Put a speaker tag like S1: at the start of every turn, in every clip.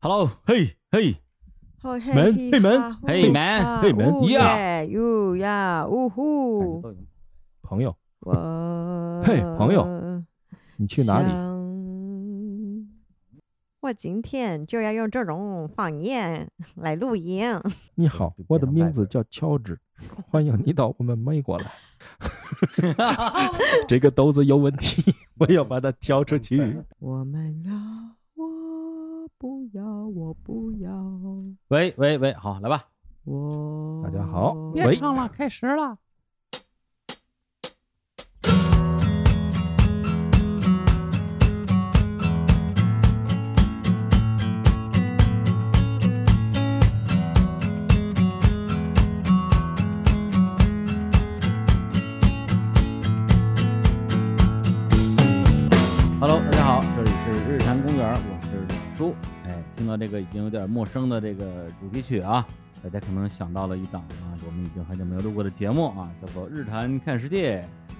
S1: Hello，嘿嘿，
S2: 哦嘿
S3: 门
S2: 嘿
S3: 嘿门
S2: 哈呼
S1: 嘿门
S2: 啊
S3: 嘿门
S2: 呜
S1: 呀
S2: 耶哟呀呜呼，
S3: 朋友，
S2: 我
S3: 嘿朋友你去哪里？
S2: 里？我今天就要用这种方言来录音。
S3: 你好，我的名字叫乔治， 欢迎你到我们美 国来。这个豆子有问题， 我要把它挑出去。
S2: 我们要，我不要，我不要，
S1: 喂喂喂，好，来吧，
S2: 我。
S3: 大家好喂
S1: 了，开始了。Hello，大家好，这里是日坛公园，我是李叔。哎，听到这个已经有点陌生的这个主题曲啊，大家可能想到了一档啊，我们已经很久没有录过的节目啊，叫做《日坛看世界》。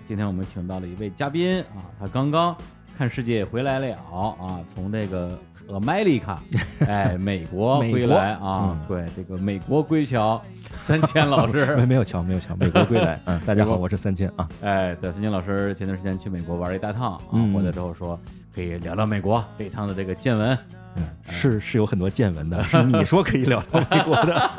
S1: 今天我们请到了一位嘉宾啊，他刚刚看世界回来了啊，从这个 America，哎，美国
S3: 美国
S1: 归来啊，
S3: 嗯
S1: 对，这个美国归侨，三千老 师
S3: 没没有乔，没有乔，美国归 来。嗯，大家好，我是三千 啊。
S1: 哎，对，孙金老师前段时间去美国玩了一大趟啊，
S3: 嗯
S1: 回来之后说可以聊聊美国这一趟的这个见闻。
S3: 嗯，是是有很多见闻的，是 你说可以聊聊美国 的。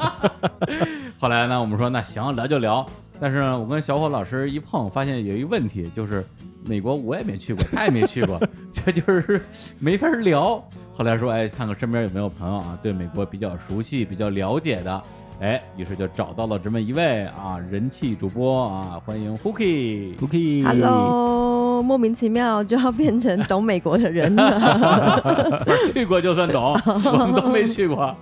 S1: 后来呢，我们说那行聊就聊，但是呢，我跟小伙老师一碰，发现有一问题，就是美国我也没去过，他也没去过，这就是没法聊。后来说，哎，看看身边有没有朋友啊，对美国比较熟悉、比较了解的。哎，于是就找到了这么一位啊人气主播啊，欢迎 Hooky。
S3: OK，
S2: Hello，莫名其妙就要变成懂美国的人了。
S1: 不是去过就算懂，我们都没去过。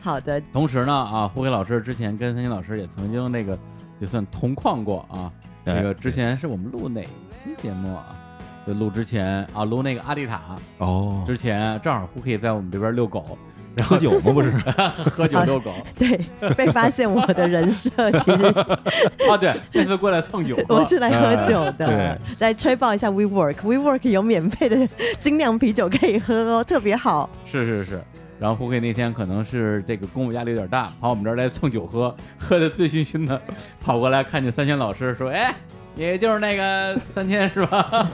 S2: 好的，
S1: 同时呢，啊，胡黑老师之前跟三星老师也曾经那个，就算同框过啊。
S3: 哎
S1: 那个之前是我们录哪期节目啊？就录之前啊，录那个阿丽塔
S3: 哦，
S1: 之前，正好胡可以在我们这边遛 狗，
S3: 喝酒吗？不 是，
S1: 喝酒 遛狗
S2: 对，被发现我的人设其实是
S1: 啊。对，这次过来蹭酒啊喝
S2: 我是来喝酒的
S3: 哎，
S2: 来吹爆一下 WeWork。WeWork 有免费的 精酿啤酒可以喝哦，特别好。
S1: 是是是。然后胡可那天可能是这个公务压力有点大，跑我们这儿来蹭酒喝，喝的醉醺醺的，跑过来看见三千老师说：“哎，也就是那个三千是吧？”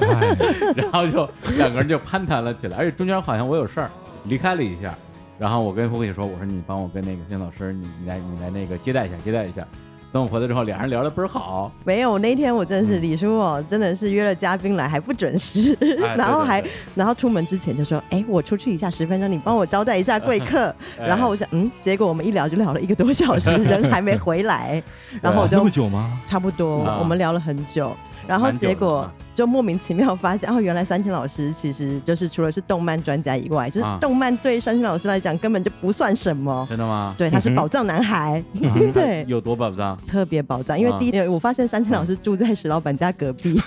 S1: 然后就两个人就攀谈了起来，而且中间好像我有事儿离开了一下。然后我跟胡可说：“我说你帮我跟那个三千老师，你你来你来那个接待一下，接待一下。”等我回来之后，俩人聊的倍儿好，
S2: 没有，那天我真的是
S1: 嗯
S2: 李叔哦，真的是约了嘉宾来还不准时，
S1: 哎
S2: 然后
S1: 对对
S2: 还
S1: 对
S2: 然后出门之前就说：“哎，我出去一下十分钟，你帮我招待一下贵客。
S1: 哎
S2: 然后我想，嗯，结果我们一聊就聊了一个多小 时，人还没回来，然后我
S3: 那
S2: 就
S3: 么久吗？
S2: 差不多，
S1: 啊
S2: 我们聊了很久。然后
S1: 蛮久的
S2: 结果
S1: 啊
S2: 就莫名其妙发现，哦，原来三千老师其实就是除了是动漫专家以外，就是
S1: 啊
S2: 动漫对三千老师来讲根本就不算什么。
S1: 真的吗？
S2: 对，他是
S3: 嗯哼
S2: 宝藏男孩， 对，
S1: 嗯有多宝藏？
S2: 特别宝藏。因为
S1: 啊
S2: 第一，我发现三千老师住在石老板家隔壁，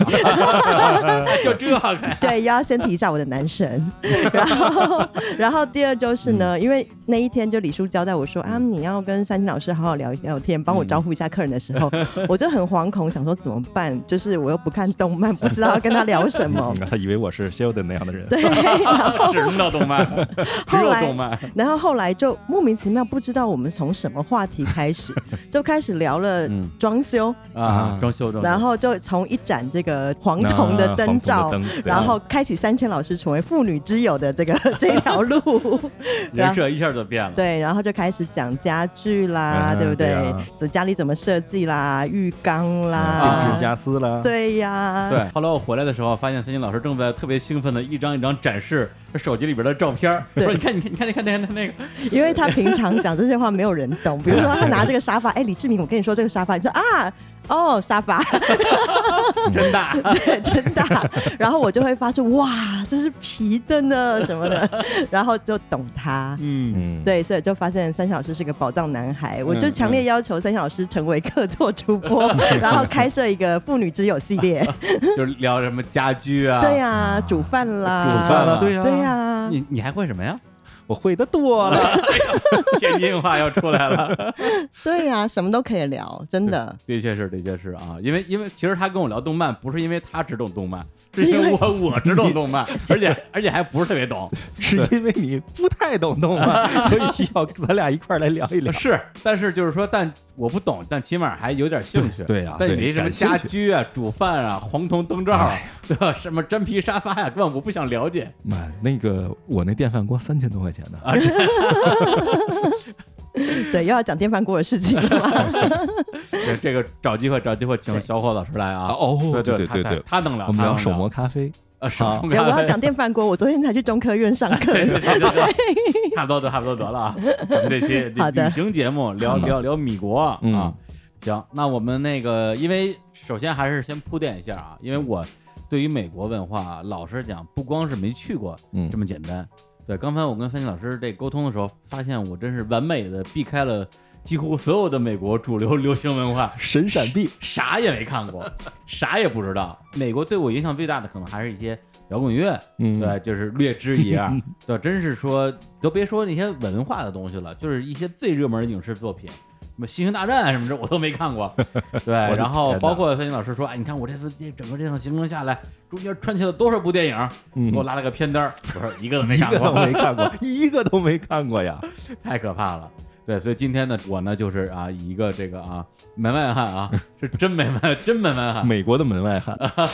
S1: 就这个呀，
S2: 对，要先提一下我的男神。 然后，然后第二就是呢，因为那一天就李叔交代我说啊，你要跟三金老师好好聊一聊天，帮我招呼一下客人的时候，我就很惶恐，想说怎么办？就是我又不看动漫，不知道要跟他聊什么。
S3: 他以为我是 Sheldon 那样的人。
S2: 对，然后
S1: 只能到动漫，只
S2: 后
S1: 有
S2: 来
S1: 动漫。
S2: 然后后来就莫名其妙不知道我们从什么话题开始，就开始聊了
S1: 嗯
S2: 装修，
S1: 啊
S3: 啊，
S1: 装修装修。
S2: 然后就从一盏这个黄
S3: 那
S2: 铜的灯罩
S3: 啊黄铜的灯对啊
S2: 然后开启三千老师成为妇女之友的这个这条路，然
S1: 人
S2: 后
S1: 设一下就变了。
S2: 啊对，然后就开始讲家具啦，
S3: 嗯
S2: 对不对
S3: 对啊？
S2: 这、家里怎么设计啦，浴缸
S3: 定
S2: 啦
S3: 制，嗯家私了。
S2: 啊对呀，
S1: 对，后来我回来的时候，发现孙鑫老师正在特别兴奋的一张一张展示他手机里边的照片儿，
S2: 对
S1: 说：“你看，你看，你看，你看，那个那个，
S2: 因为他平常讲这些话没有人懂，比如说他拿这个沙发，哎，李志明，我跟你说这个沙发，你说啊。哦，沙发，
S1: 真大。
S2: 对，真的啊。然后我就会发出哇，这是皮的呢，什么 的，然后就懂他”。
S1: 嗯，
S3: 嗯，
S2: 对，所以就发现三小老师是个宝藏男孩，我就
S1: 嗯
S2: 强烈要求三小老师成为客座主播， 然后开设一个妇女之友系列。
S1: 就是聊什么家居啊。
S2: 对呀、煮饭啦，
S1: 煮饭啦
S3: 对呀
S2: 对呀、
S1: 你你还会什么呀？
S3: 啊我会的多啊了。
S1: 天津话要出来了，
S2: 对呀、什么都可以聊，真的。
S1: 的确是，的确是啊，因为因为其实他跟我聊动漫，不是因为他只懂动漫，是
S2: 是
S1: 因
S2: 因
S1: 为
S2: 为
S1: 我我只懂动 漫，而且而且还不是特别懂，
S3: 是因为你不太懂动 漫，所以需要咱俩一块儿来聊一聊。
S1: 是，但是就是说，但我不懂，但起码还有点兴趣。
S3: 对对啊
S1: 但你
S3: 对
S1: 那什么
S3: 感兴
S1: 家
S3: 趣哎
S1: 居啊、煮饭啊、黄铜灯罩啊，对吧？什么真皮沙发呀、根本我不想了解。
S3: 妈，那个我那电饭锅三千多块钱呢，
S1: 啊
S2: 对，又要讲电饭锅的事情 了吗？
S1: 这这个找机会，找机会请
S2: 对
S1: 小伙老师来啊！
S3: 哦
S1: 对
S3: 对
S1: 对
S3: 对对对
S1: 他他能聊，
S3: 我们
S1: 他
S3: 聊
S1: 能
S3: 手磨咖啡。
S1: 啊，手
S3: 啊
S1: 磨
S2: 对，我
S1: 咖
S2: 要
S1: 啡
S2: 讲电饭锅，我昨天才去中科院上 课。
S1: 对对对对对， 差不多得差不多得了啊。我们这期旅
S2: 好的
S1: 旅行节目聊
S3: 嗯
S1: 聊聊米国啊
S3: 嗯，
S1: 行，那我们那个，因为首先还是先铺垫一下啊，因为我对于美国文化，老实讲，不光是没去过
S3: 嗯
S1: 这么简单。对，刚才我跟范鑫老师这沟通的时候，发现我真是完美的避开了几乎所有的美国主流流行文化，
S3: 神闪避，
S1: 啥也没看 过，啥也不知道。美国对我影响最大的可能还是一些摇滚乐，
S3: 嗯
S1: 对，就是略知一二， 对，真是说都别说那些文化的东西了，就是一些最热门的影视作品，什么《星球大战》啊什么的，我都没看 过。对，
S3: 的
S1: 然后
S3: 天
S1: 包
S3: 哪
S1: 括范鑫老师说，哎，你看我这次这整个这趟行程下来，中间串起了多少部电影，
S3: 嗯
S1: 给我拉了个片单儿，我说一个都没
S3: 一
S1: 看
S3: 个都
S1: 过，
S3: 没看过，一个都没看过呀。
S1: 太可怕了。对，所以今天呢，我呢就是啊，以一个这个啊门外汉啊，是真门外，真门外汉，
S3: 美国的门外汉，啊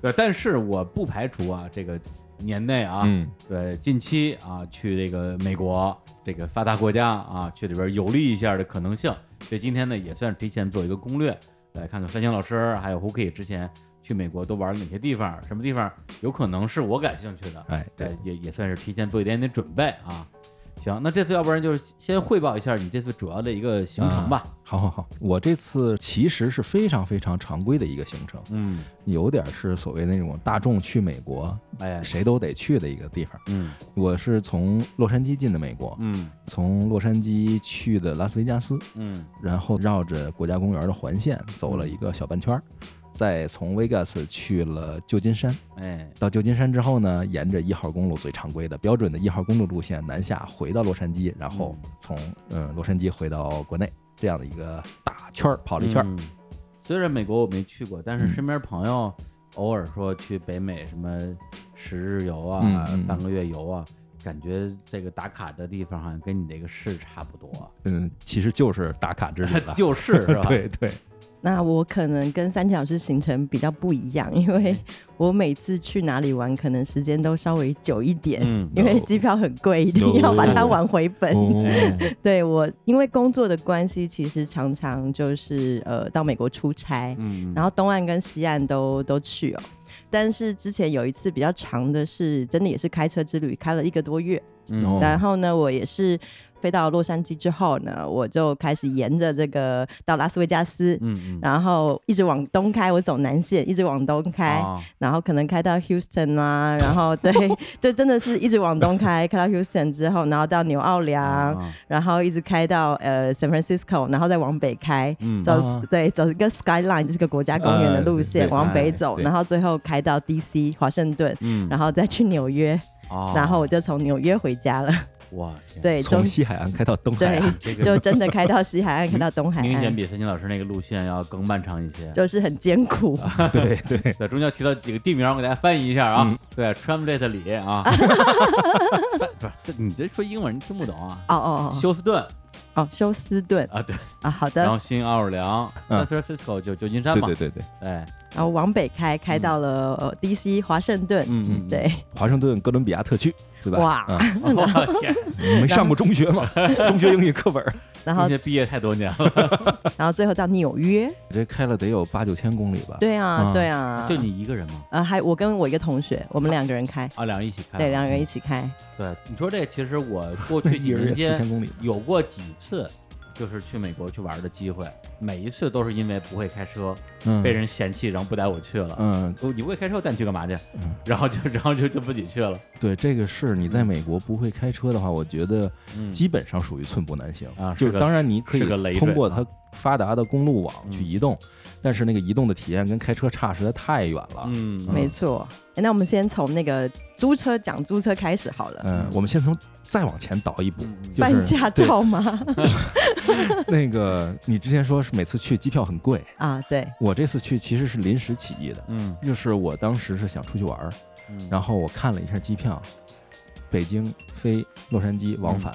S1: 对，但是我不排除啊，这个年内啊，
S3: 嗯
S1: 对，近期啊，去这个美国这个发达国家啊，去里边游历一下的可能性。所以今天呢，也算是提前做一个攻略，来看看三星老师还有胡 K 之前去美国都玩了哪些地方，什么地方有可能是我感兴趣的。
S3: 哎对
S1: 对，，也也算是提前做一点点准备啊。行，那这次要不然就是先汇报一下你这次主要的一个行程吧。
S3: 好好好，我这次其实是非常非常常规的一个行程，
S1: 嗯，
S3: 有点是所谓那种大众去美国
S1: 哎呀，
S3: 谁都得去的一个地方。
S1: 嗯
S3: 我是从洛杉矶进的美国，
S1: 嗯
S3: 从洛杉矶去的拉斯维加斯，
S1: 嗯
S3: 然后绕着国家公园的环线走了一个小半圈儿，再从 Vegas 去了旧金山。
S1: 哎，
S3: 到旧金山之后呢，沿着一号公路最常规的标准的一号公路路线南下，回到洛杉矶，然后从嗯洛杉矶回到国内这样的一个大圈儿跑了一圈儿。
S1: 嗯虽然美国我没去过，但是
S3: 嗯
S1: 身边朋友偶尔说去北美什么十日游啊、
S3: 嗯嗯嗯
S1: 半个月游啊，感觉这个打卡的地方好像跟你这个是差不多，
S3: 嗯，其实就是打卡之旅 了。
S1: 就是是吧？
S3: 对对，
S2: 那我可能跟三角式行程比较不一样，因为
S1: 嗯
S2: 我每次去哪里玩，可能时间都稍微久一点，
S1: 嗯
S2: 因为机票很贵，一定要把它玩回本。对我，因为工作的关系，其实常常就是呃到美国出差，
S1: 嗯，
S2: 然后东岸跟西岸都都去哦。但是之前有一次比较长的是，真的也是开车之旅，开了一个多月。
S1: 嗯
S2: 然后呢，我也是飞到洛杉矶之后呢，我就开始沿着这个到拉斯维加斯，
S1: 嗯嗯，
S2: 然后一直往东开，我走南线，一直往东开，
S1: 啊
S2: 然后可能开到 Houston 啊，然后对， 就真的是一直往东开，开到 Houston 之后，然后到纽奥良，
S1: 啊
S2: 然后一直开到呃 San Francisco，然后再往北开，
S1: 嗯
S2: 走、
S3: 啊
S2: 对走一个 Skyline，就是个国家公园的路线，
S3: 呃对对
S2: 往北
S3: 哎
S2: 走，
S3: 对
S2: 然后最后开到 DC 华盛顿，
S1: 嗯，哦
S2: 然后再去纽约，
S1: 后
S2: 然后我就从纽约回家了。
S1: 哇，天，
S2: 对，
S3: 从
S2: 中
S3: 西海岸开到东海
S2: 对
S3: 岸，
S1: 这，个
S2: 就真的开到西海 岸，开到东海
S1: 明显
S2: 岸，
S1: 比申鑫老师那个路线要更漫长一些。
S2: 就是很艰 苦。
S1: 啊
S3: 对对，
S1: 对，中间提到几个地名，我给大家翻译一下啊。
S3: 嗯
S1: 对，Tramlet 里啊， 不是这你这说英文你听不懂啊。
S2: 哦哦哦
S1: 休斯顿
S2: 哦，休斯顿
S1: 啊，对，
S2: 啊，好的
S1: 然，后新奥尔良、San
S3: 嗯
S1: Francisco 就旧金山
S3: 对
S1: 嘛
S3: 对，对对，
S1: 哎，
S2: 然后往北开，开到了呃 DC 华盛顿，
S1: 嗯嗯，嗯，
S2: 对，
S3: 华盛顿哥伦比亚特区，对吧？
S2: 哇
S3: 啊
S1: 我天，
S3: 你没上过中学吗？ 中学英语课本儿，
S2: 然
S1: 中
S2: 后
S1: 学毕业太多年了，
S2: 然后最后到纽约，
S1: 啊
S3: 这开了得有八九千公里吧？，
S2: 对啊
S3: 啊
S2: 对啊，
S1: 就你一个人吗？
S2: 呃，还我跟我一个同学，我们两个人开，
S1: 啊，两人一起看，
S2: 对，两个人一起开，
S1: 对，你说这其实我过去
S3: 一
S1: 几
S3: 人
S1: 年
S3: 也四
S1: 间
S3: 千公里吧。
S1: 有过几次。就是去美国去玩的机会，每一次都是因为不会开车，
S3: 嗯
S1: 被人嫌弃，然后不带我去了。
S3: 嗯，
S1: 哦，你不会开车，带你去干嘛去？
S3: 嗯
S1: 然后就， 然后就就自己去了。
S3: 对，这个是你在美国不会开车的话，我觉得
S1: 嗯
S3: 基本上属于寸步难行
S1: 啊
S3: 就是是
S1: 个
S3: 当然你可
S1: 是个累
S3: 以通
S1: 赘
S3: 过
S1: 啊
S3: 它发达的公路网去
S1: 嗯
S3: 移动，但是那个移动的体验跟开车差实在太远了。
S1: 嗯，
S2: 没错。哎那我们先从那个租车讲租车开始好了。
S3: 嗯，我们先从再往前倒一步，
S1: 嗯
S3: 就是
S2: 办驾
S3: 对
S2: 照吗？
S3: 那个你之前说是每次去机票很贵，
S2: 啊，对，
S3: 我这次去其实是临时起意的，
S1: 嗯，
S3: 就是我当时是想出去玩儿，
S1: 嗯
S3: 然后我看了一下机票，北京飞洛杉矶
S1: 嗯
S3: 往返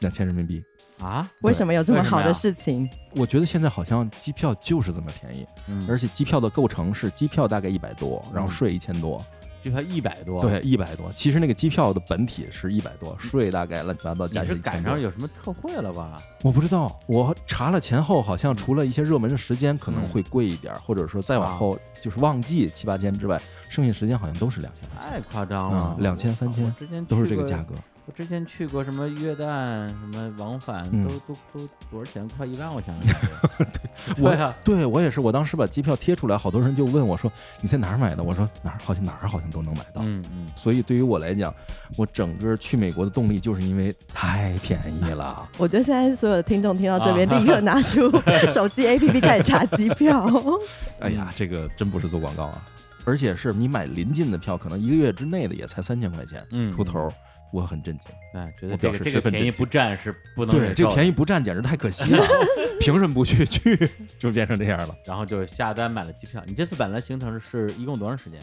S3: 两千人民币。
S1: 啊，
S2: 为什么有这么
S1: 为什么
S2: 好
S1: 呀
S2: 的事情？
S3: 我觉得现在好像机票就是这么便宜，
S1: 嗯
S3: 而且机票的构成是机票大概一百多，然后税一千多，
S1: 就才一百多，
S3: 对，，一百多。其实那个机票的本体是一百多，税大概乱七八糟
S1: 嗯
S3: 加
S1: 你
S3: 起
S1: 是
S3: 来一
S1: 赶
S3: 千
S1: 上
S3: 多。
S1: 有什么特惠了吧？
S3: 我不知道，我查了前后，好
S1: 嗯
S3: 像除了一些热门的时间可能会贵一点，或者说再
S1: 啊
S3: 往后就是旺季七八千之外，剩下时间好像都是两千块钱，
S1: 太夸张了，
S3: 嗯2000
S1: 我
S3: 3000
S1: 我之前
S3: 都是
S1: 去
S3: 这个
S1: 过
S3: 价 格。
S1: 我之前去过什么约旦，什么往返
S3: 嗯
S1: 都都都多少钱？快一万块钱了。对对 啊，
S3: 对 我也是，我当时把机票贴出来，好多人就问我说你在哪儿买的？我说哪儿好像哪儿好像都能买到。
S1: 嗯嗯，
S3: 所以对于我来讲，我整个去美国的动力就是因为太便宜了。
S2: 我觉得现在所有的听众听到这边，
S1: 啊
S2: 立刻拿 出手机 APP 开始查机票。
S1: 嗯
S3: 哎呀，这个真不是做广告啊，而且是你买临近的票，可能一个月之内的也才三千块钱
S1: 嗯
S3: 出头，我很震惊。
S1: 哎，觉得
S3: 我
S1: 这
S3: 表
S1: 个
S3: 示
S1: 这
S3: 十
S1: 个
S3: 分
S1: 便宜
S3: 震惊
S1: 不占是不能
S3: 对，
S1: 忍
S3: 这
S1: 受的
S3: 便宜不占简直太可惜 了，凭什么不去？去就变成这样了。
S1: 然后就下单买了机票。你这次本来行程是一共多长时间？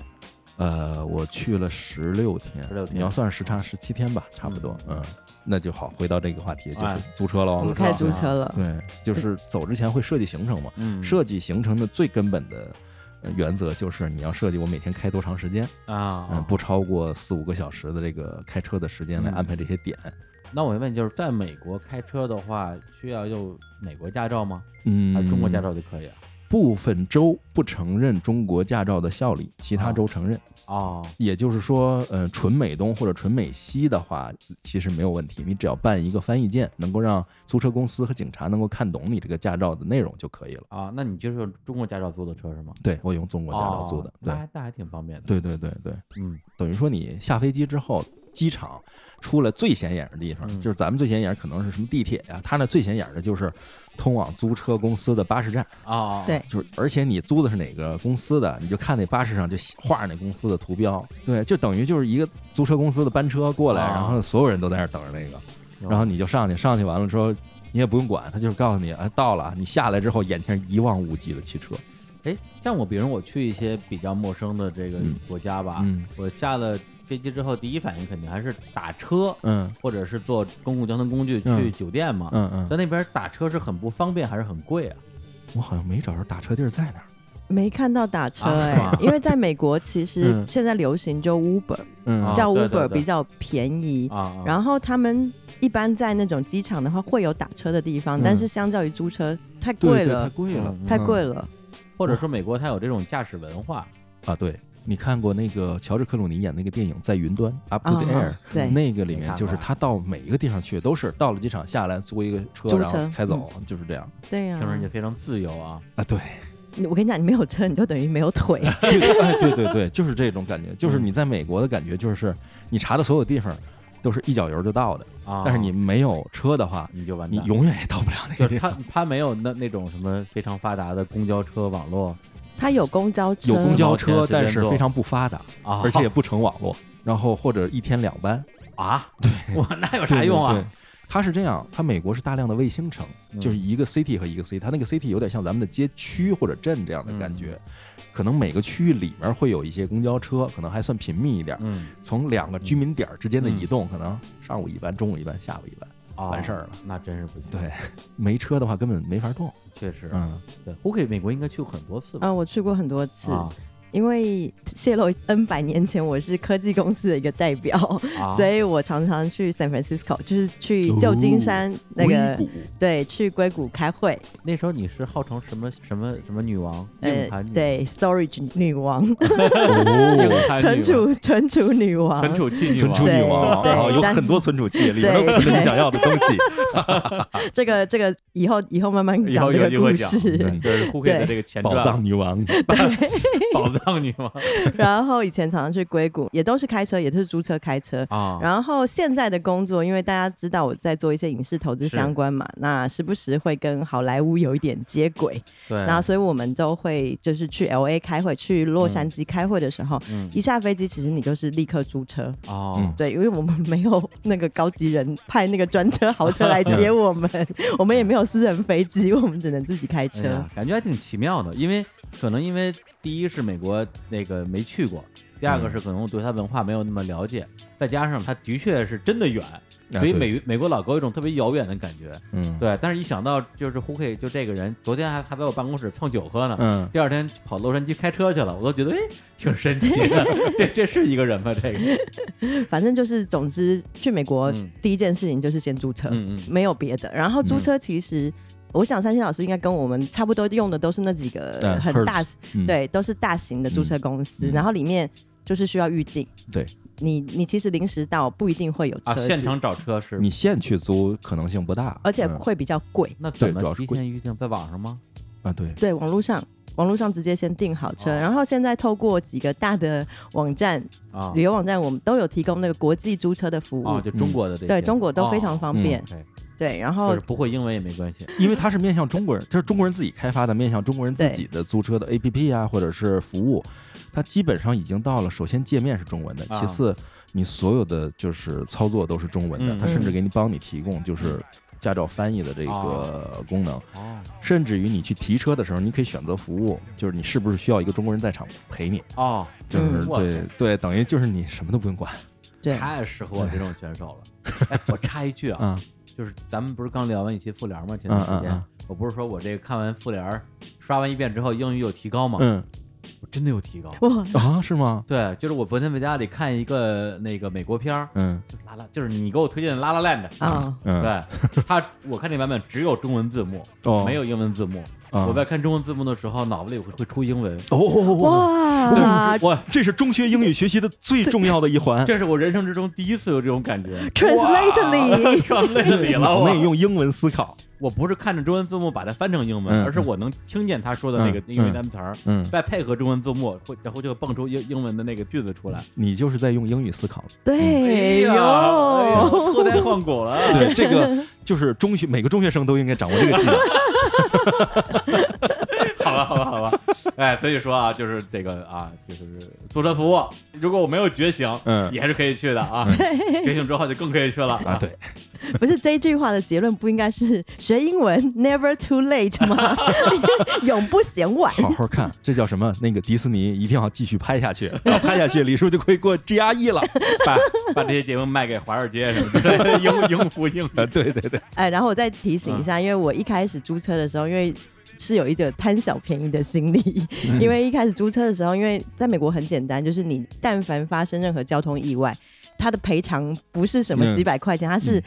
S3: 呃，我去了十六天，
S1: 16天
S3: 你要算时差十七天吧，差不多。嗯，那就好，回到这个话题，就是
S1: 哎
S3: 租车喽。
S2: 我们
S1: 知道
S2: 开始租车了，
S3: 对，就是走之前会设计行程嘛。
S1: 嗯
S3: 设计行程的最根本的呃原则就是你要设计我每天开多长时间，嗯
S1: 啊，，
S3: 不超过四五个小时的这个开车的时间来
S1: 嗯
S3: 安排这些点。
S1: 那我问，就是在美国开车的话，需要有美国驾照吗？
S3: 嗯，
S1: 还是中国驾照就可以啊？
S3: 部分州不承认中国驾照的效力，其他州承认。
S1: 哦，
S3: 也就是说，呃，纯美东或者纯美西的话，其实没有问题，你只要办一个翻译件，能够让租车公司和警察能够看懂你这个驾照的内容就可以了。
S1: 啊，那你就是用中国驾照租的车是吗？
S3: 对我用中国驾照租的
S1: 哦，那还那还挺方便的。，
S3: 对对对对对，
S1: 嗯
S3: 等于说你下飞机之后，机场出来最显眼的地方，
S1: 嗯
S3: 就是咱们最显眼可能是什么地铁呀、它那最显眼的就是通往租车公司的巴士站，
S1: 哦，
S2: 对
S3: 就是而且你租的是哪个公司的，你就看那巴士上就写画那公司的图标，对，就等于就是一个租车公司的班车过来，
S1: 啊
S3: 然后所有人都在那儿等着那个，然后你就上去，上去完了之后。你也不用管，他就是告诉你，啊，到了，你下来之后，眼前一望无际的汽车，
S1: 哎，像我，比如我去一些比较陌生的这个
S3: 嗯
S1: 国家吧，
S3: 嗯
S1: 我下了飞机之后，第一反应肯定还是打车，
S3: 嗯
S1: 或者是坐公共交通工具去
S3: 嗯
S1: 酒店嘛。
S3: 嗯嗯，
S1: 在那边打车是很不方便，还是很贵啊？
S3: 我好像没找着打车地儿在哪儿。
S2: 没看到打车
S1: 啊
S2: 哎、
S1: 是吗
S2: 因为在美国其实
S3: 嗯
S2: 现在流行就 Uber，、
S3: 嗯
S1: 啊
S2: 叫
S1: 对对
S2: Uber
S1: 对
S2: 比较便宜。
S1: 啊啊，
S2: 嗯然后他们一般在那种机场的话会有打车的地方，
S3: 嗯
S2: 但是相较于租车太
S3: 对
S2: 贵
S3: 对，太
S2: 了，
S3: 贵了
S1: 嗯，
S2: 太贵了。
S1: 或者说美国它有这种驾驶文化，
S3: 啊！对，你看过那个乔治克鲁尼演那个电影《在云端》（Up to the
S2: 啊
S3: Air）？、
S2: 对
S3: 那个里
S1: 没
S3: 面
S1: 看
S3: 就是
S1: 过
S3: 他到每一个地方去，都是到了机场下来租一个车，
S2: 租
S3: 然后
S2: 车
S3: 开走，就是这样
S2: 对呀、
S1: 听着也非常自由啊。
S3: 啊。对，
S2: 你我跟你讲，你没有车你就等于没有腿。
S3: 对 哎对对对，就是这种感觉，就是
S1: 嗯
S3: 你在美国的感觉，就是你查的所有地方都是一脚油就到的，
S1: 啊，
S3: 但是你没有车的话，
S1: 你就完
S3: 你
S1: 蛋，
S3: 永远也到不了 那
S1: 就
S3: 个
S1: 是
S3: 地
S1: 它
S3: 方。
S1: 它没有那那种什么非常发达的公交车网络
S2: 它有公交车，
S3: 有公交车
S1: 随便，
S3: 但是
S1: 坐
S3: 非常不发达，
S1: 啊，
S3: 而且也不成网络，然后或者一天两班，
S1: 啊， 对，我那有啥
S3: 对
S1: 用？
S3: 对
S1: 啊
S3: 对？它是这样，它美国是大量的卫星城，
S1: 嗯
S3: 就是一个 city 和一个 city，它那个 city 有点像咱们的街区或者镇这样的感觉，
S1: 嗯
S3: 可能每个区域里面会有一些公交车，可能还算频密一点。
S1: 嗯，
S3: 从两个居民点之间的移动，可能上午一班、中午一班、下午一班，
S1: 啊
S3: 完事儿了。
S1: 那真是不行。
S3: 对，没车的话根本没法动。
S1: 确实，
S3: 嗯，
S1: 对，我给美国应该去过很多次吧？
S2: 啊，我去过很多次，
S1: 啊，
S2: 因为泄露 N 百年前我是科技公司的一个代表，
S1: 啊
S2: 所以我常常去 San Francisco，就是去旧金山那个、
S3: 硅谷
S2: 对，去硅谷开会，
S1: 那时候你是号称什么什么什么女王，
S2: 呃
S1: 硬盘女，，
S2: 对，storage 女王，
S1: 硬
S3: 哦，
S1: 盘
S2: 存储存储女 王，
S1: 存储器女
S3: 存储
S1: 王，
S3: 女王，
S2: 对对
S3: 然后有
S2: 但
S3: 很多存储器，里面都
S2: 对
S3: 存着你
S2: 对
S3: 想要的东西。
S2: 这个这个以后以后慢慢
S1: 以
S2: 讲
S1: 后
S2: 这
S1: 有
S2: 个
S1: 机
S2: 故
S1: 会讲，
S2: 事。
S1: 对就是互 K 的这个前传，
S3: 宝藏女王，啊
S1: 宝藏女 王
S2: 然后以前常常去硅谷，也都是开车，也都是租车开车。
S1: 啊，
S2: 然后现在的工作，因为大家知道我在做一些影视投资
S1: 是
S2: 相关嘛，那时不时会跟好莱坞有一点接轨，
S1: 对，
S2: 然后所以我们都会就是去 L A 开会，去洛杉矶开会的时候，
S1: 嗯
S2: 一下飞机其实你就是立刻租车，
S1: 哦
S3: 嗯，
S2: 对，因为我们没有那个高级人派那个专车豪车来
S1: 嗯
S2: 接我们，我们也没有私人飞机，我们只能自己开
S1: 哎
S2: 车。
S1: 呀感觉还挺奇妙的，因为可能因为第一是美国那个没去过，第二个
S3: 嗯
S1: 是可能我对它文化没有那么了解，再加上它的确是真的远，所以
S3: 啊对
S1: 美美国老给我一种特别遥远的感觉。
S3: 嗯
S1: 对，但是一想到就是胡 K 就这个人，昨天还还在我办公室蹭酒喝呢。
S3: 嗯，
S1: 第二天跑洛杉矶开车去了，我都觉得哎，挺神奇 的。这这是一个人吗？这个，
S3: 嗯
S2: 反正就是，总之去美国、
S1: 嗯
S2: 第一件事情就是先租车，
S1: 嗯嗯，
S2: 没有别的。然后租车其实，我想三星老师应该跟我们差不多用的都是那几个
S1: 呃
S3: 对
S2: 很大
S3: Hertz，嗯
S2: 对，都是大型的租车公司，
S3: 嗯嗯
S2: 然后里面就是需要预定。
S3: 对，
S2: 你你其实临时到不一定会有车
S1: 啊，
S2: 子、
S1: 现场找车是，
S3: 你现去租可能性不大，
S2: 而且
S3: 嗯
S2: 会比较贵。
S1: 那怎
S3: 对主
S1: 么
S3: 要是
S1: 提
S3: 贵
S1: 前预定？在网上吗？
S3: 啊，对，
S2: 对，网络上。网络上直接先订好车，
S1: 哦
S2: 然后现在透过几个大的网站、
S1: 啊
S2: 旅游网站，我们都有提供那个国际租车的服务，
S1: 啊，就中国的
S3: 嗯
S1: 这些，
S2: 对中国都非常方便。
S1: 哦，OK
S2: 对，然
S1: 就
S2: 后
S1: 是不会英文也没关系。
S3: 因为它是面向中国人，这是中国人自己开发的，面向中国人自己的租车的 APP 啊，或者是服务，它基本上已经到了，首先界面是中文的，
S1: 啊
S3: 其次你所有的就是操作都是中文的，
S1: 嗯
S3: 它甚至给你帮你提供就是驾照翻译的这个
S1: 哦
S3: 功能，
S1: 哦
S3: 甚至于你去提车的时候，你可以选择服务，就是你是不是需要一个中国人在场陪你，
S1: 哦，
S3: 就是
S2: 嗯
S1: 哇
S3: 对对，等于就是你什么都不用管
S2: 对
S1: 太适合我这种选手了。哎，我插一句啊，
S3: 啊，
S1: 就是咱们不是刚聊完一期复联吗？前段时
S3: 嗯嗯
S1: 间
S3: 嗯
S1: 我不是说我这个看完复联刷完一遍之后英语有提高吗？
S3: 嗯
S1: 我真的有提高。
S2: 哇，
S3: 啊，是吗？
S1: 对，就是我昨天在家里看一个那个美国片儿，
S3: 嗯
S1: 就是拉拉，就是你给我推荐的《拉拉 land》
S2: 啊、
S3: 嗯，
S1: 对它，我看这版本只有中文字幕，
S3: 哦
S1: 没有英文字幕。
S3: 啊
S1: 我在看中文字幕的时候，脑子里会会出英文。
S3: 哦，
S2: 哇，
S3: 哇，这是中学英语学习的最重要的一 环。
S1: 这是我人生之中第一次有这种感觉
S2: Translately
S1: 上累 里了
S3: 脑
S1: 我。
S3: 内用英文思考。
S1: 我不是看着中文字幕把它翻成英文，
S3: 嗯
S1: 而是我能听见他说的那个
S3: 嗯
S1: 英语单词儿，
S3: 嗯，
S1: 再配合中文字幕，会然后就蹦出英英文的那个句子出来。
S3: 你就是在用英语思考了。
S2: 对
S1: 呀，哎呀
S2: 哟，
S1: 脱胎换骨了。
S3: 对， 这个就是中学每个中学生都应该掌握这个 技能。
S1: 好吧，好吧，好 吧。哎，所以说啊，就是这个啊，就是租车服务，如果我没有觉醒，
S3: 嗯
S1: 也是可以去的啊。觉醒之后就更可以去了
S3: 啊，对，
S2: 不是这一句话的结论不应该是学英文 never too late 吗？永不嫌晚。
S3: 好好看，这叫什么？那个迪士尼一定要继续 拍下去，然后拍下去，李叔就可以过 GRE 了。
S1: 把把这些节目卖给华尔街什么之类的，应应付应
S3: 啊，对对对，
S2: 哎，然后我再提醒一
S3: 嗯
S2: 下，因为我一开始租车的时候，因为是有一点贪小便宜的心理，
S3: 嗯
S2: 因为一开始租车的时候，因为在美国很简单，就是你但凡发生任何交通意外，它的赔偿不是什么
S3: 嗯
S2: 几百块钱，它是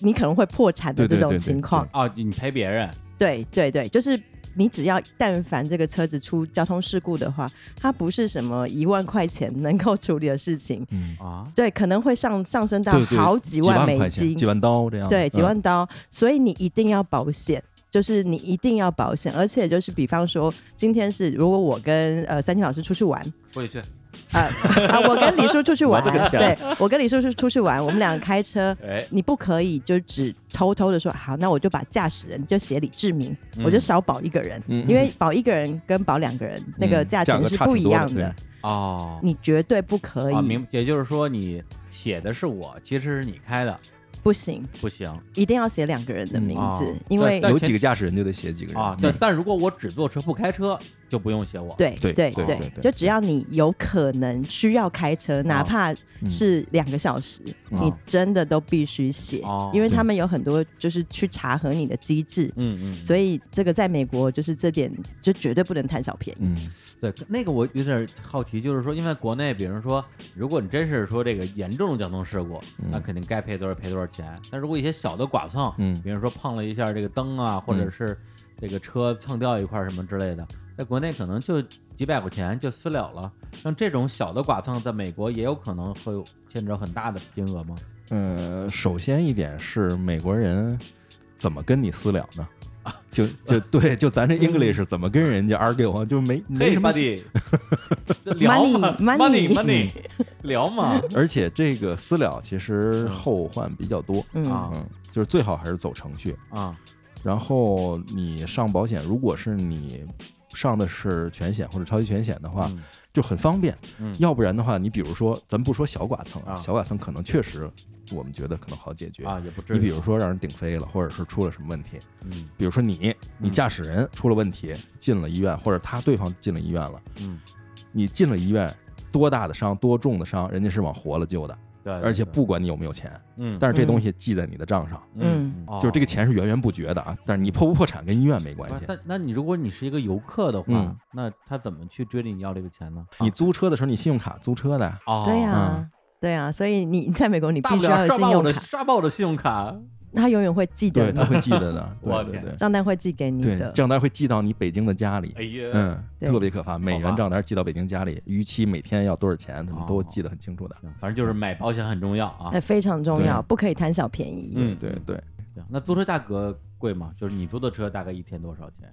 S2: 你可能会破产的这
S3: 对对
S2: 种
S3: 对对
S2: 情况。
S1: 啊，你赔别人
S2: 对对对，就是你只要但凡这个车子出交通事故的话，它不是什么一万块钱能够处理的事情，
S3: 嗯，
S1: 啊，
S2: 对，可能会上上升到
S3: 对对
S2: 好几
S3: 几
S2: 万
S3: 万
S2: 美
S3: 块
S2: 金，
S3: 钱，几万刀这样。
S2: 对，几
S3: 嗯。
S2: 万刀，所以你一定要保险。就是你一定要保险，而且就是比方说，今天是如果我跟呃三清老师出去玩，
S1: 过去去。
S2: 呃啊，我跟李叔出去玩
S1: 我的个，天
S3: 啊
S2: 对我跟李叔出出去玩，我们俩开车，
S1: 哎，
S2: 你不可以就只偷偷的说好，那我就把驾驶人就写李志明，
S1: 嗯
S2: 我就少保一个人，
S3: 嗯嗯嗯
S2: 因为保一个人跟保两个人、那个价
S3: 价
S2: 钱
S3: 格
S2: 是
S3: 差挺
S2: 不一
S3: 多的
S2: 样的，
S1: 哦，
S2: 你绝对不可以，
S1: 啊，明，也就是说你写的是我，其实是你开的，
S2: 不行，
S1: 不行
S2: 一定要写两个人
S3: 嗯
S2: 的名字，
S1: 哦
S2: 因为
S1: 但
S3: 有
S1: 前
S3: 几个驾驶人就得写几个人
S1: 啊。
S3: 嗯
S1: 但但如果我只坐车不开车，就不用写我。
S2: 对
S3: 对
S2: 对
S3: 对
S2: 对
S3: 对，
S2: 就只要你有可能需要开车，哪怕
S3: 嗯
S2: 是两个小时，
S1: 啊
S3: 嗯
S2: 你真的都必须写
S1: 哦，
S2: 因为他们有很多就是去查核你的机制，
S1: 嗯嗯，
S2: 所以这个在美国就是这点就绝对不能贪小便宜。
S3: 嗯，
S1: 对那个我有点好奇，就是说，因为国内，比如说，如果你真是说这个严重的交通事故，
S3: 嗯
S1: 那肯定该赔多少赔多少钱。但如果一些小的剐蹭，
S3: 嗯
S1: 比如说碰了一下这个灯啊，或者是这个车蹭掉一块儿什么之类的，在国内可能就几百块钱就私了了。像这种小的剐蹭，在美国也有可能会牵扯很大的金额吗？
S3: 呃，首先一点是美国人怎么跟你私了呢？
S1: 啊
S3: 就就对，就咱这 English 怎么跟人家 argue 啊，就没没
S1: 嗯嘿
S3: 什么。
S1: ，buddy，聊 嘛
S2: Money，
S1: money money，聊嘛
S3: 而且这个私了其实后患比较多，
S2: 嗯，
S1: 啊
S3: 嗯，就是最好还是走程序。
S1: 啊，
S3: 然后你上保险，如果是你上的是全险或者超级全险的话，
S1: 嗯
S3: 就很方便。
S1: 嗯
S3: 要不然的话，你比如说，咱不说小剐蹭
S1: 啊
S3: 小剐蹭可能确实我们觉得可能好解决。
S1: 啊也不至于。
S3: 你比如说让人顶飞了，或者是出了什么问题，
S1: 嗯
S3: 比如说你你
S1: 嗯
S3: 驾驶人出了问题进了医院，或者他对方进了医院了，
S1: 嗯，
S3: 你进了医院。多大的伤，多重的伤，人家是往活了救的，
S1: 对，对
S3: 而且
S1: 对
S3: 不管你有没有钱，
S1: 嗯，
S3: 但是这
S2: 嗯
S3: 东西记在你的账上，
S2: 嗯
S1: 哦
S3: 就是这个钱是源源不绝的啊。但是你破不破产跟医院没关
S1: 不是。
S3: 系
S1: 那那你如果你是一个游客的话
S3: 嗯，
S1: 那他怎么去追你要这个钱呢？
S3: 你租车的时候，你信用卡租车的呀，
S1: 哦，
S2: 对呀
S3: 啊。
S2: 对啊，所以你在美国，你
S1: 大
S2: 必
S1: 不
S2: 须要
S1: 了
S2: 有
S1: 刷
S2: 信
S1: 爆我
S2: 用
S1: 的
S2: 卡，
S1: 刷爆我的信用卡，。
S2: 他永远会记得
S3: 对，
S2: 你
S3: 他，会记得的
S1: 我
S3: 对对
S1: 天
S3: 对
S2: 账单会寄给你
S3: 对，
S2: 的。
S3: 账单会寄到你北京的家里
S1: 哎。呀，
S3: 嗯，
S2: 对
S3: 特别可怕，美元账单寄到北京家里，逾期每天要多少钱，他
S1: 哦
S3: 们都记得很清楚的。
S1: 行，反正就是买保险很重要啊
S2: 呃，。非常重要，
S3: 对
S2: 不可以贪小便宜。
S1: 嗯
S3: 对对，
S1: 行那租车价格贵吗？就是你租的车大概一天多少钱？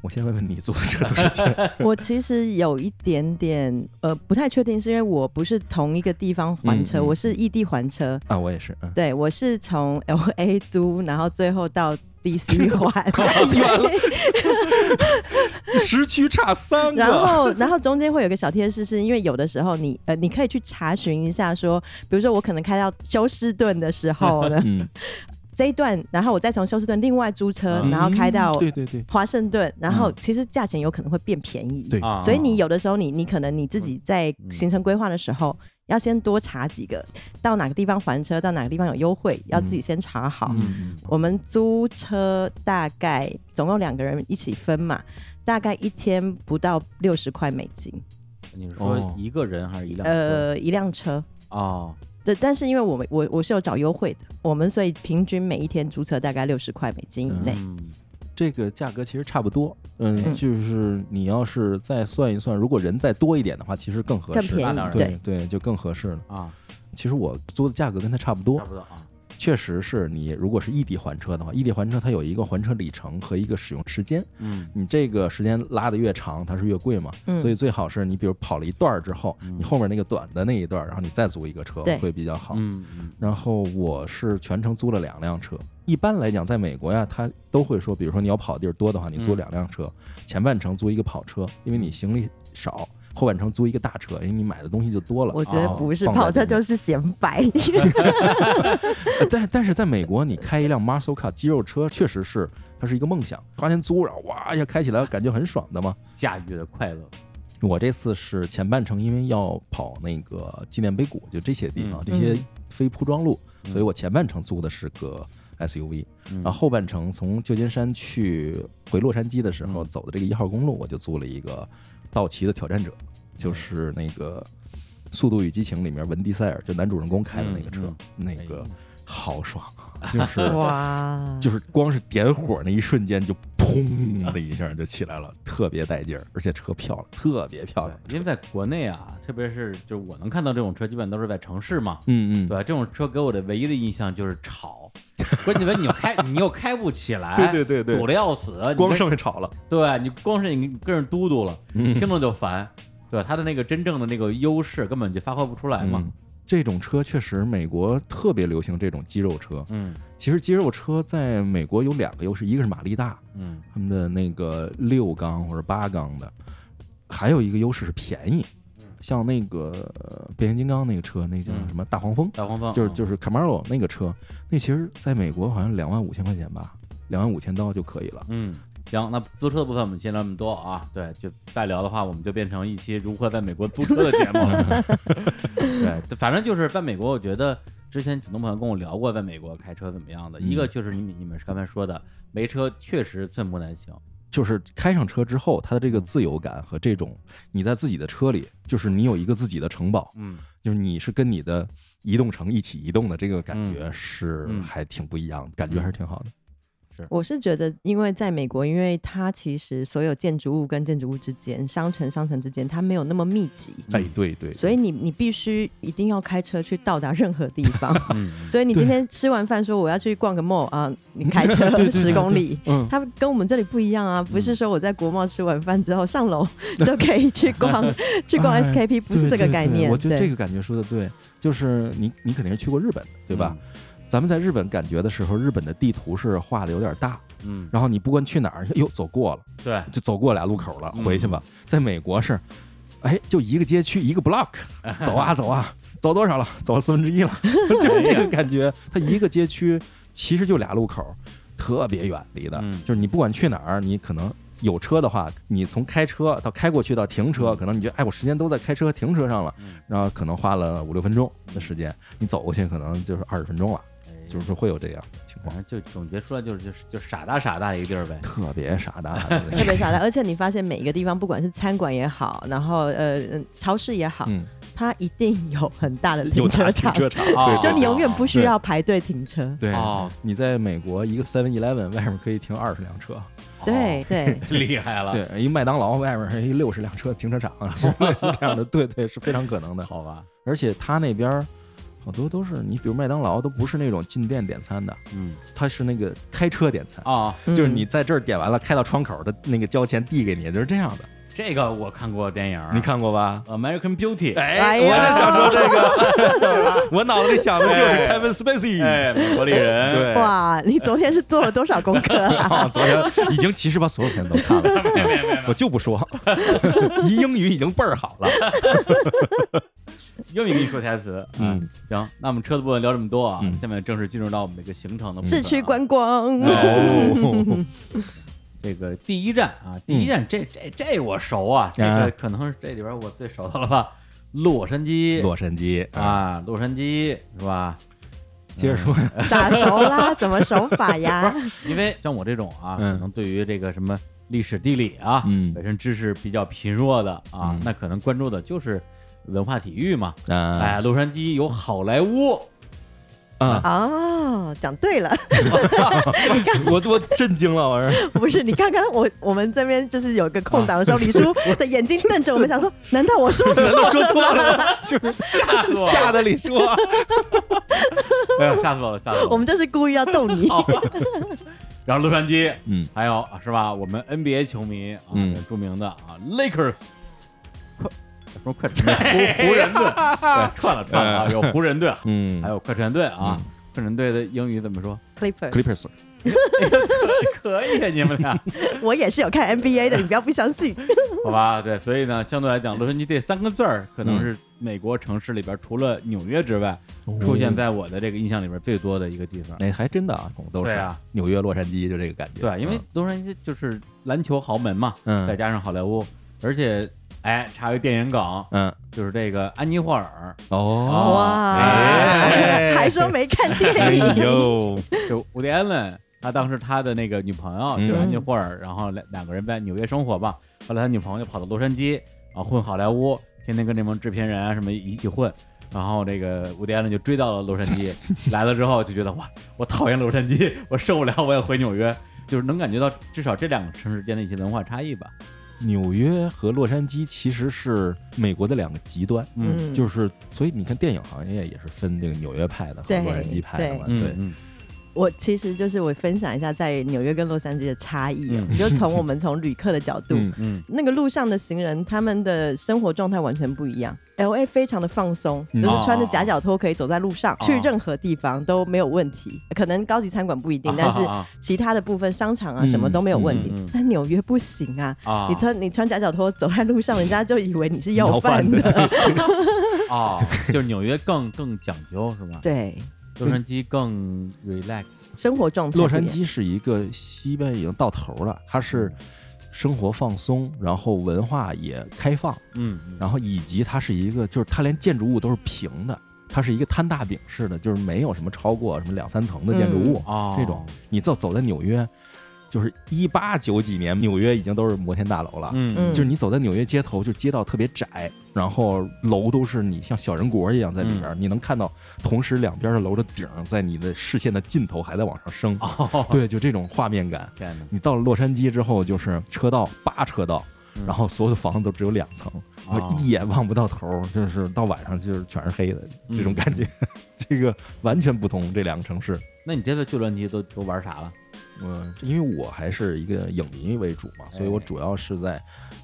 S3: 我先问问你租的车多 少钱？
S2: 我其实有一点点呃不太确定，是因为我不是同一个地方还车，
S3: 嗯嗯
S2: 我是异地还车。
S3: 啊，我也是，嗯，
S2: 对，我是从 L A 租，然后最后到 D C 还，所
S3: 啊
S2: 以
S3: 时区差三
S2: 然。后然后中间会有个小贴士，是因为有的时候你呃你可以去查询一下说，比如说我可能开到休斯顿的时候呢
S3: 嗯，
S2: 这一段，然后我再从休斯顿另外租车，
S1: 嗯
S2: 然后开到
S3: 对对对
S2: 华盛顿，然后
S3: 嗯
S2: 其实价钱有可能会变便宜。
S3: 对
S1: 啊，
S2: 所以你有的时候你你可能你自己在
S1: 嗯
S2: 行程规划的时候，要先多查几个，到哪个地方还车，到哪个地方有优惠，要自己先查好。
S1: 嗯，嗯
S2: 我们租车大概总共两个人一起分嘛，大概一天不到六十块美金，
S1: 你是说
S3: 哦
S1: 一个人还是一辆车？
S2: 呃，一辆车。
S1: 哦，
S2: 对，但是因为我们我我是有找优惠的，我们所以平均每一天租车大概六十块美金以内。
S1: 嗯，
S3: 这个价格其实差不多，嗯，
S2: 嗯
S3: 就是你要是再算一算，如果人再多一点的话，其实更合
S2: 更
S3: 适。
S2: 便
S1: 那
S2: 宜
S1: 当然，
S3: 对对，就更合适了。
S1: 啊，
S3: 其实我租的价格跟它差不多
S1: 差，不多啊，
S3: 确实是你如果是异地还车的话，异地还车它有一个还车里程和一个使用时间，
S1: 嗯
S3: 你这个时间拉得越长，它是越贵嘛。
S2: 嗯
S3: 所以最好是你比如跑了一段儿之后，
S1: 嗯
S3: 你后面那个短的那一段儿，然后你再租一个车
S2: 对
S3: 会比较好。
S1: 嗯嗯
S3: 然后我是全程租了两辆车。一般来讲，在美国呀，它都会说，比如说你要跑的地儿多的话，你租
S1: 嗯
S3: 两辆车，前半程租一个跑车，因为你行李少；后半程租一个大车，因为你买的东西就多了。啊
S2: 我觉得
S1: 哦
S2: 不是
S3: 放在
S2: 跑车
S3: 里面
S2: 就是显 摆，
S3: 呃但但是在美国，你开一辆 muscle car 肌肉车，确实是它是一个梦想，花钱租，然后哇一下开起来感觉很爽的嘛。
S1: 驾驭的快乐，
S3: 哦我这次是前半程，因为要跑那个纪念碑谷，就这些地方，
S1: 嗯
S3: 这些非铺装路，
S1: 嗯
S3: 所以我前半程租的是个 SUV，、
S1: 嗯
S3: 啊然后后半程从旧金山去回洛杉矶的时候，
S1: 嗯
S3: 走的这个一号公路，我就租了一个道奇的挑战
S1: 嗯
S3: 者，就是那个。《速度与激情》里面文迪塞尔就男主人公开的那个车，
S1: 嗯
S3: 那
S1: 哎
S3: 个
S1: 呀
S3: 好爽 啊！就是
S2: 哇，
S3: 就是光是点火那一瞬间就砰的一下就起 来了，特别带劲儿，而且车漂亮，特别漂亮。
S1: 因为在国内啊，特别是就我能看到这种车，基本都是在城市嘛。
S3: 嗯嗯，
S1: 对，这种车给我的唯一的印象就是吵，关键问你又开，你又开不起来，
S3: 对对对
S1: 堵
S3: 对，
S1: 得要死，你
S3: 光
S1: 跟
S3: 剩下吵了。
S1: 对你光是你跟人嘟嘟了，
S3: 嗯
S1: 听着就烦。对，它的那个真正的那个优势根本就发挥不出来哎嘛。
S3: 嗯这种车确实，美国特别流行这种肌肉车。
S1: 嗯
S3: 其实肌肉车在美国有两个优势，一个是马力大，
S1: 嗯
S3: 他们的那个六缸或者八缸的，还有一个优势是便宜
S1: 嗯。
S3: 像那个呃变形金刚那个车，那叫
S1: 嗯
S3: 什么大黄蜂，
S1: 大黄蜂
S3: 就是
S1: 嗯
S3: 就是 Camaro 那个车，那其实在美国好像两万五千块钱吧，两万五千刀就可以了。
S1: 嗯，行，那租车的部分我们先聊这么多啊。对，就再聊的话，我们就变成一期如何在美国租车的节目 了。对，反正就是在美国，我觉得之前很多朋友跟我聊过在美国开车怎么
S3: 嗯
S1: 样的，一个就是你们你们刚才说的，没车确实寸步难行。
S3: 就是开上车之后，它的
S1: 嗯
S3: 这个自由感和这种你在自己的车里，就是你有一个自己的城堡，
S1: 嗯，
S3: 就是你是跟你的移动城一起移动的这个感觉是
S1: 嗯
S3: 还挺不一样的，感觉还是挺好的。
S1: 是
S2: 我是觉得，因为在美国，因为它其实所有建筑物跟建筑物之间、商城商城之间，它没有那么密集，
S3: 哎，对对，
S2: 所以你你必须一定要开车去到达任何地 方。
S1: 嗯，
S2: 所以你
S4: 对
S2: 今天吃完饭说我要去逛个 mall 啊，你 开车十公里。
S4: 嗯，
S2: 它跟我们这里不一样啊，
S3: 嗯
S2: 不是说我在国贸吃完饭之后上楼 就可以去 逛去逛
S4: 哎
S2: SKP，不是这
S3: 对
S2: 个
S3: 对
S2: 概
S3: 对
S2: 念。
S3: 我觉得这
S2: 对
S3: 个感觉说的对，就是你你肯定是去过日本，对吧？？
S1: 嗯
S3: 咱们在日本感觉的时候，日本的地图是画的有点大，
S1: 嗯，
S3: 然后你不管去哪儿，哟，走过了，
S1: 对，
S3: 就走过俩路口了，
S1: 嗯
S3: 回去吧。在美国是，哎，就一个街区一个 block，走啊走啊，走多少了？走了四分之一了，
S1: 哎
S3: 就 是 这个感觉。它一个街区其实就俩路口，特别远离的，
S1: 嗯
S3: 就是你不管去哪儿，你可能。有车的话，你从开车到开过去到停车，
S1: 嗯
S3: 可能你觉得哎，我时间都在开车停车上了，然后可能花了五六分钟的时间，你走过去可能就是二十分钟了，
S1: 哎
S3: 就是说会有这样情
S1: 反
S3: 况，
S1: 正就总结出来就是就是就傻大傻大一个地儿 呗。
S3: 特别傻 的。
S2: 特别傻的，而且你发现每一个地方，不管是餐馆也好，然后呃嗯超市也好，
S3: 嗯，
S2: 它一定有很大的
S3: 有
S2: 停车
S3: 大停
S2: 场，
S3: 车场，
S1: 哦
S2: 就你永远不需
S3: 对
S2: 要排队停 车。
S3: 对
S1: 哦，
S3: 你在美国一个 Seven Eleven 外面可以停二十辆车，
S2: 对对，
S1: 哦， 厉害了，
S3: 对，一麦当劳外面一六十辆车停车场，是类似这样的，对对，是非常可能的。
S1: 好吧，
S3: 而且他那边儿好多都是你，比如麦当劳都不是那种进店点餐的，
S1: 嗯，
S3: 它是那个开车点餐，
S1: 哦，
S3: 就是
S2: 嗯
S3: 你在这儿点完了，开到窗口的那个交钱递给你，就是这样的。
S1: 这个我看过电影，
S3: 你看过吧？
S1: 《American Beauty》，
S2: 哎
S3: 哎，
S2: 呀
S3: 我在想说这个，我脑子里想的就是 Kevin Spacey。
S1: 哎，美国丽人，
S3: 对，
S2: 哇，
S3: 呃
S2: 你昨天是做了多少功课 啊？
S3: 啊，昨天已经其实把所有片子都看了，
S1: 没有没有没有
S3: 我就不说， 英语已经倍儿好了。
S1: 英语给你说台词。
S3: 嗯，
S1: 行，那我们车的部分聊这么多啊，
S3: 嗯
S1: 下面正式进入到我们这个行程的部分、啊
S2: 市区。观光，
S1: 嗯
S3: 哦，
S1: 这个第一站啊，第一
S3: 嗯
S1: 站这这这我熟啊，这个
S3: 啊
S1: 可能是这里边我最熟的了吧？洛杉矶，
S3: 洛杉矶，
S1: 啊，洛杉矶是吧？
S3: 接着说，
S2: 咋熟啦？怎么熟法 呀？
S1: 因为像我这种啊，
S3: 嗯
S1: 可能对于这个什么历史地理啊，
S3: 嗯
S1: 本身知识比较贫弱的啊，
S3: 嗯
S1: 那可能关注的就是文化体育嘛。
S3: 啊
S1: 哎，洛杉矶有好莱 坞，哎
S3: 啊，
S2: 哦，讲对了，
S3: 我我震惊了，我是
S2: 不是你刚刚我我们这边就是有个空 档的时候，李叔的眼睛瞪着我们，想说，难道我说错了？
S3: 说错了，就是
S1: 吓死我！
S3: 吓得李叔啊，
S1: 哎呦，吓死我了，吓死我了！
S2: 我们这是故意要逗你。
S3: 哦
S1: 然后洛杉矶，
S3: 嗯，
S1: 还有啊是吧？我们 NBA 球迷啊，
S3: 嗯
S1: 著名的啊 Lakers，快什么快 船队、湖湖人队，对，串了串了啊，有湖人队，
S3: 嗯，
S1: 还有快船队啊。快船队的英语怎么说？
S2: Clipper，
S3: Clippers，
S1: 可以啊，你们俩，
S2: 我也是有看 NBA 的，你不要不相信。
S1: 好吧？对，所以呢，相对来讲，洛杉矶这三个字儿，可能
S3: 嗯
S1: 是美国城市里边除了纽约之外，出现在我的这个印象里边最多的一个地方。
S3: 哦哎，还真的啊，都
S1: 对
S3: 是
S1: 啊
S3: 纽约、洛杉矶，就这个感觉，
S1: 对，因为洛杉矶就是篮球豪门嘛，
S3: 嗯
S1: 再加上好莱坞，而且哎，插一电影梗，
S3: 嗯，
S1: 就是这个安妮霍尔，
S3: 哦，
S2: 哇，
S3: 哎
S2: 还说没看
S3: 哎
S2: 电影，
S3: 呦，
S1: 就伍迪·艾伦，他当时他的那个女朋友就是安妮霍尔，然后两两个人在纽约生活吧，后来他女朋友就跑到洛杉矶啊混好莱坞，天天跟这帮制片人啊什么一起混。然后这个伍迪·艾伦就追到了洛杉矶， 来了之后就觉得哇，我讨厌洛杉矶，我受不了，我要回纽约，就是能感觉到至少这两个城市间的一些文化差异吧。
S3: 纽约和洛杉矶其实是美国的两个极端。
S1: 嗯
S2: 嗯
S3: 就是，所以你看，电影行业也是分这个纽约派的和
S2: 对
S3: 洛杉矶派的嘛，
S1: 嗯
S3: 对，
S1: 嗯
S2: 我其实就是我分享一下在纽约跟洛杉矶的差异、哦，
S1: 嗯
S2: 你就从我们从旅客的角度。
S3: 嗯
S1: 嗯
S2: 那个路上的行人，他们的生活状态完全不一样。L A 非常的放松，
S3: 嗯
S2: 就是穿着夹脚拖可以走在路上，去任何地方都没有问题。可能高级餐馆不一定，但是
S1: 啊
S2: 其他的部分商场啊
S3: 嗯
S2: 什么都没有问题
S1: 嗯嗯嗯。
S2: 但纽约不行啊，
S1: 啊
S2: 你穿你穿夹脚拖走在路上，人家就以为你是要饭
S3: 要
S2: 的。
S1: 啊，就是纽约更更讲究是吧？
S2: 对，
S1: 洛杉矶更 relax，
S2: 生活状态不一
S3: 洛
S2: 样。
S3: 杉矶是一个西边已经到头了，它是生活放松，然后文化也开放，
S1: 嗯，嗯
S3: 然后以及它是一个就是它连建筑物都是平的，它是一个摊大饼
S5: 嗯
S3: 似的，就是没有什么超过什么两三层的建筑物。啊
S1: 哦
S3: 这种你走走在纽约，就是一八九几年，纽约已经都是摩天大楼了。
S5: 嗯
S2: 嗯
S3: 就是你走在纽约街头，就街道特别窄，然后楼都是你像小人国一样在里边，
S5: 嗯
S3: 你能看到同时两边的楼的顶儿在你的视线的尽头还在往上升。
S5: 哦，
S3: 对，就这种画面感。
S5: 天哪！
S3: 你到了洛杉矶之后，就是车道八车道
S5: 嗯，
S3: 然后所有的房子都只有两层，然后一眼望不到头儿，就是到晚上就是全是黑的这种感觉。 这个完全不同，这两个城市。
S5: 那你这次去洛杉矶都都玩啥了？
S3: 嗯，因为我还是一个影迷为主嘛，所以我主要是在，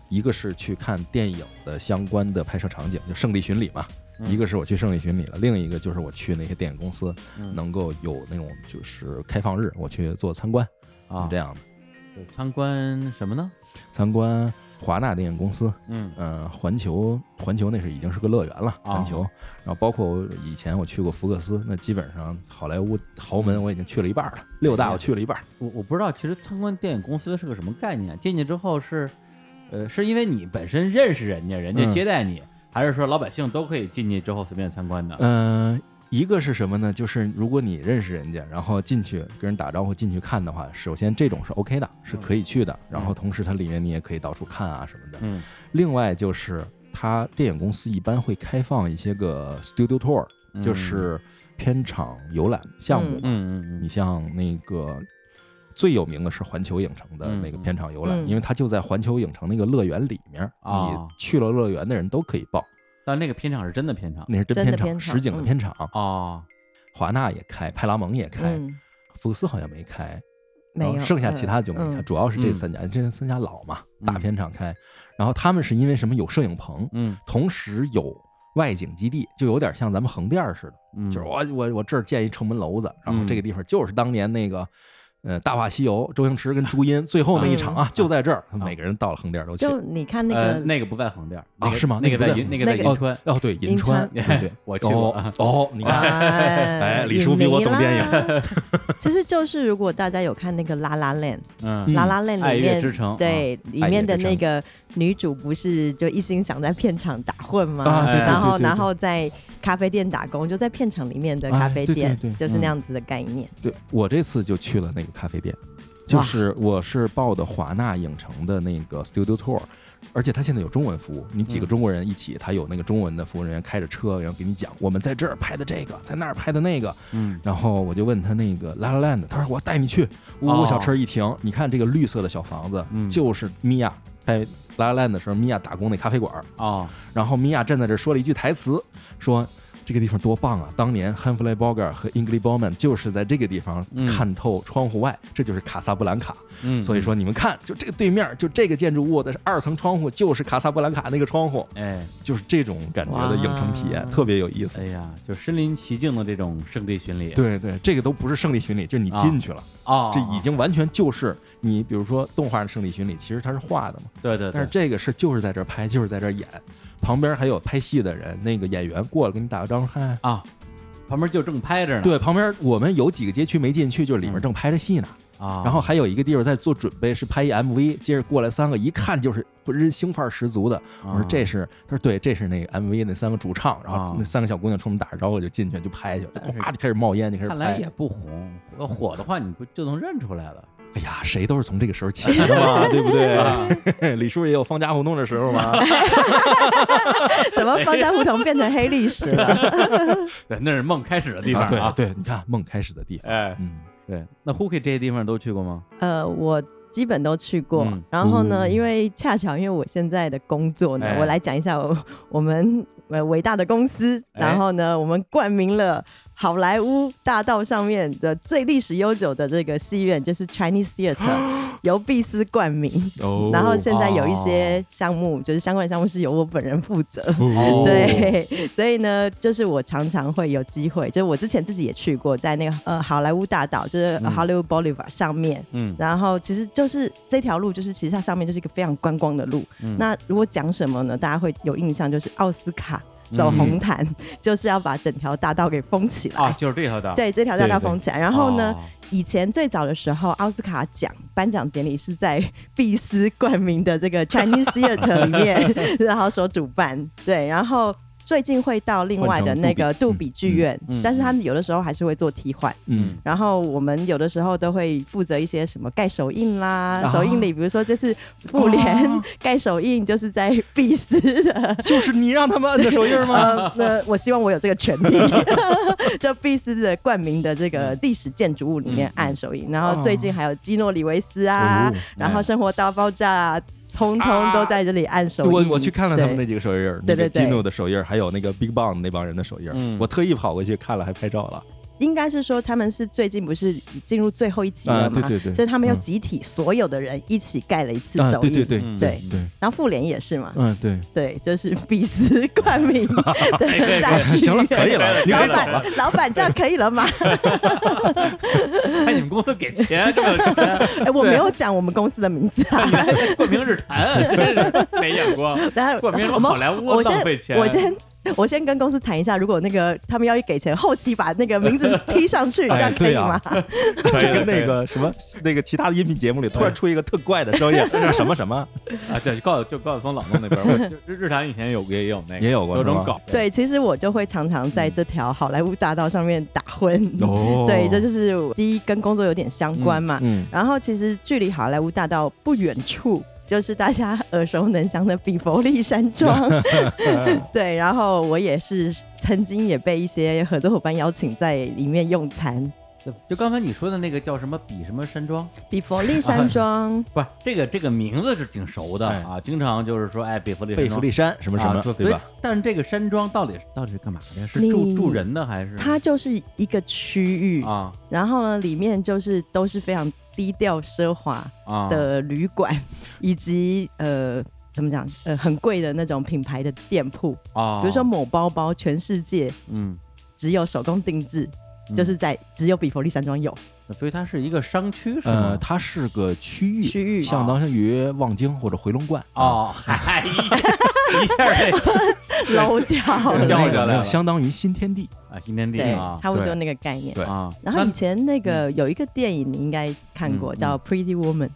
S3: 一个是去看电影的相关的拍摄场景，就《圣地巡礼》嘛。
S5: 嗯
S3: 一个是我去圣地巡礼了，另一个就是我去那些电影公司，能够有那种就是开放日，我去做参观，
S5: 啊
S3: 是这，样的。
S5: 参观什么呢？
S3: 参观华纳电影公司，
S5: 嗯
S3: 呃，环球，环球那是已经是个乐园了，
S5: 啊
S3: 环球。然后包括我以前我去过福克斯，那基本上好莱坞豪
S5: 嗯
S3: 门我已经去了一半了，六大我去了一半。
S5: 我我不知道，其实参观电影公司是个什么概念？啊进去之后是，呃，是因为你本身认识人家，人家
S3: 嗯
S5: 接待你，还是说老百姓都可以进去之后随便参观的？
S3: 嗯、一个是什么呢？就是如果你认识人家，然后进去跟人打招呼进去看的话，首先这种是 OK 的，
S5: 嗯
S3: 是可以去的。然后同时它里面你也可以到处看啊什么的。
S5: 嗯
S3: 另外就是它电影公司一般会开放一些个 studio tour，、
S5: 嗯
S3: 就是片场游览项目。
S5: 嗯嗯
S3: 你
S5: 嗯
S3: 像那个最有名的是环球影城的那个片场游览，
S2: 嗯嗯
S3: 因为它就在环球影城那个乐园里面，
S5: 啊
S3: 你去了乐园的人都可以报，
S5: 但那个片场是真的片场
S3: 那是真
S2: 真的
S3: 片场，
S2: 片场
S3: 实景的
S2: 嗯
S3: 片场。
S5: 哦，
S3: 华纳也开，派拉蒙也开，
S2: 嗯，
S3: 福克斯好像没开，
S2: 没
S3: 然
S2: 有，
S3: 后剩下其他就没
S2: 嗯
S3: 开，
S2: 嗯
S3: 主要是这三家，这三家老嘛，
S5: 嗯
S3: 大片场开。然后他们是因为什么有摄影棚，
S5: 嗯
S3: 同时有外景基地，就有点像咱们横店儿似的，
S5: 嗯，
S3: 就是我我我这儿建一城门楼子，然后
S5: 嗯
S3: 这个地方就是当年那个，呃，《大话西游》周星驰跟朱茵最后那一场
S5: 嗯
S3: 啊，就在这儿，每个人到了横店儿都去。
S2: 就你看那
S5: 呃
S2: 个
S5: 那个不在横店儿
S3: 啊
S5: 那个
S3: 是吗
S5: 那个
S3: 那个不
S5: 在
S3: 在
S5: 银那个在
S2: 那个
S5: 银川，
S3: 哦，对，银川，
S5: 银
S3: 对
S5: 川
S3: 对，
S5: 我去过
S3: 哦哦，你看，
S2: 哎
S3: 哎李叔比我懂电
S2: 影。其实就是如果大家有看那个《拉拉链
S5: 嗯》，
S2: 《拉拉链》
S5: 爱
S2: 里
S5: 乐
S2: 面
S5: 之城，
S2: 对，里
S3: 啊爱乐
S2: 面
S3: 之
S2: 的那
S3: 城
S2: 个女主不是就一心想在片场打混吗？
S3: 啊
S5: 对对
S2: 然后
S3: 对对
S2: 然
S3: 对
S2: 后在咖啡店打工，就在片场里面的
S3: 哎
S2: 咖啡
S3: 对对
S2: 店，
S3: 对
S2: 就是那
S3: 嗯
S2: 样子的概念。
S3: 对我这次就去了那个咖啡店，就是我是报的华纳影城的那个 Studio Tour，而且它现在有中文服务，你几个
S5: 嗯
S3: 中国人一起，它有那个中文的服务人员开着车，然后给你讲我们在这儿拍的这个，在那儿拍的那个。
S5: 嗯，
S3: 然后我就问他那个拉拉烂的，他说我带你去。呜
S5: 哦
S3: 呜，小车一停，你看这个绿色的小房子
S5: 嗯，
S3: 就是米娅拍拉拉烂的时候，米娅打工那咖啡馆儿。
S5: 哦，
S3: 然后米娅站在这儿说了一句台词，说这个地方多棒啊！当年 Humphrey Bogart 和 Ingrid Bauman 就是在这个地方
S5: 嗯
S3: 看透窗户外，这就是卡萨布兰卡。
S5: 嗯，
S3: 所以说，你们看，就这个对面，就这个建筑物的二层窗户就是卡萨布兰卡那个窗户，
S5: 哎，
S3: 就是这种感觉的影城体验，
S2: 哇
S3: 特别有意思。
S5: 哎呀，就身临其境的这种圣地巡礼，
S3: 对对，这个都不是圣地巡礼，就是你进去了，
S5: 哦，
S3: 这已经完全就是你，比如说动画的圣地巡礼，其实它是画的嘛，
S5: 对对，对
S3: 但是这个是就是在这儿拍，就是在这儿演，旁边还有拍戏的人，那个演员过来跟你打个招呼，嗨，
S5: 啊，旁边就正拍着呢，
S3: 对，旁边我们有几个街区没进去，就是里面正拍着戏呢。
S5: 嗯啊，
S3: 然后还有一个地方在做准备，是拍一 MV。接着过来三个，一看就是浑身兴范儿十足的。我说
S5: 啊
S3: 这是，他说对，这是那个 MV 那三个主唱。然
S5: 啊
S3: 后那三个小姑娘冲我们打着招呼就进去就拍去了，就哗就开始冒烟，就开始
S5: 看来
S3: 拍
S5: 也。不红，要火的话你不就能认出来了？
S3: 哎呀，谁都是从这个时候起的嘛，哎 对不对？ 啊李叔也有放家胡同的时候嘛。
S2: 怎么放在胡同变成黑历史了？
S5: 对，那是梦开始的地
S3: 啊
S5: 方
S3: 对
S5: 啊，
S3: 对，你看梦开始的地方。
S5: 哎，
S3: 嗯，
S5: 对，那 h o o k i 这些地方都去过吗？
S2: 呃，我。基本都去过，
S5: 嗯
S2: 然后呢，
S3: 嗯
S2: 因为恰巧因为我现在的工作呢，
S5: 哎
S2: 我来讲一下我我们呃伟大的公司，
S5: 哎
S2: 然后呢，我们冠名了好莱坞大道上面的最历史悠久的这个戏院，就是 Chinese Theater，由碧斯冠名。
S3: 哦
S2: 然后现在有一些项目，就是相关的项目是由我本人负责。
S5: 哦
S2: 对，所以呢，就是我常常会有机会，就是我之前自己也去过，在那个呃好莱坞大道，就是
S5: 嗯
S2: Hollywood Boulevard 上面。
S5: 嗯
S2: 然后其实就是这条路，就是其实它上面就是一个非常观光的路。
S5: 嗯
S2: 那如果讲什么呢？大家会有印象，就是奥斯卡
S5: 嗯
S2: 走红毯，就是要把整条大道给封起来。
S5: 啊，就是这条道。
S2: 对，这条大道
S3: 对对
S2: 封起来。然后呢，
S5: 哦？
S2: 以前最早的时候，奥斯卡奖颁奖典礼是在 碧 斯冠名的这个 Chinese Theater 里面，然后所主办。对，然后最近会到另外的那个杜比剧院，
S5: 嗯嗯嗯
S2: 但是他们有的时候还是会做替换。
S5: 嗯
S3: 嗯，
S2: 然后我们有的时候都会负责一些什么盖手印啦，
S3: 啊哦
S2: 手印里比如说这次妇联、 盖手印就是在必斯 的。
S3: 就是你让他们摁的手印吗？
S2: 呃，那我希望我有这个权利， 就必斯的冠名的这
S3: 嗯
S2: 个历史建筑物里面按手印，然后最近还有基诺里维斯啊，
S3: 哦
S2: 然后生活大爆炸、啊，通通都在这里按手印。
S3: 我我去看了他们那
S2: 对
S3: 几个手印儿，
S2: 对对对
S3: 那个 Gino 的手印儿，还有那个 Big Bang 那帮人的手印儿，
S5: 嗯
S3: 我特意跑过去看了，还拍照了。
S2: 应该是说他们是最近不是进入最后一集了
S3: 啊
S2: 吗？
S3: 对对对
S2: 所以他们又集体、所有的人一起盖了一次
S3: 啊，
S2: 手
S3: 对
S2: 印。
S3: 对对
S5: 嗯
S2: 对
S3: 对，
S2: 然后复联也是嘛，
S3: 嗯对，
S2: 对，就是比斯冠 名
S3: 哎
S2: 的大剧院。
S3: 行 了，可以了，你可
S2: 老
S3: 以走了。
S2: 板，老板这样可以了 吗？
S5: 哎看你们公司给钱，这么有钱，
S2: 哎，
S3: 啊
S2: 我没有讲我们公司的名字啊。
S5: 你还在冠名日坛，真是没眼光。
S2: 然后
S5: 冠名什
S2: 我
S5: 么
S2: 们
S5: 好莱坞
S2: 我
S5: 浪费
S2: 先
S5: 钱
S2: 我先我先跟公司谈一下，如果那个他们要给钱，后期把那个名字披上去，这
S3: 哎
S2: 样可以
S3: 对
S2: 吗
S3: 啊？
S5: 可以
S3: 就跟
S5: 可以
S3: 那个什么那个其他的音频节目里突然出一个特怪的声音， 那什么什么，
S5: 啊，对，告就高晓松老弄那边儿，我就日日坛以前有也有那个，
S3: 也有过
S5: 有
S3: 是
S5: 种
S3: 吧
S5: 搞，
S2: 对，其实我就会常常在这条好莱坞大道上面打混。
S3: 哦
S2: 对，这就是我第一跟工作有点相关嘛。
S3: 嗯，
S2: 然后其实距离好莱坞大道不远处。就是大家耳熟能详的比佛利山 庄，对，然后我也是曾经也被一些合作伙伴邀请在里面用餐。
S5: 就刚才你说的那个叫什么比什么山庄，
S2: 比佛利山庄，
S5: 不是这个这个名字是挺熟的
S3: 哎
S5: 啊，经常就是说哎，比弗利
S3: 贝
S5: 山
S3: 弗
S5: 庄
S3: 利山什么什
S5: 啊
S3: 么，
S5: 说
S3: 对
S5: 所以
S3: 吧？
S5: 但是这个山庄到底到底是干嘛的呀？是
S2: 你
S5: 住住人的还是
S2: 它就是一个区域，
S5: 啊
S2: 然后呢，里面就是都是非常低调奢华
S5: 啊
S2: 的旅馆，以及呃。怎么讲？呃，很贵的那种品牌的店铺，
S5: 啊，
S2: 比如说某包包，全世界
S5: 嗯，
S2: 只有手工定制，
S5: 嗯
S2: 就是在只有比佛利山庄有
S5: 所以它是一个商区是
S3: 呃，
S5: 吗？
S3: 它是个区域，
S2: 区域
S3: 相当于望京或者回龙观。
S5: 哦，嗨，一下这
S2: 漏掉
S3: 没
S5: 掉
S3: 有
S5: 下来了
S3: 没有啊相当于新天地。
S5: 啊新天 地
S2: 对
S5: 啊，
S2: 差不多
S3: 对
S2: 那个概念。
S3: 对
S5: 啊，
S2: 然后以前那嗯个有一个电影你应该看过，
S5: 嗯嗯
S2: 叫《Pretty Woman》，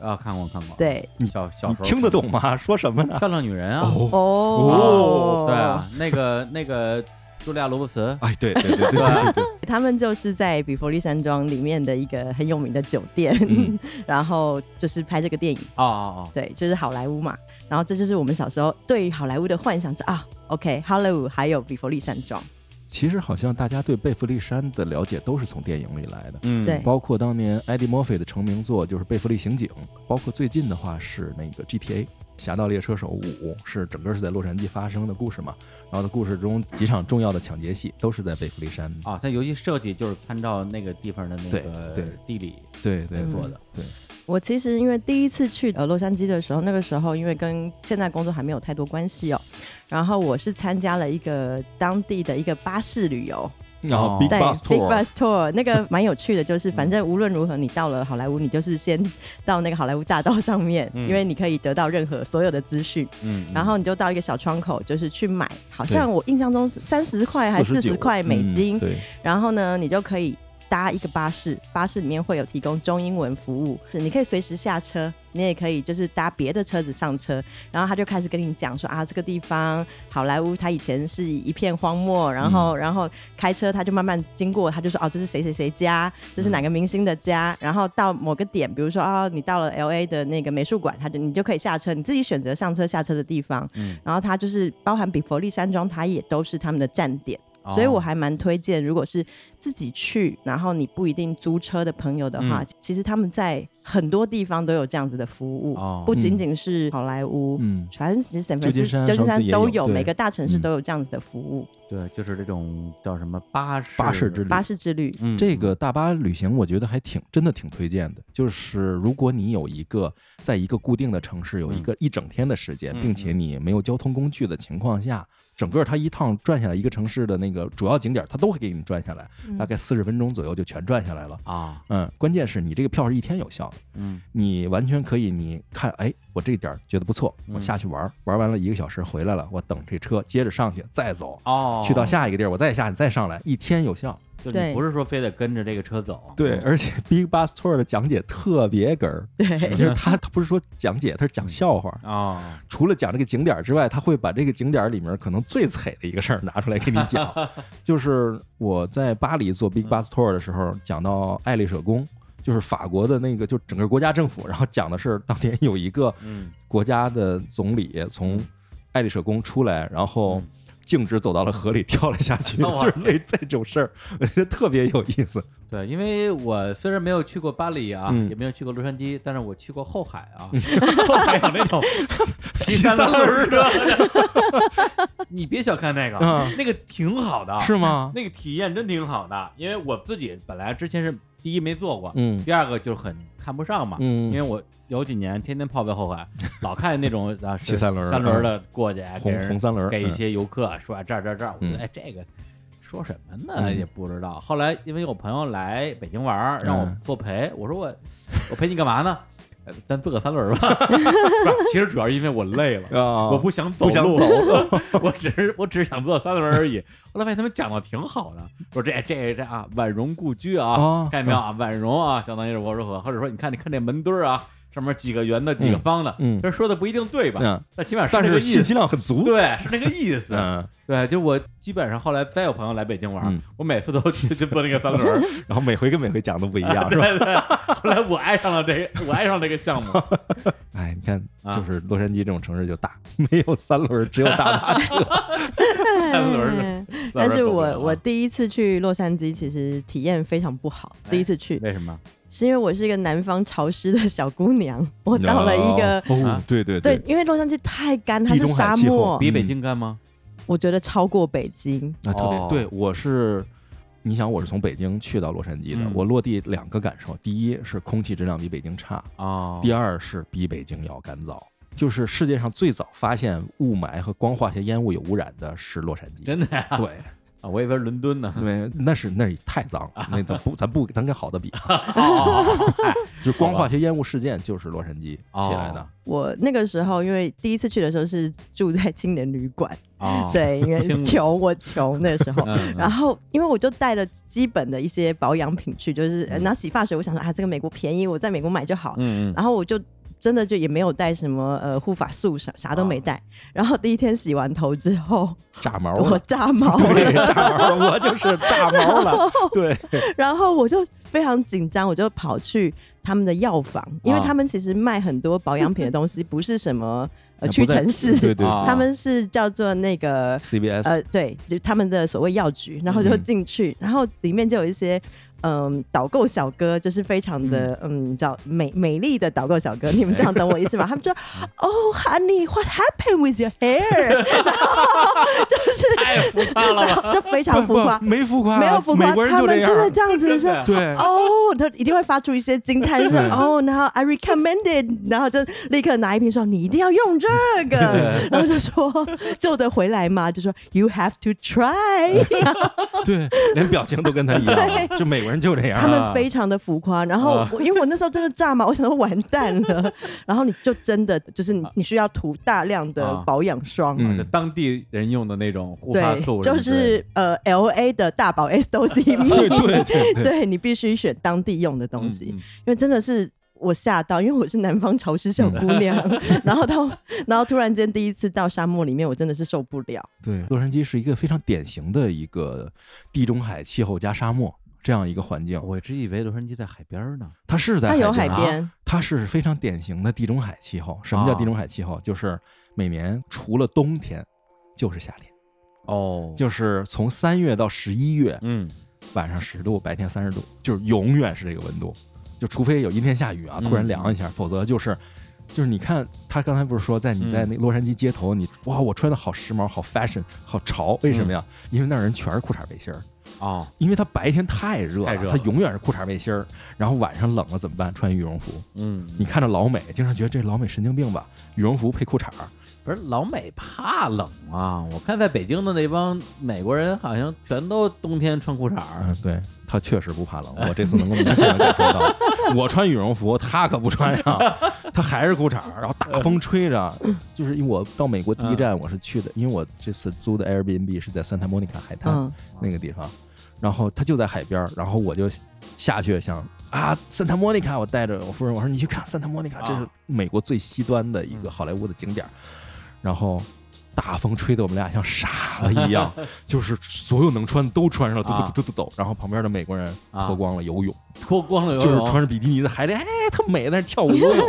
S5: 那啊看过看过，，
S2: 对，
S5: 小小
S3: 你
S5: 时候
S3: 听得懂吗？说什么呢？
S5: 漂亮女人啊，
S3: 哦，
S2: 哦
S5: 对啊，那个那个茱莉亚·罗伯茨，
S3: 哎，对对对对对 对对，
S2: 他们就是在比佛利山庄里面的一个很有名的酒店，
S3: 嗯
S2: 然后就是拍这个电影，
S5: 哦哦
S2: 对，就是好莱坞嘛。然后这就是我们小时候对于好莱坞的幻想是啊，OK，好莱坞还有比佛利山庄，
S3: 其实好像大家对贝弗利山的了解都是从电影里来的。
S5: 嗯，
S2: 对
S3: 包括当年埃迪·墨菲的成名作就是《贝弗利刑警》，包括最近的话是那个 GTA《侠盗猎车手五》，是整个是在洛杉矶发生的故事嘛。然后的故事中几场重要的抢劫戏都是在贝弗利山。
S1: 哦
S5: 啊，它游戏设计就是参照那个地方的那
S3: 对
S5: 个
S3: 对
S5: 地理
S3: 对对
S2: 嗯
S3: 对
S5: 做的，
S3: 对，
S2: 我其实因为第一次去呃洛杉矶的时候，那个时候因为跟现在工作还没有太多关系哦，然后我是参加了一个当地的一个巴士旅游，
S3: 然后
S5: 哦
S3: Big
S2: 对
S3: Bus
S2: Big
S3: Tour，
S2: Bus Tour 那个蛮有趣的，就是反正无论如何你到了好莱坞，你就是先到那个好莱坞大道上面，
S5: 嗯
S2: 因为你可以得到任何所有的资讯，
S5: 嗯，
S2: 然后你就到一个小窗口，就是去买，好像我印象中三十块还是四十
S3: 49
S2: 块美金
S3: 嗯，对，
S2: 然后呢，你就可以搭一个巴士，巴士里面会有提供中英文服务，你可以随时下车，你也可以就是搭别的车子上车，然后他就开始跟你讲说啊，这个地方好莱坞它以前是一片荒漠，然后、然后开车他就慢慢经过，他就说哦，这是谁谁谁家，这是哪个明星的家，然后到某个点，比如说哦，你到了 L A 的那个美术馆，他就你就可以下车，你自己选择上车下车的地方，
S5: 嗯
S2: 然后它就是包含比佛利山庄，它也都是他们的站点。
S5: 哦
S2: 所以我还蛮推荐，如果是自己去，然后你不一定租车的朋友的话，
S5: 嗯
S2: 其实他们在很多地方都有这样子的服务，
S5: 哦
S2: 不仅仅是好莱坞。
S3: 嗯，
S2: 反正其实 San
S3: 旧金
S2: Francisco、
S3: 山
S2: 旧金
S3: 上
S2: 山
S3: 次也
S2: 都
S3: 有
S2: 有，
S3: 对
S2: 每个大城市
S3: 嗯
S2: 都有这样子的服务。
S5: 对，就是这种叫什么巴士
S3: 巴士之旅
S2: 巴士之 旅，
S5: 嗯
S3: 这个大巴旅行，我觉得还挺真的挺推荐的。就是如果你有一个在一个固定的城市有一个一整天的时间
S5: 嗯，
S3: 并且你没有交通工具的情况下，整个它一趟转下来一个城市的那个主要景点，它都会给你转下来，
S2: 嗯
S3: 大概四十分钟左右就全转下来了。
S5: 啊，
S3: 嗯，关键是你这个票是一天有效的，
S5: 嗯
S3: 你完全可以，你看，哎，我这点儿觉得不错，我
S5: 嗯
S3: 下去玩儿，玩完了一个小时回来了，我等这车接着上去再走，
S5: 哦，
S3: 去到下一个地儿，我再下去再上来，一天有效。
S1: 就你
S2: 对
S1: 不是说非得跟着这个车走，嗯
S3: 对，而且 Big Bus Tour 的讲解特别哏儿，
S2: 对，
S3: 就是他他不是说讲解，他是讲笑话。
S1: 啊，
S3: 除了讲这个景点儿之外，他会把这个景点儿里面可能最惨的一个事儿拿出来给你讲。就是我在巴黎做 Big Bus Tour 的时候，讲到爱丽舍宫，就是法国的那个，就整个国家政府，然后讲的是当年有一个
S1: 嗯，
S3: 国家的总理从爱丽舍宫出来，然后
S1: 嗯
S3: 径直走到了河里跳了下 去，
S1: 哇
S3: 就是那这种事儿，我觉得特别有意思。
S1: 对，因为我虽然没有去过巴黎啊，
S3: 嗯
S1: 也没有去过洛杉矶，但是我去过后海啊， 后海有那 种骑三轮儿的， 你别小看那个
S3: 嗯，
S1: 那个挺好 的，
S3: 是吗？
S1: 那个体验真挺好的，因为我自己本来之前是第一没做过，
S3: 嗯
S1: 第二个就是很看不上嘛，
S3: 嗯
S1: 因为我有几年天天泡在后海，老看见那 种啊
S3: 骑三轮儿嗯
S1: 三轮儿的过去，啊给
S3: 红
S1: 人
S3: 红三轮儿，
S1: 给一
S3: 嗯
S1: 些游客啊说这儿这儿这儿，我觉得
S3: 嗯
S1: 哎这个说什么呢
S3: 嗯
S1: 也不知道。后来因为有朋友来北京玩儿，让我
S3: 嗯
S1: 作陪，我说我我陪你干嘛呢？呃咱坐个三轮儿 吧。不是其实主要是因为我累了。
S3: 啊，
S1: 我不想走
S3: 不想
S1: 路
S3: 走，
S1: 我只是我只是想坐三轮儿而已。后来发现他们讲的挺好的，说这这这啊，婉容故居啊
S3: 啊，
S1: 看见没有啊？婉容啊，相当于是罗斯河，或者说你看你看这门墩儿啊，上面几个圆的，几个
S3: 嗯
S1: 方的，
S3: 嗯
S1: 这说的不一定对吧？
S3: 嗯，
S1: 但起码是
S3: 但
S1: 那个
S3: 是
S1: 意
S3: 信
S1: 思。
S3: 息量很足。
S1: 对，是那个意思。
S3: 嗯，
S1: 对，就我基本上后来再有朋友来北京玩，
S3: 嗯
S1: 我每次都去去坐那个三轮 儿，
S3: 然后每回跟每回讲的不一样，是吧？
S1: 对对。后来我爱上了这个，我爱上了这个 项目。
S3: 哎，你看，
S1: 啊
S3: 就是洛杉矶这种城市就大，没有三轮儿，只有大巴 车。
S1: 三轮儿的
S2: 但是
S1: 三轮儿走
S2: 我
S1: 不了啊
S2: 我第一次去洛杉矶，其实体验非常不好。
S3: 哎
S2: 第一次去
S1: 为什么？
S2: 是因为我是一个南方潮湿的小姑娘， 我到了一个
S1: 啊
S3: 哦，对对
S2: 对，，因为洛杉矶太干，它是
S3: 地中海
S2: 沙
S3: 气候
S2: 漠，
S1: 比北京干吗？
S2: 我觉得超过北京。
S3: 啊，特
S1: 哦
S3: 别对，我是。你想，我是从北京去到洛杉矶的
S1: 嗯，
S3: 我落地两个感受：第一是空气质量比北京差，
S1: 哦，
S3: 第二是比北京要干燥。就是世界上最早发现雾霾和光化学烟雾有污染的是洛杉矶。
S1: 真的呀？
S3: 对，
S1: 啊，我以为是伦敦呢。
S3: 因为那是那也太脏了，那咱不咱不咱跟 好的比，啊
S1: 哦，嗨哦
S3: 就是光化学烟雾事件就是洛杉矶起来的。
S2: 我那个时候因为第一次去的时候是住在青年旅馆，
S1: 哦，
S2: 对，因
S1: 青旅
S2: 为穷，我穷那 时候。
S1: 嗯，
S2: 然后，因为我就带了基本的一些保养品去，就是
S3: 嗯
S2: 呃拿洗发水，我想说啊，这个美国便宜，我在美国买就好。
S1: 嗯嗯嗯，
S2: 然后我就真的就也没有带什么呃护发素啥
S3: 啊
S2: 啥都没带。然后第一天洗完头之后，
S3: 炸毛
S2: 我
S3: 了，
S2: 炸毛
S3: 对，
S2: 了，
S3: 炸毛了，我就是炸毛 了。对，
S2: 然后我就非常紧张，我就跑去他们的药房，因为
S1: 啊
S2: 他们其实卖很多保养品的东西，不是什么呃
S3: 啊不
S2: 屈
S3: 在
S2: 臣氏，
S3: 对对
S1: 啊
S2: 他们是叫做那个
S3: ，CBS
S2: 呃对，就他们的所谓药局，然后就
S3: 嗯
S2: 进去，然后里面就有一些。嗯，导购小哥就是非常的，嗯，叫美美丽的导购小哥，你们这样懂我意 思吗？他们就，Oh honey，what happened with your hair？然 后就是
S1: 太浮夸了吧？
S2: 就非常浮夸
S3: 不，不没浮夸啊，
S2: 没有浮
S3: 美
S2: 夸，
S3: 国人
S2: 他
S3: 就
S2: 们
S3: 这
S2: 真的
S3: 样。啊
S2: 这样子是
S1: 真的
S3: 对，
S2: 哦，他一定会发出一些惊叹声
S3: 对
S2: 哦，然后 I recommended，然后就立刻拿一瓶说你一定要用这 个，然后就说救得回来吗？就说 You have to try，
S3: 对，连表情都跟他一样，就美国人就这样
S2: 他
S3: 啊。
S2: 们非常的浮夸。然后我因为我那时候真的炸嘛，我想说完蛋了， 然后你就真的就是你你需要涂大量的
S1: 啊
S2: 保养霜。
S3: 嗯
S1: 就当地人用的那种护发
S2: 对
S1: 素，，
S2: 就是呃，L A 的大宝 S O D
S3: 对对对 对，
S2: 对你必须选当地用的东
S1: 东
S2: 西。
S1: 西。嗯
S2: 因为真的是我吓到，因为我是南方潮湿小姑娘， 然后到然后突然间第一次到沙漠里面，我真的是受不了。
S3: 对，洛杉矶是一个非常典型的一个地中海气候加沙漠这样一个环境
S1: 嗯，我一直以为洛杉矶在海边儿呢。
S3: 它是在
S2: 它有海
S3: 海啊，
S2: 边，哦
S3: 它是非常典型的地中海气候。什么叫地中海气候？就是每年除了冬天就是夏天，
S1: 哦
S3: 就是从三月到十一月，
S1: 嗯，
S3: 晚上十度，白天三十度，就是永远是这个温度，就除非有阴天下雨啊，
S1: 嗯
S3: 突然凉一下，否则就是。就是你看，他刚才不是说，在
S1: 嗯
S3: 你在那洛杉矶街头，你哇，我穿的好时髦，好 fashion，好潮，为什么呀？
S1: 嗯
S3: 因为那儿人全是裤衩背心儿，
S1: 哦，
S3: 因为他白天太热
S1: 太热了
S3: 他永远是裤衩背心儿，然后晚上冷了怎么办？穿羽绒服。
S1: 嗯，
S3: 你看着老美，经常觉得这老美神经病吧，羽绒服配裤衩儿，
S1: 不是老美怕冷啊？我看在北京的那帮美国人好像全都冬天穿裤衩儿
S3: 嗯，对他确实不怕冷，我这次能够明显的感受到， 我穿羽绒服，他可不穿呀， 他还是裤衩儿，然后大风吹着，就是因为我到美国第一站我是去的，因为我这次租的 Airbnb 是在 Santa Monica 海滩
S2: 嗯，
S3: 那个地方，然后它就在海边儿，然后我就下去想啊，圣塔莫妮卡，我带着我夫人，我说你去看圣塔莫妮卡，这是
S5: 啊嗯
S3: 美国最西端的一个好莱坞的景点儿。然后大风吹得我们俩像傻了一 样，就是所有能穿的都穿上了，抖
S5: 啊
S3: 抖抖抖抖。然后旁边的美国人
S5: 啊哎
S3: 脱光了游泳，
S5: 脱光了游
S3: 就
S5: 泳，
S3: 是穿着比基尼在海里，哎，特美，在那跳舞游 泳。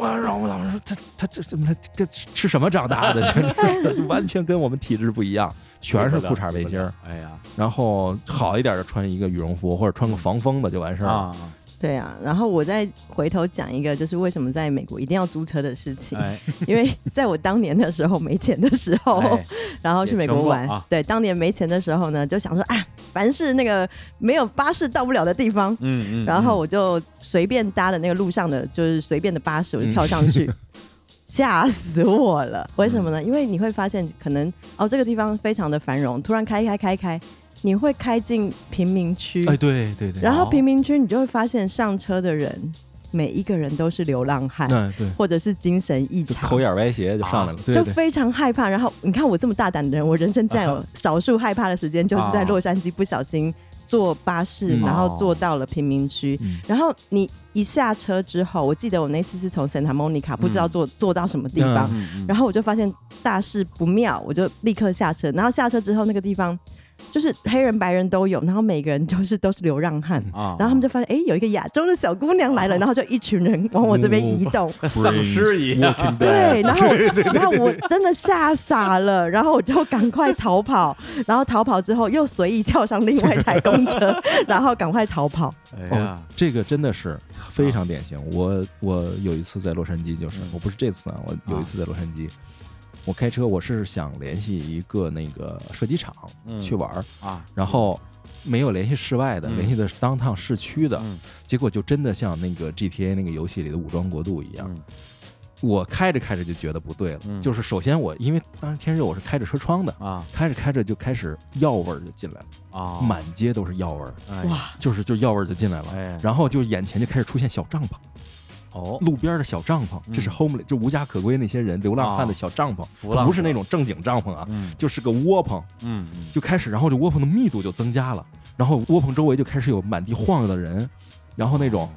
S3: 哇！然后我老师说，他他这怎么了这个吃什么长大的？ 这这完全跟我们体质不一样，全是裤衩背心儿。
S5: 哎呀
S3: 然后好一点的穿一个羽绒服或者穿个防风的就完事儿了。
S5: 啊，
S2: 对啊，然后我再回头讲一个，就是为什么在美国一定要租车的事情，
S5: 哎，
S2: 因为在我当年的时候没钱的时候，
S5: 哎
S2: 然后去美国
S5: 也
S2: 玩
S5: 穷过啊，
S2: 对，当年没钱的时候呢，就想说啊，凡是那个没有巴士到不了的地方，
S5: 嗯嗯，
S2: 然后我就随便搭的那个路上的，就是随便的巴士，我就跳上
S3: 嗯
S2: 去， 吓死我了！为什么呢？因为你会发现，可能哦这个地方非常的繁荣，突然开开开开，你会开进贫民区，
S3: 哎，对对对，
S2: 然后
S5: 哦
S2: 贫民区你就会发现上车的人每一个人都是流浪汉，
S3: 那对，
S2: 或者是精神异
S3: 就
S2: 常，
S3: 口眼歪斜就上
S5: 啊
S3: 来了，对啊
S2: 就
S3: 对。
S2: 非常害怕。然后你看我这么大胆的人，我人生占有少数害怕的时间，就是在洛杉矶不小心坐巴士，
S3: 嗯
S2: 然后坐到了贫民区。
S3: 嗯
S2: 然后你一下车之后，我记得我那次是从 Santa Monica 不知道
S3: 嗯
S2: 坐、坐到什么地方，
S5: 嗯嗯
S2: 然后我就发现大事不妙，我就立刻下车。然后下车之后，那个地方就是黑人、白人都有，然后每个人就是都是流浪汉。
S3: 嗯
S5: 啊，
S2: 然后他们就发现，哎，有一个亚洲的小姑娘
S3: 哦
S2: 来了，然后就一群人往我这边移动，
S5: 丧尸一样，
S3: Walking Dead
S2: 对，然后然后我真的吓傻了，然后我就赶快逃跑，然后逃跑之后又随意跳上另外一台公车，然后赶快逃跑。
S5: 哎
S3: 哦
S5: 呀，，
S3: 这个真的是非常典型。我我有一次在洛杉矶，就是
S5: 嗯
S3: 我不是这次啊，我有一次在洛杉矶，
S5: 啊
S3: 我开车，我是想联系一个那个射击场
S5: 嗯
S3: 去玩儿，
S5: 啊，
S3: 然后没有联系室外的，
S5: 嗯
S3: 联系的是当趟市区的，
S5: 嗯
S3: 结果就真的像那个 GTA 那个游戏里的武装国度一样，
S5: 嗯
S3: 我开着开着就觉得不对了，
S5: 嗯
S3: 就是首先我因为当时天热，我是开着车窗的，
S5: 啊
S3: 开着开着就开始药味儿就进来了，
S5: 啊，
S3: 满街都是药味儿，
S5: 哎
S2: 哇，
S3: 就是就药味儿就进来了。
S5: 哎，
S3: 然后就眼前就开始出现小帐篷，
S5: 哦，
S3: 路边的小帐篷，
S5: 嗯
S3: 这是 homeless 就无家可归那些人流浪汉的小帐篷，
S5: 浮浪者
S3: 不是那种正经帐篷啊，
S5: 嗯
S3: 就是个窝棚，
S5: 嗯嗯，
S3: 就开始，然后这窝棚的密度就增加了，然后窝棚周围就开始有满地晃悠的人，然后那
S5: 哦
S3: 种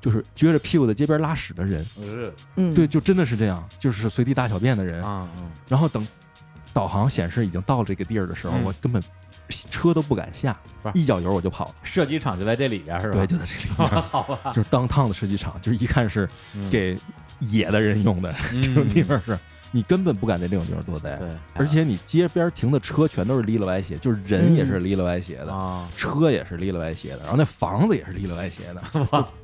S3: 就是撅着屁股在街边拉屎的人，
S5: 呃
S2: 嗯，
S3: 对，，就真的是这样，就是随地大小便的人，
S5: 啊嗯
S3: 然后等导航显示已经到这个地儿的时候，
S5: 嗯
S3: 我根本车都不敢下
S5: 不，是
S3: 一脚油我就跑了。
S5: 射击场就在这里边是吧？
S3: 对，就在这 里面，
S5: 好吧，
S3: 就是当趟的射击场，就是一看是
S5: 嗯
S3: 给野的人用的这种 地，方是，你根本不敢在这种地方多待
S5: 嗯。对，
S3: 而且你街边停的车全都是哩了歪斜，就是人也是哩了歪斜的，
S5: 啊，
S3: 车也是哩了歪斜的，然后那房子也是哩了歪斜 的，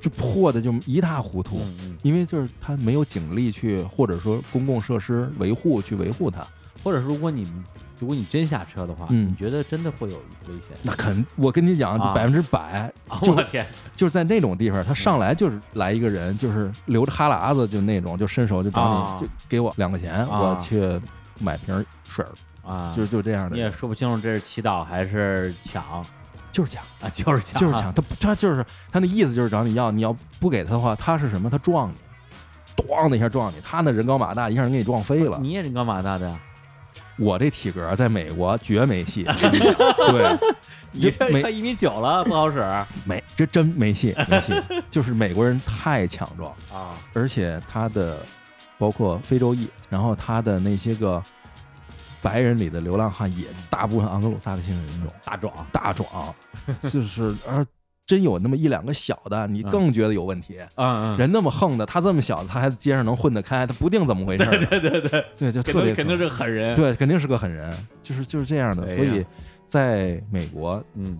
S3: 就就破的就一塌糊涂。
S5: 嗯嗯
S3: 因为就是他没有警力去，或者说公共设施维护去维护它，
S5: 或者是如果你如果你真下车的话，
S3: 嗯
S5: 你觉得真的会有危险？
S3: 那肯，我跟你讲
S5: 啊，
S3: 百分之百
S5: 啊
S3: 就
S5: 我天，
S3: 就是在那种地方，他上来就是来一个人，就是流着哈喇子就那种，就伸手就
S5: 啊
S3: 找你，就给我两块钱，
S5: 啊
S3: 我去买瓶水儿，
S5: 啊，
S3: 就是就这样的
S5: 你也
S3: 人，
S5: 说不清楚这是祈祷还是抢
S3: 就是抢，
S5: 啊，就是抢，
S3: 就是抢，他不他就是他那意思就是找你要，你要不给他的话，他是什么？他撞你，咣的一下撞你，他那人高马大，一下人给你撞飞了。
S5: 你也是干嘛大的呀？
S3: 我这体格在美国绝没戏， 对，
S5: 你
S3: 这
S5: 这
S3: 没
S5: 快一米九了，不好使啊
S3: 没这真没戏，没戏，就是美国人太强壮。
S5: 啊
S3: 而且他的包括非洲裔，然后他的那些个白人里的流浪汉也大部分盎格鲁撒克逊人种，大壮大 壮，就是而真有那么一两个小的，你更觉得有问题。
S5: 嗯嗯，
S3: 人那么横的，他这么小，他还街上能混得开，他不定怎么回事儿。 对对对对，就
S5: 肯
S3: 特别
S5: 定肯定是狠人，，
S3: 对，肯定是个狠人，就是就是这样的。
S5: 哎呀
S3: 所以在美国，
S5: 嗯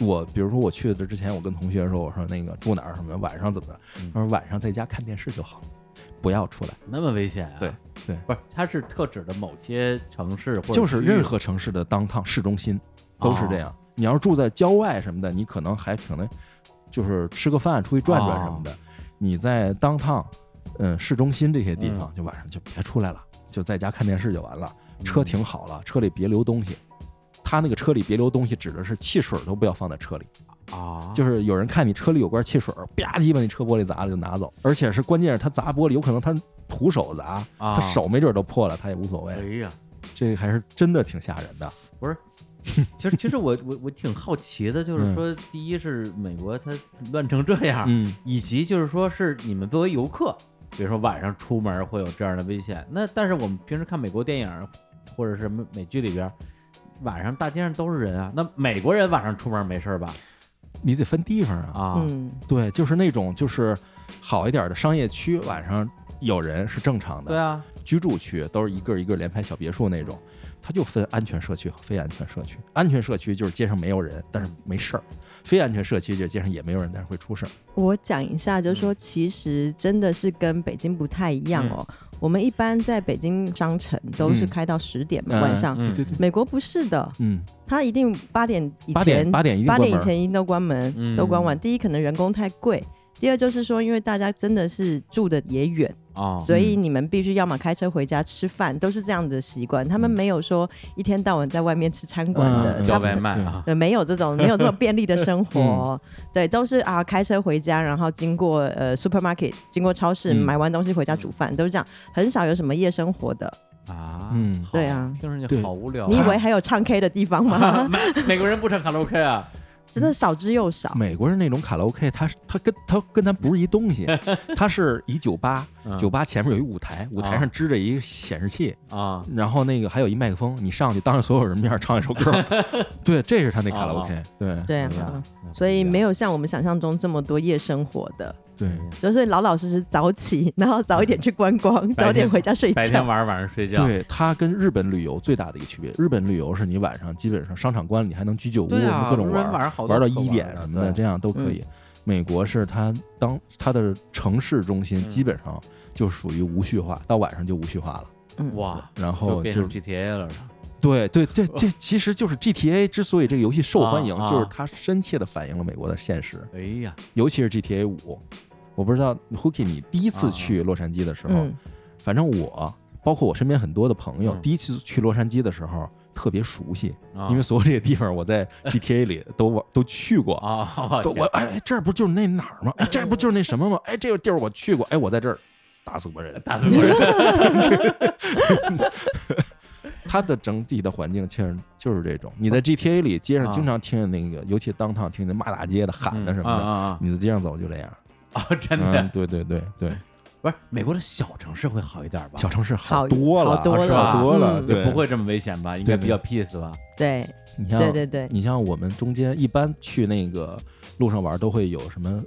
S3: 我比如说我去的之前，我跟同学说，我说那个住哪儿什么，晚上怎么着？
S5: 嗯
S3: 他说晚上在家看电视就好，不要出来。
S5: 那么危险啊？
S3: 对对
S5: 不是，它是特指的某些城市或者
S3: 就是
S5: 区域哦
S3: 任何城市的当趟市中心都是这样。你要是住在郊外什么的，你可能还可能就是吃个饭、出去转转什
S5: 哦
S3: 么的。你在当趟，嗯，市中心这些地
S5: 嗯
S3: 方，就晚上就别出来了，就在家看电视就完了。车停好了，车里别留东西。他那个车里别留东西，指的是汽水都不要放在车里。
S5: 啊，
S3: 就是有人看你车里有罐汽水，吧唧把你车玻璃砸了就拿走，而且是关键是他砸玻璃，有可能他徒手砸，
S5: 啊
S3: 他手没准都破了，他也无所
S5: 哎
S3: 谓。
S5: 呀，
S3: 这个还是真的挺吓人的。
S5: 不是
S1: 其实其实我我我挺好奇的，就是
S3: 嗯
S1: 说，第一是美国它乱成这
S2: 啊
S1: 样，
S3: 嗯，
S1: 以及就是说是你们作为游客，比如说晚上出门会有这样的危险。那但是我们平时看美国电影或者是美美剧里边，晚上大街上都是人啊。那美国人晚上出门没事儿吧？
S3: 你得分地方啊。
S1: 啊，
S2: 嗯，
S3: 对，就是那种就是好一点的商业区，晚上有人是正常的。
S1: 对啊，
S3: 居住区都是一个一个连排小别墅那种，它就分安全社区和非安全社区。安全社区就是街上没有人，但是没事儿；非安全社区就是街上也没有人，但是会出事儿。
S2: 我讲一下，就是说，其实真的是跟北京不太一样哦。我们一般在北京商城都是
S3: 嗯
S2: 开到十点嘛，晚上。
S1: 嗯
S3: 对对对，
S2: 美国不是的，
S3: 嗯，
S2: 它一定八点以
S3: 八
S2: 前
S3: 点，八点一定
S2: 八
S3: 关
S2: 点以
S3: 门。
S2: 前一定都关门，
S1: 嗯
S2: 都关完。第一，可能人工太贵；第二，就是说，因为大家真的是住的也远，
S1: 啊，
S2: 所以你们必须要么开车回家吃饭，都是这样的习惯。他们没有说一天到晚在外面吃餐馆的，
S3: 嗯
S2: 他
S1: 叫
S2: 们
S1: 外卖啊，
S2: 呃，没有这种没有这么便利的生活，对，都是啊开车回家，然后经过呃 supermarket，经过超市、
S3: 嗯
S2: 买完东西回家煮饭，都是这样，很少有什么夜生活的。
S1: 啊，
S3: 嗯
S1: 好
S2: 对啊
S1: 听上去
S3: 对
S1: 好无聊啊。
S2: 你以为 还有唱 K 的地方吗？
S5: 美美国人不唱卡拉 OK 啊？
S2: 真的少之又少。
S3: 美国人那种卡拉 OK，它是它跟它跟咱不是一 东西，它是一酒吧，
S1: 嗯
S3: 酒吧前面有一舞台，舞
S2: 啊
S3: 台上支着一个显示器，
S1: 啊？
S3: 然后那个还有一麦克风，你上去当着所有人面唱一首歌儿，对，这是他那卡拉 OK，对
S2: 对
S1: 不一
S2: 啊
S1: 样，
S2: 所以没
S1: 有
S2: 有像我们想象中这么多夜生活的，
S3: 对，
S2: 就是老老实实早起，然后早一点去观光，早点回家睡
S5: 白天
S2: 觉。
S5: 玩，晚上睡觉。
S3: 对，它跟日本旅游最大的一个区别，日本旅游是你晚上基本上商场关了，你还能居酒屋，
S1: 对啊，
S3: 各种玩
S1: 晚
S3: 儿，
S1: 晚上好多
S3: 玩到
S1: 可
S3: 一点
S1: 的
S3: 什么的，这
S1: 对
S3: 样都可以。美国是它当它的城市中心基本上就属于无序化，到晚上就无序化了。
S2: 嗯
S5: 哇，
S3: 然
S5: 就
S3: 后
S5: 变
S3: 就
S5: 成 GTA 了是吧？
S3: 对对对，这其实就是 GTA 之所以这个游戏受欢迎
S5: 啊，啊
S3: 就是它深切的反映了美国的现实，
S5: 哎呀，
S3: 尤其是 GTA 五。我不知道 Hooky，你第一
S5: 啊
S3: 次
S5: 啊
S3: 去洛杉矶的时候，
S2: 嗯，
S3: 反正我，包括我身边很多的朋友，
S5: 嗯
S3: 第一次去洛杉矶的时候特别熟悉，
S5: 啊
S3: 因为所有这些地方我在 GTA 里都玩都去过。
S5: 啊，
S3: 都我哎，这不就是那哪儿吗？哎，这不就是那什么吗？哎，这个地儿我去过，哎，我在这儿打死过 人。
S5: 大部分人
S3: 它的整体的环境确实就是这种。你在 GTA 里街上经常听见那个，尤其当趟听见骂大街的、喊的什
S5: 啊
S3: 么的，
S5: 啊啊
S3: 你在街上走就这样。
S5: 啊！真
S3: 嗯，
S5: 的
S3: 对对对对，
S5: 不是美国的小城市会好一点吧？
S3: 小城市
S2: 好
S3: 多了，
S2: 好多
S3: 是
S5: 了
S3: 吧？多了，
S2: 嗯
S5: 就
S3: 对，
S5: 不会这么危险吧？应该
S3: 对
S5: 比较 peace 吧？
S2: 对
S3: 你像
S2: 对对对，
S3: 你像我们中间一般去那个路上玩，都会有什么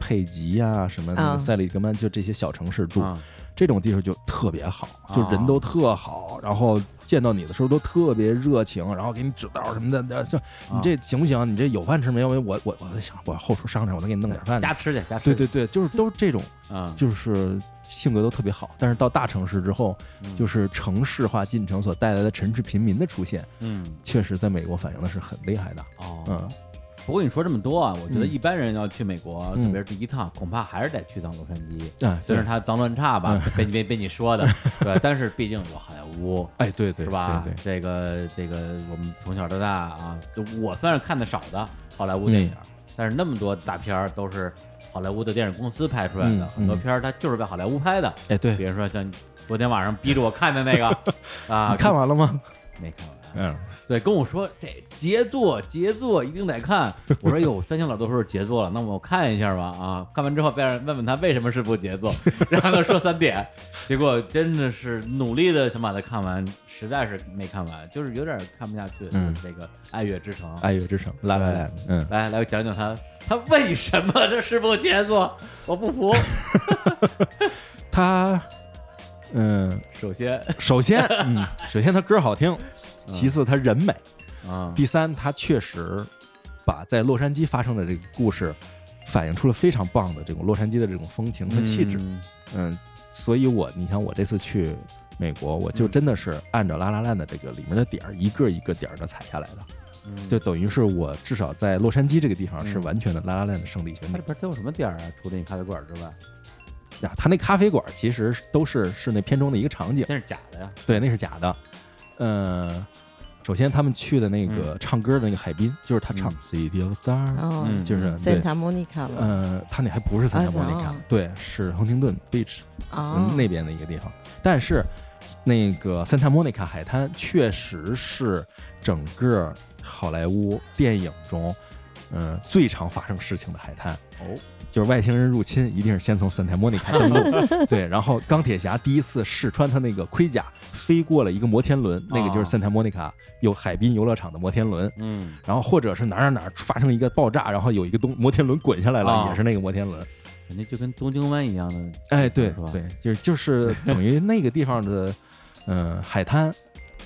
S3: 佩吉呀、什么那
S2: 啊
S3: 个塞里格曼，就这些小城市住、
S2: 嗯
S5: 啊
S3: 这种地方就特别好，就
S5: 啊
S3: 人都特好，然后见到你的时候都特别热情，然后给你指导什么的。呃
S2: 啊
S3: 就你这行不行？你这有饭吃没有？我我我在想，我后厨商量，我再给你弄点饭
S5: 家
S3: 去。
S5: 吃去，家吃
S3: 对
S5: 去
S3: 对对，就是都是这种，
S5: 啊，
S3: 就是性格都特别好。但是到大城市之后，
S5: 嗯
S3: 就是城市化进程所带来的城市贫民的出现，
S5: 嗯
S3: 确实在美国反映的是很厉害的。
S5: 哦
S3: 嗯，
S5: 不过你说这么多啊，我觉得
S3: 嗯
S5: 一般人要去美国，
S3: 嗯
S5: 特别是第一趟，恐怕还是得去趟洛杉矶。
S3: 啊，
S5: 虽
S3: 对嗯
S5: 然它脏乱差吧，被你被被你说 的，对，但是毕竟有好莱坞，
S3: 哎，对对
S5: 是吧？
S3: 对
S5: 这个这个，我们从小到大啊，就我算是看的少的好
S3: 嗯
S5: 莱坞电影，但是那么多大片儿都是好莱坞的电影公司拍出来的，
S3: 嗯
S5: 很多片儿它就是在好莱坞拍的。
S3: 对，哎对，
S5: 比如说像昨天晚上逼着我看的那 个啊，
S3: 你看完了吗？
S5: 没看啊完？
S3: 嗯，
S5: 对，跟我说这杰作，杰作一定得看。 我说哟，三星老都说是杰作了，那我看一下吧啊。看完之后再让问问他为什么是部杰作， 然后他说三点，结果真的是努力的想把它看完，实在是没看完，就是有点看不下去。
S3: 嗯
S5: 这个《爱乐之城》
S3: 爱乐之城，La La
S5: 哎
S3: Land，嗯，
S5: 来来讲讲他，他为什么这是部杰作？我不服。
S3: 他，嗯，
S5: 首先
S3: 首 先，嗯，首先他歌好听，
S5: 嗯
S3: 其次他人美，
S5: 啊，
S3: 第三他确实把在洛杉矶发生的这个故事反映出了非常棒的这种洛杉矶的这种风情和气质，
S5: 嗯
S3: 嗯，所以我你像我这次去。美国，我就
S5: 嗯
S3: 真的是按照拉拉烂的这个里面的点儿，一个一个点儿的踩下来的，
S5: 嗯
S3: 就等于是我至少在洛杉矶这个地方是
S5: 嗯
S3: 完全的拉拉烂的圣地巡礼
S5: 它里。边都有什么点儿啊？除了你咖啡馆之外，
S3: 啊，他那咖啡馆其实是都是室内片中的一个场景，
S5: 那是假的呀。
S3: 对，那是假的。呃，首先他们去的那个唱歌的那个海滨，就是他唱
S5: 嗯
S3: 《City of Stars》，
S2: 哦
S5: 嗯
S3: 就是对，
S2: ，Santa Monica 嘛，
S3: 呃，他那还不是三
S5: 哦
S2: 啊
S3: 峡莫尼
S2: 是
S3: 卡
S2: 啊，
S3: 嗯对，是亨廷顿 beach
S2: 哦，
S3: 那边的一个地方。但是那个 Santa Monica 海滩确实是整个好莱坞电影中，嗯、最常发生事情的海滩。
S1: 哦，
S3: 就是外星人入侵，一定是先从 Santa Monica 登陆。对，然后钢铁侠第一次试穿他那个盔甲，飞过了一个摩天轮，那个就是 Santa Monica 有海滨游乐场的摩天轮。
S1: 嗯，
S3: 然后或者是哪儿哪儿哪儿发生一个爆炸，然后有一个东摩天轮滚下来了，
S1: 啊
S3: 也是那个摩天轮。
S1: 人家就跟东京湾一样的，
S3: 哎，对
S1: 是吧
S3: 对，就是就是等于那个地方的，嗯、海滩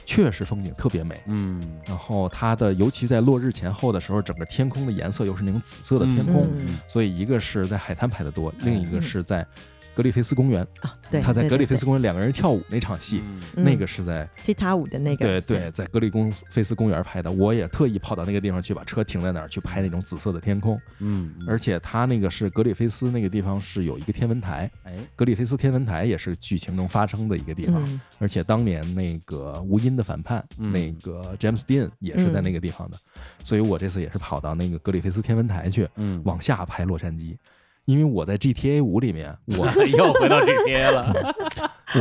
S3: 确实风景特别美。
S1: 嗯，
S3: 然后它的，尤其在落日前后的时候，整个天空的颜色又是那种紫色的天空，
S2: 嗯
S3: 所以一个是在海滩拍的多，另一个是在格里菲斯公园，
S2: 啊，对，
S3: 他在
S2: 对
S3: 格里
S2: 对
S3: 菲斯公园两个人跳舞那场戏，
S2: 对
S3: 那
S2: 嗯
S3: 个是在
S2: 踢踏舞的那个，
S3: 对对，在格里公菲斯公园拍的，我也特意跑到那个地方去，把车停在那儿去拍那种紫色的天空。
S1: 嗯，嗯，
S3: 而且它那个是格里菲斯那个地方是有一个天文台，
S1: 哎，
S3: 格里菲斯天文台也是剧情中发生的一个地方。
S2: 嗯，
S3: 而且当年那个无因的反叛，
S1: 嗯
S3: 那个 James Dean 也是
S2: 嗯
S3: 在那个地方的，所以我这次也是跑到那个格里菲斯天文台去，
S1: 嗯，
S3: 往下拍洛杉矶。因为我在 GTA 五里面， 我
S5: 又回到 GTA 了，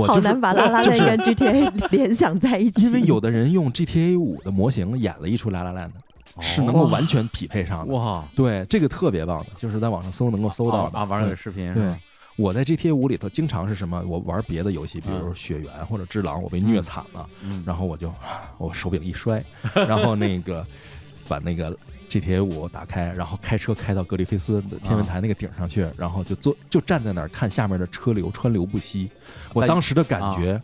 S3: 我
S2: 好
S3: 就是
S2: 难把拉拉
S3: 就是
S2: 链跟 GTA 联想在一起，
S3: 因为有的人用 GTA 五的模型演了一出《拉拉烂》的，是能够完全匹配上的。
S1: 哦哇，
S3: 对，这个特别棒的，就是在网上搜能够搜到的
S1: 啊，玩了
S3: 嗯
S1: 个视频是
S3: 对
S1: 吧？，
S3: 我在 GTA 五里头经常是什么？我玩别的游戏，比如说《血缘》或者《只狼》，我被虐惨了，
S1: 嗯，
S3: 然后我就啊我手柄一摔，然后那个把那个 GTA 五打开，然后开车开到格里菲斯的天文台那个顶上去，然后就坐就站在那儿看下面的车流川流不息。我
S1: 在啊
S3: 当时的感觉，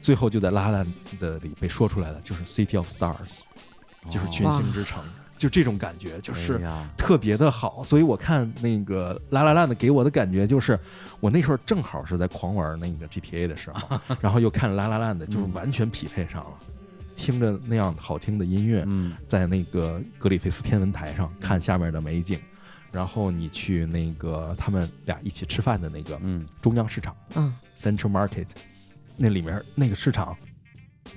S3: 最后就在拉拉的里被说出来了，就是 City of Stars，就是群
S2: 哇
S3: 星之城，就这种感觉，就是。
S1: 哦哎呀
S3: 特别的好，所以我看那个拉拉烂的给我的感觉就是，我那时候正好是在狂玩那个 GTA 的 时候，然后又看拉拉烂的，就是完全匹配上了。听着那样好听的音乐，
S1: 嗯，
S3: 在那个格里菲斯天文台上看下面的美景，然后你去那个他们俩一起吃饭的那个
S1: 嗯，
S3: 中央市场
S2: 嗯，
S3: （Central Market），那里面那个市场，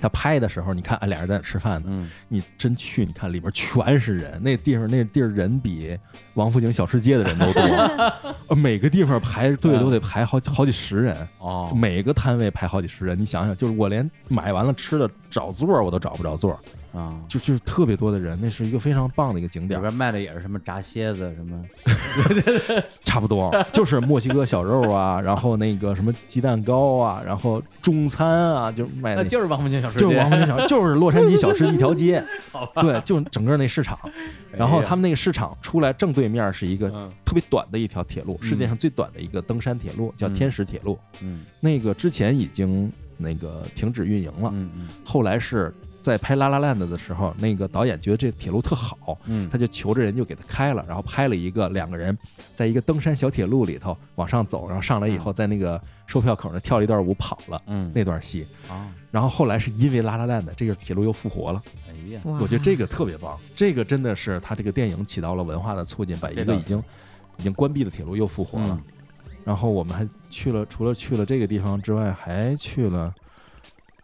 S3: 他拍的时候，你看啊俩人在那吃饭呢，
S1: 嗯，
S3: 你真去，你看里边全是人，那地方那地儿人比王府井小吃街的人都多，呃每个地方排队都得排好好几十人，
S1: 哦，
S3: 每个摊位排好几十人。你想想，就是我连买完了吃的找座儿我都找不着座儿，
S1: 啊，
S3: 就就是特别多的人，那是一个非常棒的一个景
S1: 里
S3: 点，
S1: 边卖的也是什么炸蝎子什么，
S3: 差不多 就是墨西哥小肉啊，然后那个什么鸡蛋糕啊，然后中餐啊，就卖那
S5: 那
S3: 些
S5: 呃就是王府井小吃
S3: 就是王府
S5: 街，
S3: 井小， 就是洛杉矶小吃一 条街，对，就整个那市场。
S1: 哎
S3: 然后他们那个市场出来正对面是一个
S5: 嗯
S3: 特别短的一条铁路，世界上最短的一个登山铁路，叫天使铁路。
S1: 嗯
S3: 那个之前已经那个停止运营了，
S1: 嗯嗯
S3: 后来是在拍《拉拉烂》的时候，那个导演觉得这铁路特好，
S1: 嗯，
S3: 他就求着人就给他开了，然后拍了一个两个人在一个登山小铁路里头往上走，然后上来以后在那个售票口那跳了一段舞跑了
S1: 嗯
S3: 那段戏。
S1: 啊，
S3: 然后后来是因为《拉拉烂》的这个铁路又复活了。
S1: 哎呀，
S2: 哇
S3: 我觉得这个特别棒，这个真的是他这个电影起到了文化的促进，把一
S1: 这倒
S3: 个
S1: 是
S3: 已经已经关闭的铁路又复活了。然后我们还去了，除了去了这个地方之外，还去了，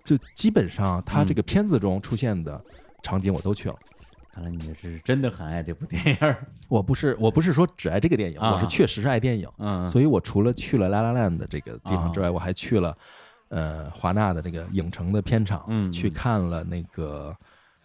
S3: 就基本上他这个片子中出现的场景我都去了。
S1: 看来你是真的很爱这部电影儿，
S3: 我不是我不是说只爱这个电影，
S1: 啊
S3: 我是确实是爱电影，
S1: 嗯，啊
S3: 所以我除了去了拉拉烂的这个地方之外，我还去了呃华纳的这个影城的片场，
S1: 嗯
S3: 去
S1: 嗯
S3: 看了那个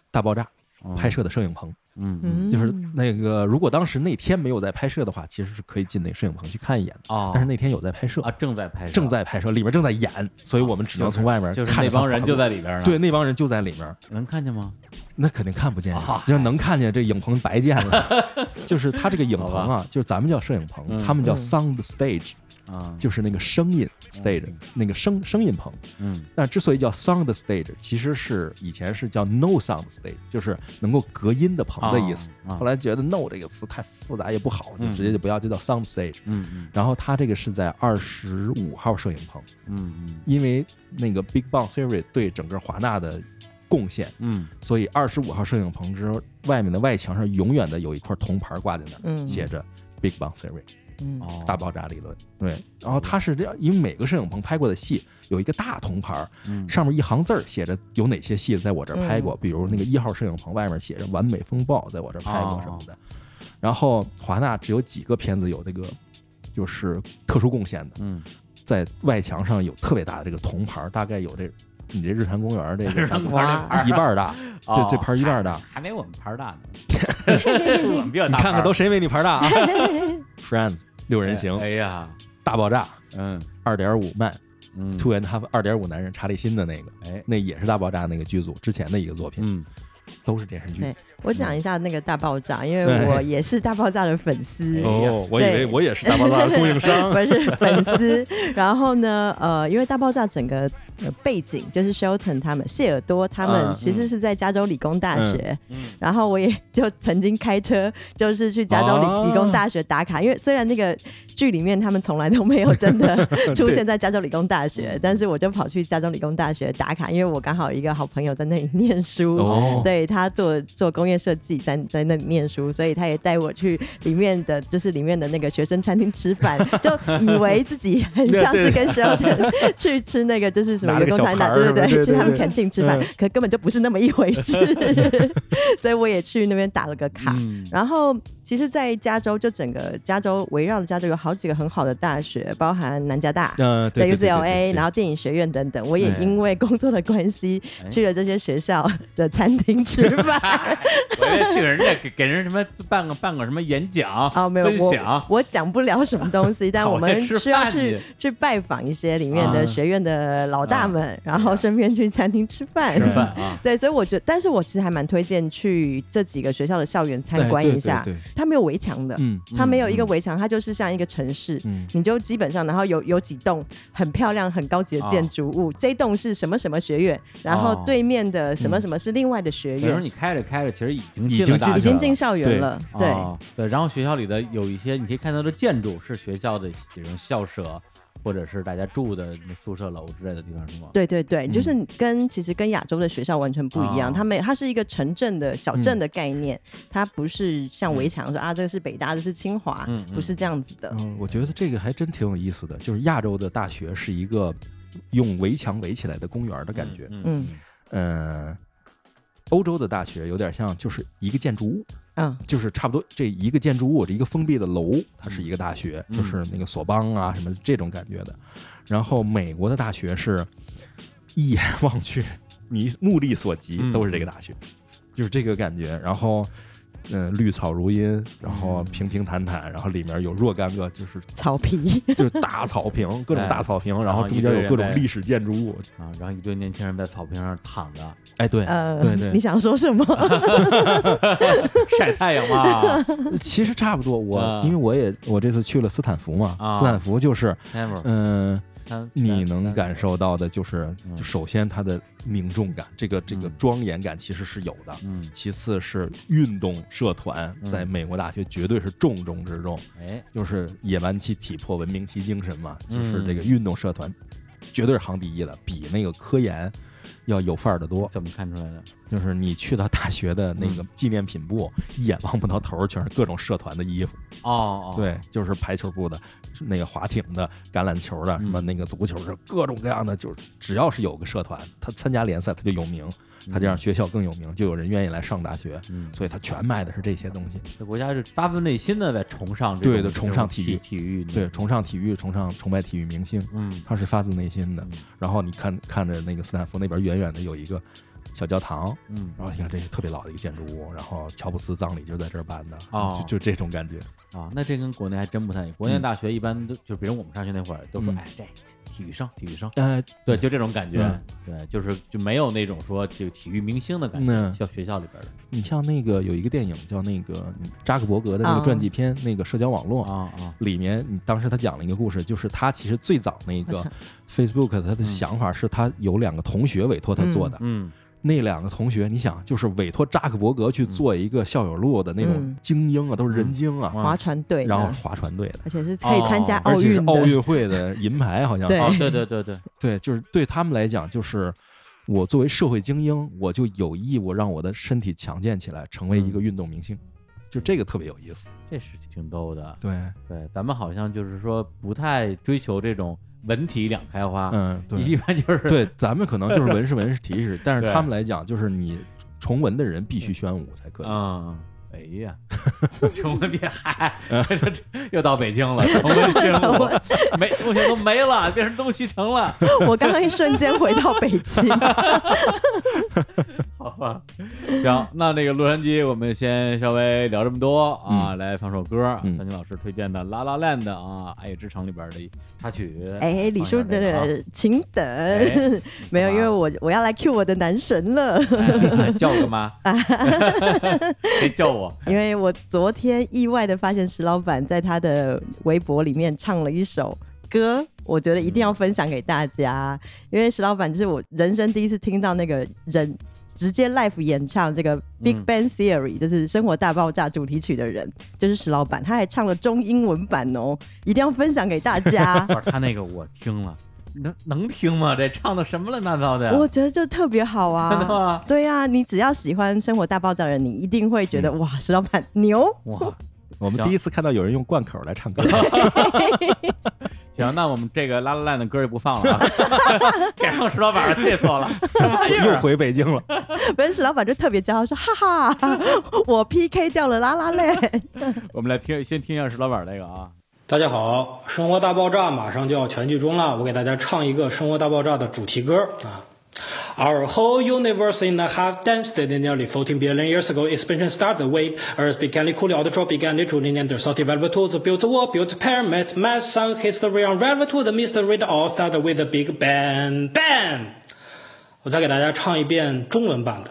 S3: 大爆炸
S1: 以
S3: 拍，摄的摄影棚。
S1: 嗯嗯，
S2: 嗯，
S3: 就是那个，如果当时那天没有在拍摄的话，其实是可以进那个摄影棚去看一眼的。
S1: 哦，
S3: 但是那天有在拍摄
S1: 啊，，正在拍摄，
S3: 正在拍摄，里面正在演，所以我们只能从外面
S1: 哦就是
S3: 看
S1: 那
S3: 着他
S1: 帮人
S3: 滑
S1: 就
S3: 落
S1: 在里啊边呢，
S3: 对，那帮人就在里面，
S1: 能看见吗？
S3: 那肯定看不见
S1: 啊，
S3: 要能看见这影棚白见了。 就是他这个影
S1: 好
S3: 棚啊，就是咱们叫摄影
S1: 嗯
S3: 棚，他们叫
S2: 嗯
S3: sound stage，
S1: 啊，
S3: 就是那个声音 stage，那个声声音棚。
S1: 嗯
S3: 那之所以叫 sound stage，其实是以前是叫 no sound stage，就是能够隔音的棚
S5: 哦
S3: 的意思。
S1: 啊啊
S3: 后来觉得 no 这个词太复杂也不好，就
S1: 嗯
S3: 直接就不要，就叫 sound stage。
S1: 嗯
S3: 然后它这个是在二十五号摄影棚，
S1: 嗯嗯
S3: 因为那个 Big Bang Theory 对整个华纳的贡献，
S1: 嗯
S3: 所以二十五号摄影棚之外面的外墙上永远的有一块铜牌挂在那儿，
S2: 嗯
S3: 写着 Big Bang Theory。
S2: 嗯
S1: 嗯，哦，
S3: 大爆炸理论，对，然后它是这样，因为每个摄影棚拍过的戏有一个大铜牌，
S1: 嗯
S3: 上面一行字儿写着有哪些戏在我这儿拍过，比如那个一号摄影棚外面写着《完美风暴》在我这儿拍过什么
S5: 哦
S3: 的。然后华纳只有几个片子有这个就是特殊贡献的，
S1: 嗯
S3: 在外墙上有特别大的这个铜牌儿，大概有这你这日坛公园儿这个
S5: 日坛公园
S2: 哇，
S3: 一半儿大，
S5: 哦
S3: 这这牌儿一半儿大。
S5: 还没我们牌 儿大呢，我们比较
S3: 你
S5: 大牌儿，
S3: 看看都谁没你牌儿大啊？Friends 六人行
S5: 哎呀，
S3: 大爆炸，
S5: 嗯
S3: 二点五慢
S5: 嗯，
S3: ，Two and a Half 二点五男人查理辛的那个，
S5: 哎，
S3: 那也是大爆炸那个剧组之前的一个作品，
S5: 嗯，
S3: 都是电视剧
S2: 对。我讲一下那个大爆炸，因为
S3: 对
S2: 我也是大爆炸的粉丝。
S5: 哎呀
S3: 哦，我以为
S2: 对
S3: 我也是大爆炸的供 应商
S2: 不。是粉丝。 然后呢，呃，因为大爆炸整个、呃背景就是 Shelton 他们、谢尔多他
S3: 嗯
S2: 们
S3: 嗯
S2: 其实是在加州理工大学，
S1: 嗯
S2: 然后我也就曾经开车就是去加州理、
S3: 哦
S2: 理工大学打卡，因为虽然那个剧里面他们从来都没有真 的出现在加州理工大学，但是我就跑去加州理工大学打卡，因为我刚好有一个好朋友在那里念书。
S3: 哦，
S2: 对他做做工业设计，在在那里念书，所以他也带我去里面的，就是里面的那个学生餐厅吃 饭，就以为自己很像是跟 Sheldon 去吃那个就是什么
S3: 拿了
S2: 员
S3: 个
S2: 工
S3: 小
S2: 餐
S3: 盘
S2: 馆，对
S3: 儿什
S2: 对
S3: 么
S2: 对，
S3: 对对
S2: 去他们
S3: 对
S2: canteen 吃饭
S3: 嗯，
S2: 可根本就不是那么一回 事，所以我也去那边打了个卡。
S1: 嗯
S2: 然后，其实，在加州，就整个加州围绕着加州有好几个很好的大学，包含南加大，
S3: 嗯，对
S2: 在
S3: 对对对对
S2: UCLA，
S3: 对
S2: 然后电影学院等等，我也
S1: 哎
S2: 因为工作的关系
S3: 哎
S2: 去了这些学校的餐厅吃 饭。
S5: 我要去人家给给人什么办个办个什么演讲
S2: 哦，没有
S5: 分
S2: 我
S5: 享，
S2: 我讲不了什么东西，但我们需要
S5: 讨厌吃
S2: 去
S5: 饭
S2: 去拜访一些里面
S3: 啊
S2: 的学院的老大们，然后顺便去餐厅吃饭。
S3: 哎是
S5: 饭啊，
S2: 对，所以我觉得，但是我其实还蛮推荐去这几个学校的校园参
S3: 对
S2: 观
S3: 哎对
S2: 一下
S3: 对，对
S2: 它没有围墙的，
S3: 嗯
S2: 它没有一个围墙，它就是像一个城市，
S3: 嗯，
S2: 你就基本上，然后有有几栋很漂亮、很高级的
S3: 啊
S2: 建筑物，这一栋是什么什么学院，然后
S5: 哦
S2: 对面的什
S3: 嗯
S2: 么什么是另外的学
S1: 比如
S2: 院，
S1: 你开着开着，其实已经
S3: 已
S1: 进
S3: 经
S1: 了大
S3: 进
S1: 学
S2: 已经
S1: 了
S2: 进校园了，对。
S3: 啊
S1: 哦对，然后学校里的有一些你可以看到的建筑是学校的这种校舍，或者是大家住的那宿舍楼之类的地方，是吗？
S2: 对对对，
S3: 嗯
S2: 就是跟其实跟亚洲的学校完全不
S3: 啊
S2: 一样，
S1: 哦
S2: 它没它是一个城镇的小镇的概念，
S3: 嗯
S2: 它不是像围墙说啊这个是北大，这是清华，
S1: 嗯
S3: 啊
S1: 嗯
S2: 不是这样子的。
S3: 嗯，我觉得这个还真挺有意思的，就是亚洲的大学是一个用围墙围起来的公园的感觉，
S1: 嗯
S2: 嗯
S3: 嗯。欧洲的大学有点像，就是一个建筑物，
S2: 嗯
S3: 就是差不多这一个建筑物，这一个封闭的楼，它是一个大学，
S1: 嗯
S3: 就是那个索邦啊什么这种感觉的。然后美国的大学是一眼 望去，你目力所及
S1: 嗯
S3: 都是这个大学，就是这个感觉。然后，嗯、绿草如茵，然
S1: 嗯
S3: 后平平坦坦，然后里面有若干个就是
S2: 草皮，
S3: 就是大草坪，各
S1: 哎
S3: 种大草坪，然后中间有各种历史建筑物。
S1: 啊，然后一堆年轻人在草坪上躺着
S3: 哎，对，
S2: 呃，
S3: 对对啊
S2: 你想说什么？
S5: 晒太 阳嘛
S3: 其实差不多。我
S1: 啊
S3: 因为我也我这次去了斯坦福嘛，
S1: 啊
S3: 斯坦福就是
S1: ，never，
S3: 嗯。
S1: 看
S3: 你能感受到的就是，
S1: 嗯
S3: 就首先它的凝重感，这个这个
S1: 嗯
S3: 庄严感其实是有的。
S1: 嗯，
S3: 其次是运动社团
S1: 嗯
S3: 在美国大学绝对是重中之重，
S1: 哎，
S3: 就是野蛮其体魄，文明其精神嘛，
S1: 嗯
S3: 就是这个运动社团绝对是行第一的，比那个科研要有范儿的多。
S1: 怎么看出来的？
S3: 就是你去到大学的
S1: 嗯
S3: 那个纪念品部，一眼望不到头，全是各种社团的衣服。
S1: 哦哦，
S3: 对，就是排球部的，是那个划艇的、橄榄球的，什么
S1: 嗯
S3: 那个足球的，各种各样的，就是只要是有个社团，他参加联赛他就有名，他就让学校更有名，就有人愿意来上大学，
S1: 嗯，
S3: 所以他全卖的是这些东西。
S1: 这国家是发自内心的在崇尚这种
S3: 对的崇尚
S1: 这
S3: 体
S1: 种体
S3: 育
S1: 体育运动
S3: 对，，崇尚体育，崇尚崇拜体育明星，
S1: 嗯
S3: 他是发自内心的
S1: 嗯。
S3: 然后你看看着那个斯坦福那边远远的有一个小教堂，
S1: 嗯，
S3: 然后你看这是特别老的一个建筑物，然后乔布斯葬礼就是在这儿办的，
S1: 哦
S3: 就就这种感觉。
S1: 啊，那这跟国内还真不太一样。国内
S3: 嗯
S1: 大学一般都就，比如我们上学那会儿，都说
S3: 嗯
S1: 哎，这体育生，体育生，
S3: 呃，
S1: 对，就这种感觉
S3: 嗯，
S1: 对，就是就没有那种说这个体育明星的感觉，
S3: 嗯
S1: 像学校里边的
S3: 你像那个有一个电影叫那个嗯扎克伯格的那
S2: 啊
S3: 个传记片，那个社交网络，
S1: 啊啊，
S3: 里面你当时他讲了一个故事，就是他其实最早那
S2: 我
S3: 个
S2: 操
S3: Facebook 的他的想法是他有两个同学委托他做的，
S1: 嗯
S3: 那两个同学你想就是委托扎克伯格去做一个校友录的那种
S2: 嗯
S3: 精英啊，都是人精
S1: 嗯
S3: 啊，
S2: 划船队的，
S3: 然后划船队的。
S2: 而且是可以参加
S1: 哦
S3: 而
S2: 奥
S3: 且是
S2: 运的，
S3: 奥运会的银 牌，好像
S2: 对
S1: 哦，对对对对，
S3: 对，就是对他们来讲，就是我作为社会精英，我就有义务让我的身体强健起来，成为一
S1: 嗯
S3: 个运动明星，就这个特别有意思。
S1: 这是挺逗的。
S3: 对，
S1: 对，咱们好像就是说不太追求这种文体两开花，
S3: 嗯，
S1: 一
S3: 对，
S1: 般就是
S3: 对，咱们可能就是文是文是体是体，但 是
S1: 对
S3: 他们来讲，就是你崇文的人必须宣武才可以。
S1: 嗯，哎呀， 穷的别嗨，
S3: 嗯
S1: 这这又到北京了，重 温新路，没东西都没了，变成东西城了，
S2: 我刚刚一瞬间回到北京，
S1: 好吧。行，那那个洛杉矶，我们先稍微聊这么多啊，来放首歌，
S3: 嗯
S1: 三金老师推荐的《La La Land》啊，《爱乐之城》里边的插曲。
S2: 哎，李叔
S1: 放一下这个啊
S2: 的，请等，
S1: 哎
S2: 没有，
S1: 干
S2: 因
S1: 嘛
S2: 为我我要来 cue 我的男神 了，
S1: 哎叫我干 嘛？可以叫我。
S2: 因为我昨天意外的发现石老板在他的微博里面唱了一首歌，我觉得一定
S1: 嗯
S2: 要分享给大家，因为石老板就是我人生第一次听到那个人。直接 live 演唱这个《Big
S6: 嗯
S2: Bang Theory》就是《生活大爆炸》主题曲的人，就是石老板，他还唱了中英文版哦，一定要分享给大 家。
S1: 不是他那个我听了，能能听吗？这唱的什么乱七八糟的？
S2: 我觉得就特别好
S1: 啊 真的
S2: 啊。
S1: 吗？
S2: 对啊，你只要喜欢《生活大爆炸》的人，你一定会觉得、
S1: 嗯
S2: 哇，石老板牛！
S1: 哇，
S3: 我们
S1: 行啊
S3: 第一次看到有人用贯口来 唱歌，
S1: 行，那我们这个拉拉烂的歌就不放了 啊，改放石老板了，气死我了，什么玩意儿
S3: 又
S1: 啊？
S3: 回北京了。
S2: 不是石老板就特别骄傲说：“ 哈哈，我 PK 掉了拉拉嘞
S1: 我们来听，先听一下石老板那个啊，
S7: 大家好，《生活大爆炸》马上就要全剧终了，我给大家唱一个《生活大爆炸》的主题歌啊。Our whole universe in a half dense state nearly 14 billion years ago, expansion started way. Earth began cool out the tropic and it truly Neanderthal developed tools, built wall, built pyramid, math, sun, history, unraveled to the mystery that all started with the Big Bang. Bang! 我再给大家唱一遍中文版的。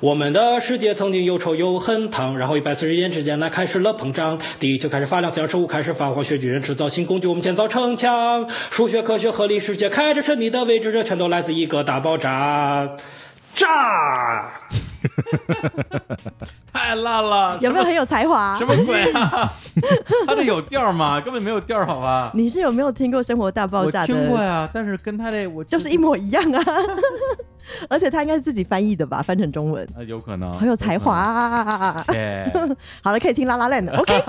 S7: 我们的世界曾经又臭又很烫，然后一百四十年之间呢开始了膨胀，地球开始发亮，自然生物开始发光，学巨人制造新工具，我们建造城墙，数学、科学和历史界开着神秘的未知，这全都来自一个大爆炸，炸！
S1: 太烂了！”，
S2: 有没有很有才华
S1: 什？么鬼啊？
S3: 哎
S1: 他这有调吗？根本没有调，好
S3: 嗯
S1: 吧？
S2: 你是有没有听过《生活大爆
S1: 我
S2: 炸》
S1: 听过
S2: 的？
S1: 呀，但是跟他这我
S2: 就是一模一样啊！ 而且他应该是自己翻译的吧，翻成中文，
S1: 啊，有可能
S2: 好有才华、。啊！
S1: 对，
S2: 好了，可以听拉 拉烂的。OK，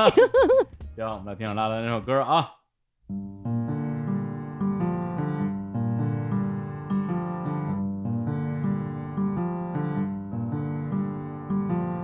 S1: 行，我们来听下拉拉那首歌啊。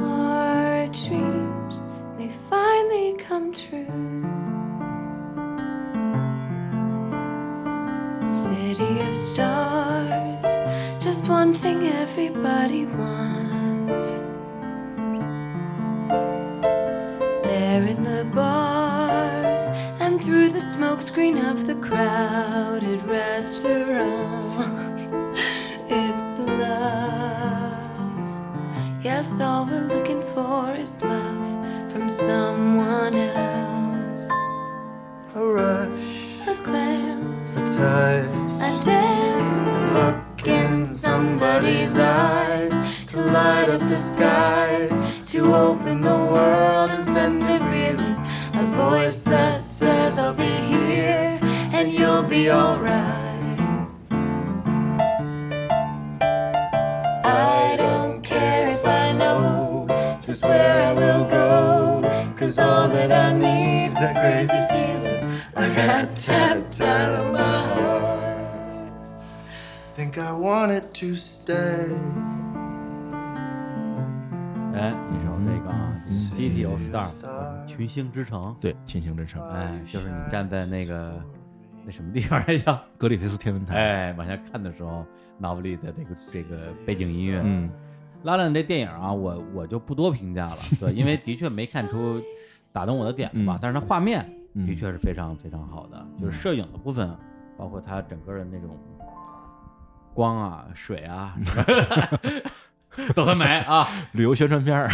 S8: our dreams they finally come true. City of stars, just one thing everybody wants. There in the bars and through the smokescreen of the crowded restaurants. It's love. Yes, all we're looking for is love from someone else.
S9: A rush,
S8: A glance,
S9: a tide,
S8: a dance, a look in somebody's eyes to light up the skies, to open the world and send it reeling. A voice that says, I'll be here and you'll be alright. I don't care if I know just where I will go. Cause all that I need's this crazy feeling. A rat tat tat on my heart.
S9: think I wanted to stay.
S1: 哎，一首这个啊《City of Stars》
S6: 群星之城，
S3: 对，群星之城，
S1: 哎，就是你站在那个那什么地方来叫？
S3: 格里菲斯天文台。
S1: 哎，往下看的时候，脑子里的这个这个背景音乐，
S3: 嗯，
S1: 拉烂这电影啊，我我就不多评价 了，对，因为的确没看出打动我的点子吧，
S3: 嗯
S1: 但是它画面
S3: 嗯
S1: 的确是非常非常好的，就是摄影的部分，包括它整个的那种光啊、水 啊，都很美啊。
S3: 旅游宣传 片儿。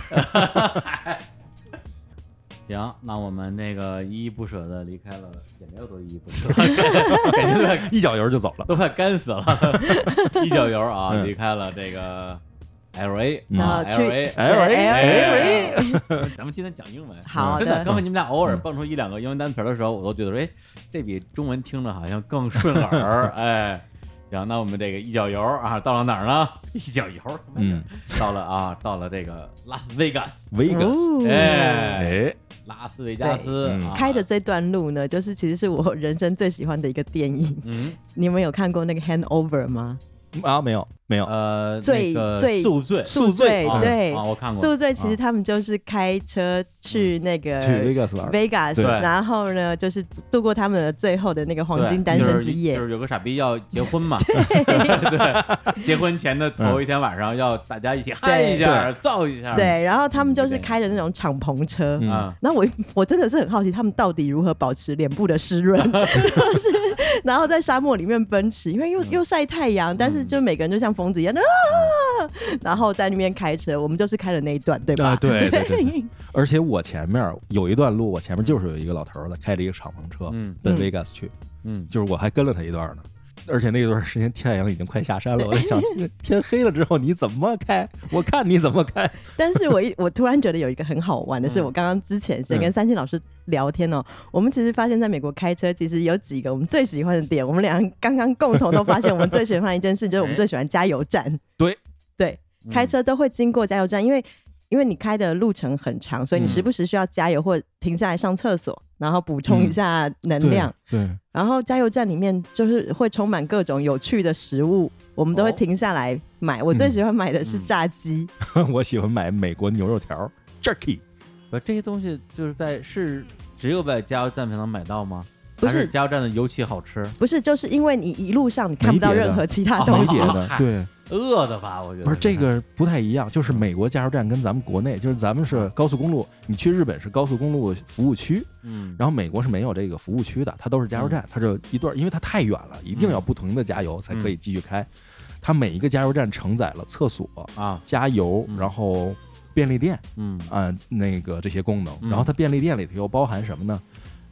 S1: 行，那我们那个依依不舍的离开了，也没有多依依不 舍，感觉在 哦
S3: 一脚油就走了。
S1: 都快干死了，一脚油啊，
S3: 嗯
S1: 离开了这个 L A，
S3: 嗯
S1: 啊
S2: 然后去
S1: L A，
S3: 哎喂哎喂，
S1: 咱们今天讲英文。
S2: 好
S1: 真的，
S2: 的
S1: 刚才你们俩偶尔蹦出一两个英文单词儿的时候，我都觉得说，哎，这比中文听着好像更顺耳。哎，行，那我们这个一脚油啊，到了哪儿呢？一脚油，
S3: 嗯，
S1: 到了啊，到了这个拉斯维加斯，
S3: ，Vegas，
S2: 哦
S1: 哎，
S3: 哎，
S1: 拉斯维加斯
S3: 对嗯
S1: 啊
S2: 开的这段路呢，就是其实是我人生最喜欢的一个电影。
S1: 嗯
S2: 你们有看过那个《Handover》吗？
S3: 啊，没有没有，
S1: 呃
S2: 最
S1: 那个
S2: 最
S1: 宿醉
S2: 宿醉
S1: 啊
S2: 对
S1: 啊，我看过
S2: 宿醉其实他们就是开车去那个
S3: 去 Vegas 玩儿，
S2: Vegas，
S1: 对
S2: 然后呢，就是度过他们的最后的那个黄
S1: 对
S2: 金单身之夜
S1: 就是，就是有个傻逼要结婚嘛， 对，结婚前的头一天晚上要大家一起嗨一下，造一下，
S2: 对，然后他们就是开的那种敞篷车。
S3: 嗯
S1: 啊，
S2: 那我我真的是很好奇，他们到底如何保持脸部的湿 润，就是然后在沙漠里面奔驰，因
S1: 嗯
S2: 为又又晒太阳，但是就每个人就像疯子一样啊，
S1: 嗯
S2: 然后在那边开车，我们就是开了那一段，对吧？
S3: 啊对对对对 而且我前面有一段路，我前面就是有一个老头儿的开着一个敞篷车
S1: 嗯
S3: 奔
S2: 嗯
S3: Vegas 去，
S1: 嗯，
S3: 就是我还跟了他一段呢。而且那段时间太阳已经快下山了，我在想，这个天黑了之后你怎么开？我看你怎么开。
S2: 但是我一 我突然觉得有一个很好
S3: 嗯
S2: 玩的是，我刚刚之前先跟三千老师聊天哦，我们其实发现在美国开车，其实有几个我们最喜欢的点，我们俩刚刚共同都发现，我们最喜欢的一件 事就是我们最喜欢加油站。
S3: 对嗯
S2: 对，开车都会经过加油站，因为因为你开的路程很长，
S3: 嗯
S2: 所以你时不时需要加油或停下来上厕所，然后补充一下能量。
S3: 嗯 对，
S2: 然后加油站里面就是会充满各种有趣的食物，我们都
S3: 哦
S2: 会停下来买。
S3: 嗯
S2: 我最喜欢买的是炸鸡，
S3: 我喜欢买美国牛肉条儿 （jerky）。
S1: 不，这些东西就是在是只有在加油站才能买到吗？
S2: 不
S1: 还
S2: 是
S1: 是加油站的尤其好吃，
S2: 不是，就是因为你一路上你看不到任何其他东
S3: 没
S2: 西
S3: 别，的
S1: 嗨，
S3: 对，
S1: 饿的吧？我觉得
S3: 不是这个不太一样，就是美国加油站跟咱们国内，就是咱们是高速公路，你去日本是高速公路服务区，
S1: 嗯，
S3: 然后美国是没有这个服务区的，它都是加油站，它就一段，因为它太远了，一定要
S1: 嗯
S3: 不同的加油才可以继续开。它每一个加油站承载了厕所、
S1: 啊，
S3: 加油，
S1: 嗯
S3: 然后便利店
S1: 嗯
S3: 啊、那个这些功能。
S1: 嗯
S3: 然后它便利店里头又包含什么呢？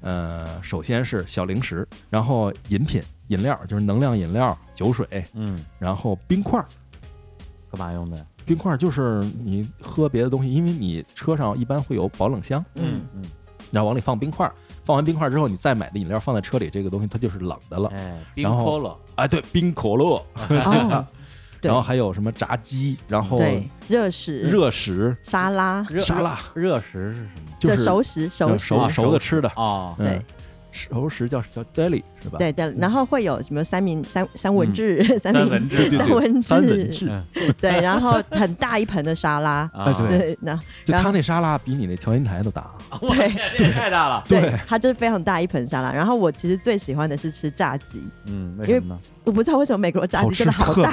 S3: 呃，首先是小零食，然后饮品、饮料，就是能量饮料、酒水，
S1: 嗯，
S3: 然后冰块儿。
S1: 干嘛用的呀？
S3: 冰块儿就是你喝别的东西，因为你车上一般会有保冷箱，
S2: 嗯，
S1: 嗯，
S3: 然后往里放冰块儿，放完冰块儿之后，你再买的饮料放在车里，这个东西它就是冷的了。
S1: 哎，冰
S3: 然后
S1: cola，
S3: 哎，对，冰可乐，
S2: 哦，对
S3: 然后还有什么炸鸡，然后
S2: 对，热食、
S3: 哦热食、
S2: 沙拉，
S1: 热
S3: 沙拉，
S1: 热食是什么？
S3: 就
S2: 这
S3: 是嗯
S2: 熟食熟食，啊
S3: 熟熟的吃的，
S1: 哦，
S2: 对
S3: 嗯，熟食叫叫 deli 是吧？
S2: 对对，然后会有什么三明三三文治、
S3: 嗯
S2: 三
S1: 三
S2: 明
S1: 文治
S3: 对
S2: 三文
S3: 对，
S2: 治
S3: 三文治，
S1: 嗯
S2: 对，然后很大一盆的沙拉，
S1: 啊，
S3: 对
S2: 对，那
S3: 就
S2: 然
S3: 他
S2: 后啊
S3: 那沙拉比你那调音台都大，啊
S2: 对
S1: 这也太大了，
S2: 对
S3: 对，
S2: 它就是非常大一盆沙拉。然后我其实最喜欢的是吃炸鸡，
S1: 嗯，为
S2: 因
S1: 什
S2: 为
S1: 么呢？
S2: 我不知道为什么美国的炸鸡真的好
S3: 好吃
S2: 大，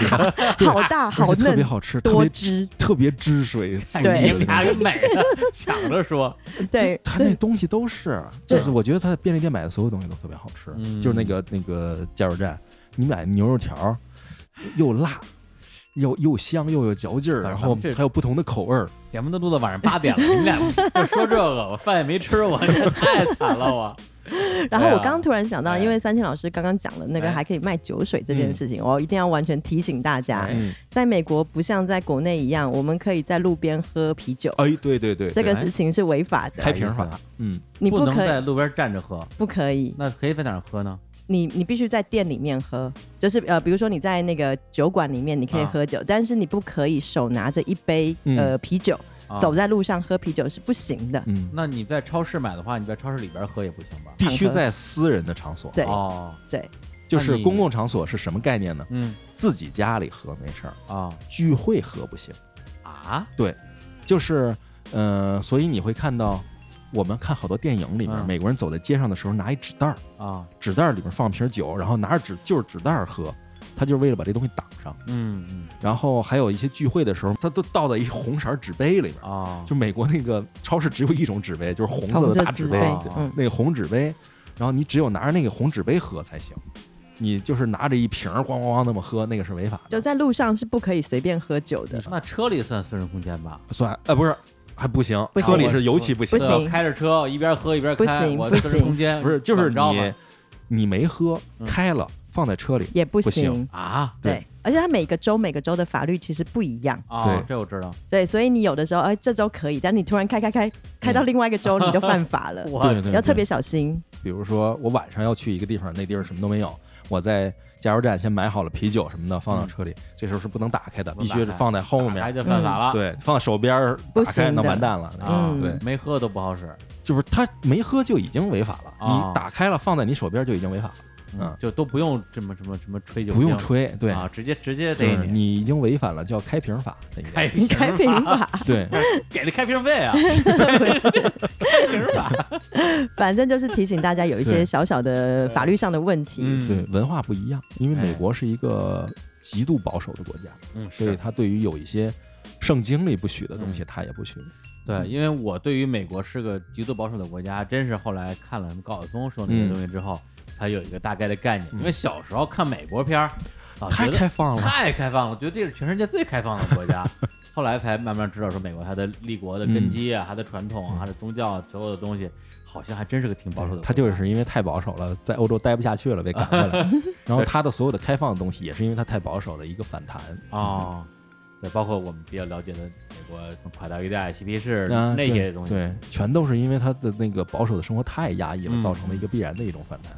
S2: 好大好
S3: 而且特别
S2: 嫩，
S3: 好吃，特
S2: 多
S3: 别
S2: 汁，
S3: 特别汁水，刺
S2: 对
S1: 你们
S3: 鼻子
S1: 俩 给美的，抢着说，
S2: 对
S3: 他那
S2: 对
S3: 东西都是，
S2: 对
S3: 就是我觉得他在便利店买的所有东西都特别好吃，
S1: 嗯
S3: 就是那个那个加油站，你买牛肉条儿，又辣，又又香又有嚼劲儿，
S1: 反
S3: 然
S1: 正
S3: 后
S1: 咱们这
S3: 还有不同的口味儿。
S1: 节目都录到晚上八点了，你们俩就说这个，我饭也没吃，我这太惨了， 我。
S2: 然后我
S1: 对啊嗯
S2: 刚刚突然想到，
S1: 哎
S2: 因为三千老师刚刚讲的那个
S1: 哎
S2: 还可以卖酒水这件事情，我一定要完全提醒大家，
S1: 哎
S3: 嗯，
S2: 在美国不像在国内一样，我们可以在路边喝啤酒，
S1: 哦
S3: 哎，对对对，
S2: 这个
S3: 对
S2: 事情是违法的
S3: 开，瓶法，嗯，
S2: 你
S1: 不能
S2: 可
S1: 在
S2: 以，
S1: 路边站着喝，
S2: 不可以，
S1: 那可以在哪儿喝呢？
S2: 你你必须在店里面喝，就是呃，比如说你在那个酒馆里面你可以
S1: 啊
S2: 喝酒，但是你不可以手拿着一杯、
S3: 嗯
S2: 呃啤酒
S1: 啊
S2: 走在路上喝啤酒是不行的，
S3: 嗯，
S1: 那你在超市买的话，你在超市里边喝也不行吧？
S3: 必须
S2: 敞开
S3: 在私人的场所，
S2: 对
S1: 哦，
S2: 对，
S3: 就是
S1: 那你
S3: 公共场所是什么概念呢？
S1: 嗯，
S3: 自己家里喝没事儿，
S1: 啊
S3: 聚会喝不行。
S1: 啊，
S3: 就是，呃，所以你会看到，我们看好多电影里面，
S1: 嗯
S3: 美国人走在街上的时候拿一纸袋儿。
S1: 啊，
S3: 纸袋儿里面放瓶酒，然后拿着纸就是纸袋儿喝，他就是为了把这东西挡上。
S1: 嗯嗯
S3: 然后还有一些聚会的时候，他都倒在一红色儿纸杯里边。
S1: 啊，
S3: 就美国那个超市只有一种纸杯，就是红色
S2: 红
S3: 的
S2: 色
S3: 大纸
S2: 纸
S3: 杯
S2: 杯，
S1: 啊
S3: 对
S2: 嗯，
S3: 那个红纸杯，然后你只有拿着那个红纸杯喝才行。你就是拿着一瓶儿咣咣咣那么喝，那个是违法
S2: 就
S3: 的，
S2: 在路上是不可以随便喝酒的，
S1: 那车里算私人空间吧？
S3: 算呃不是还不行，
S2: 不
S3: 车
S2: 行
S3: 里是尤其不行
S2: 不，
S1: 对啊
S2: 行
S1: 开着车一边喝一边
S2: 不
S1: 开，
S2: 行
S1: 我
S2: 不
S1: 私人
S2: 行
S1: 空间
S3: 不是就是
S1: 怎么着吧
S3: 你你没喝
S1: 嗯
S3: 开了放在车里，
S2: 也不
S3: 不行
S2: 行。
S1: 啊，
S2: 对，而且它每个州每个州的法律其实不一样，
S1: 啊
S3: 对，
S1: 这我知道。
S2: 对，所以你有的时候，哎，这周可以，但你突然开开开开到另外一个州，你就犯法了，
S1: 我
S3: 对对，
S2: 要特
S3: 对
S2: 别小心。
S3: 比如说我晚上要去一个地方，那地儿什么都没有，我在加油站先买好了啤酒什么的，放到车里，这时候是不能打开的，
S1: 嗯不
S3: 必
S1: 能
S3: 须是放在后
S1: 打开啊
S3: 面。嗯
S1: 就犯法了，
S3: 对，放在手边儿
S2: 不
S3: 打开
S2: 行
S3: 那
S2: 的
S3: 完蛋了。那
S1: 啊
S2: 嗯，
S3: 对，
S1: 没喝都不好使，
S3: 就是他没喝就已经违法
S1: 啊
S3: 了，你打开了放在你手边就已经违法了，嗯
S1: 就都不用这么什么什么吹酒精，
S3: 不用吹。对，
S1: 啊，直接直接
S3: 就
S1: 逮
S3: 是你已经违反了叫开瓶法那一
S1: 开
S3: 点。
S1: 瓶
S2: 开瓶法，
S3: 对，
S1: 给了开瓶费 啊，
S2: 反正就是提醒大家有一些
S3: 对
S2: 小小的法律上的问题。
S3: 对，文化不一样，因为
S1: 嗯哎
S3: 美国是一个极度保守的国家，
S1: 嗯，
S3: 所以
S1: 是
S3: 他对于有一些圣经里不许的东西，
S1: 嗯
S3: 他也不许。
S1: 对，
S3: 嗯
S1: 因为我对于美国是个极度保守的国家，真是后来看了什么高晓松说那些
S3: 嗯
S1: 东西之后，才有一个大概的概念。
S3: 嗯
S1: 因为小时候看美国片儿，啊，
S3: 太
S1: 觉得
S3: 开放了
S1: 太开放了，觉得这是全世界最开放的国 家。后来才慢慢知道，说美国它的立国的
S3: 嗯
S1: 根基啊，它的传统啊，它的宗教啊所有的东西，好像还真是个挺保守的国家。
S3: 他就是因为太保守了，在欧洲待不下去了，被赶回来。 然后他的所有的开放的东西，也是因为他太保守的一个反弹。 啊
S1: 哦，对，包括我们比较了解的美国什么垮掉一代、嬉皮士
S3: 啊，
S1: 那
S3: 对
S1: 些东西，
S3: 对，全都是因为他的那个保守的生活太压抑
S1: 嗯
S3: 了，造成了一个必然的一种反弹。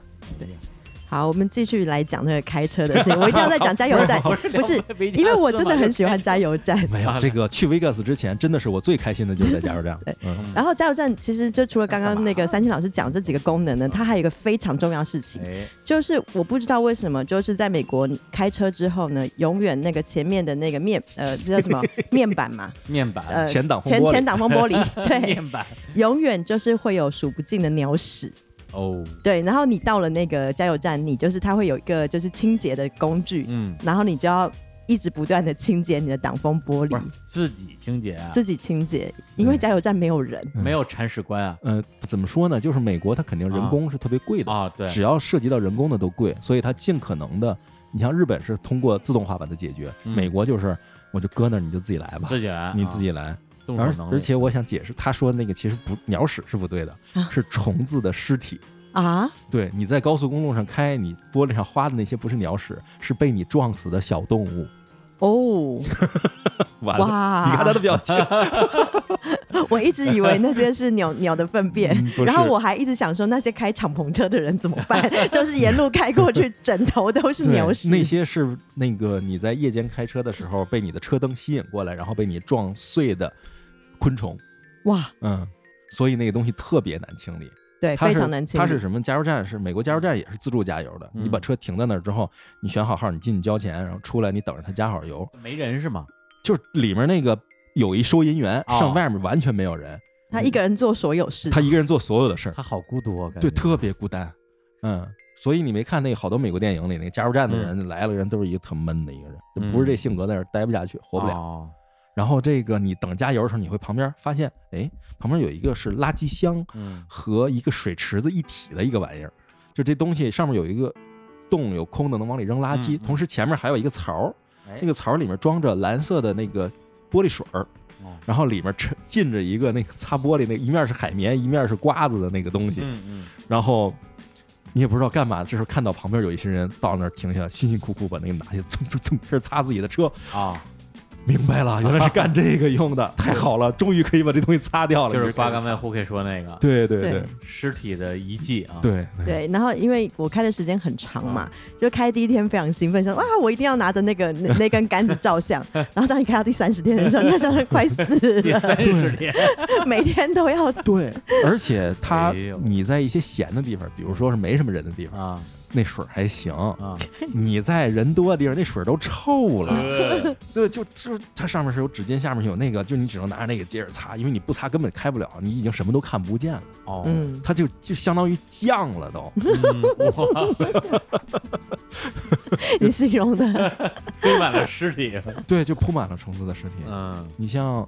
S2: 好，我们继续来讲那个开车的事情。我一定要再哎
S1: 哦
S2: 讲加油 站，不是，因为我真的很喜欢加油
S1: 嗯
S2: 站。
S3: 没有这个去 Vegas 之前，真的是我最开心的就是在加油站。嗯，
S2: 然后加油站其实就除了刚刚那个三清老师讲这几个功能呢，它还有一个非常重要的事情，
S1: 哎，
S2: 就是我不知道为什么，就是在美国开车之后呢，永远那个前面的那个面呃这叫什 么面板嘛，
S1: 面板、
S2: 呃
S3: 前挡风
S2: 前
S3: 玻璃
S2: 前挡风玻璃， 对，
S1: 面板
S2: 永远就是会有数不尽的鸟屎。
S1: 哦，
S2: 对，然后你到了那个加油站，你就是它会有一个就是清洁的工具，
S1: 嗯，
S2: 然后你就要一直不断的清洁你的挡风
S1: 不
S2: 玻璃
S1: 是，自己清洁啊，
S2: 自己清洁，因为加油站没有人。
S3: 嗯
S1: 没有铲屎官啊，
S3: 呃，怎么说呢？就是美国它肯定人工是特别贵的，
S1: 啊，对，
S3: 只要涉及到人工的都贵，所以它尽可能的，你像日本是通过自动化把它解决，
S1: 嗯
S3: 美国就是我就搁那儿你就自己来吧，
S1: 自己来，
S3: 你
S1: 啊
S3: 自己来。
S1: 动
S3: 而
S1: 手能力，
S3: 而且我想解释，他说那个其实不鸟屎是不对的，
S2: 啊
S3: 是虫子的尸体。
S2: 啊，
S3: 对，你在高速公路上开，你玻璃上花的那些不是鸟屎，是被你撞死的小动物。
S2: 哦，
S3: 完了，
S2: 哇！
S3: 你看他的 表情，
S2: 我一直以为那些是鸟 鸟的粪便
S3: 嗯，不是
S2: 然后我还一直想说那些开敞篷车的人怎么办？ 就是沿路开过去，枕头都是
S3: 对
S2: 鸟屎。
S3: 那些是那个你在夜间开车的时候被你的车灯吸引过来，然后被你撞碎的昆虫。
S2: 哇，
S3: 嗯，所以那个东西特别难清理。
S2: 对，
S3: 它
S2: 非
S3: 是
S2: 常难清理。
S3: 它是什么？加油站是美国加油站也是自助加油的，
S1: 嗯
S3: 你把车停在那儿之后，你选好号，你进去交钱，然后出来你等着他加好油。
S1: 没人是吗？
S3: 就是里面那个有一收银员，
S1: 哦
S3: 上外面完全没有人，
S2: 他一个人做所有事。
S3: 他一个人做所有的事儿，
S1: 他好孤独啊，感觉
S3: 对，特别孤单。嗯，所以你没看那个好多美国电影里那个加油站的人、来了人都是一个特闷的一个人，就不是这性格在那儿待不下去，活不了。
S1: 哦
S3: 然后这个你等加油的时候，你会旁边发现，哎，旁边有一个是垃圾箱
S1: 嗯，
S3: 和一个水池子一体的一个玩意儿，就这东西上面有一个洞，有空的能往里扔垃
S1: 嗯
S3: 圾，
S1: 嗯
S3: 同时前面还有一个槽儿，
S1: 哎
S3: 那个槽儿里面装着蓝色的那个玻璃水儿
S1: 哦，
S3: 然后里面沉浸着一个那个擦玻璃那一面是海绵，一面是瓜子的那个东西，
S1: 嗯嗯，
S3: 然后。你也不知道干嘛，这时候看到旁边有一些人到那儿停下，辛辛苦苦把那个拿下，蹭蹭蹭开始擦自己的车。
S1: 啊，
S3: 明白 了，原来是干这个用的，太好了，终于可以把这东西擦掉了。
S1: 就是
S3: 刮
S1: 瓜刚才胡 K 说那个
S3: 对对
S2: 对
S3: 对
S1: 尸体的遗迹啊，，
S3: 对，
S2: 对，然后因为我开的时间很长嘛，
S3: 啊
S2: 就开第一天非常兴奋，想哇，啊我一定要拿着那个那那根杆子照 相。然后当你开到第三十天的时候，那时候快死
S1: 第三
S2: 了，
S1: 十天，
S2: 每天都要
S3: 对，而且它
S1: 哎呦
S3: 你在一些闲的地方，比如说是没什么人的地方，
S1: 啊
S3: 那水儿还行；
S1: 啊，
S3: 你在人多的地方，那水儿都臭了。对，就就是它上面是有纸巾，下面是有那个，就你只能拿着那个接着擦，因为你不擦根本开不了，你已经什么都看不见了。
S1: 哦，
S2: 嗯。
S3: 它就就相当于降了 都，
S1: 嗯哇
S2: 你形容的
S1: 堆满了尸体，
S3: 对，就铺满了虫子的尸体。
S1: 嗯，
S3: 你像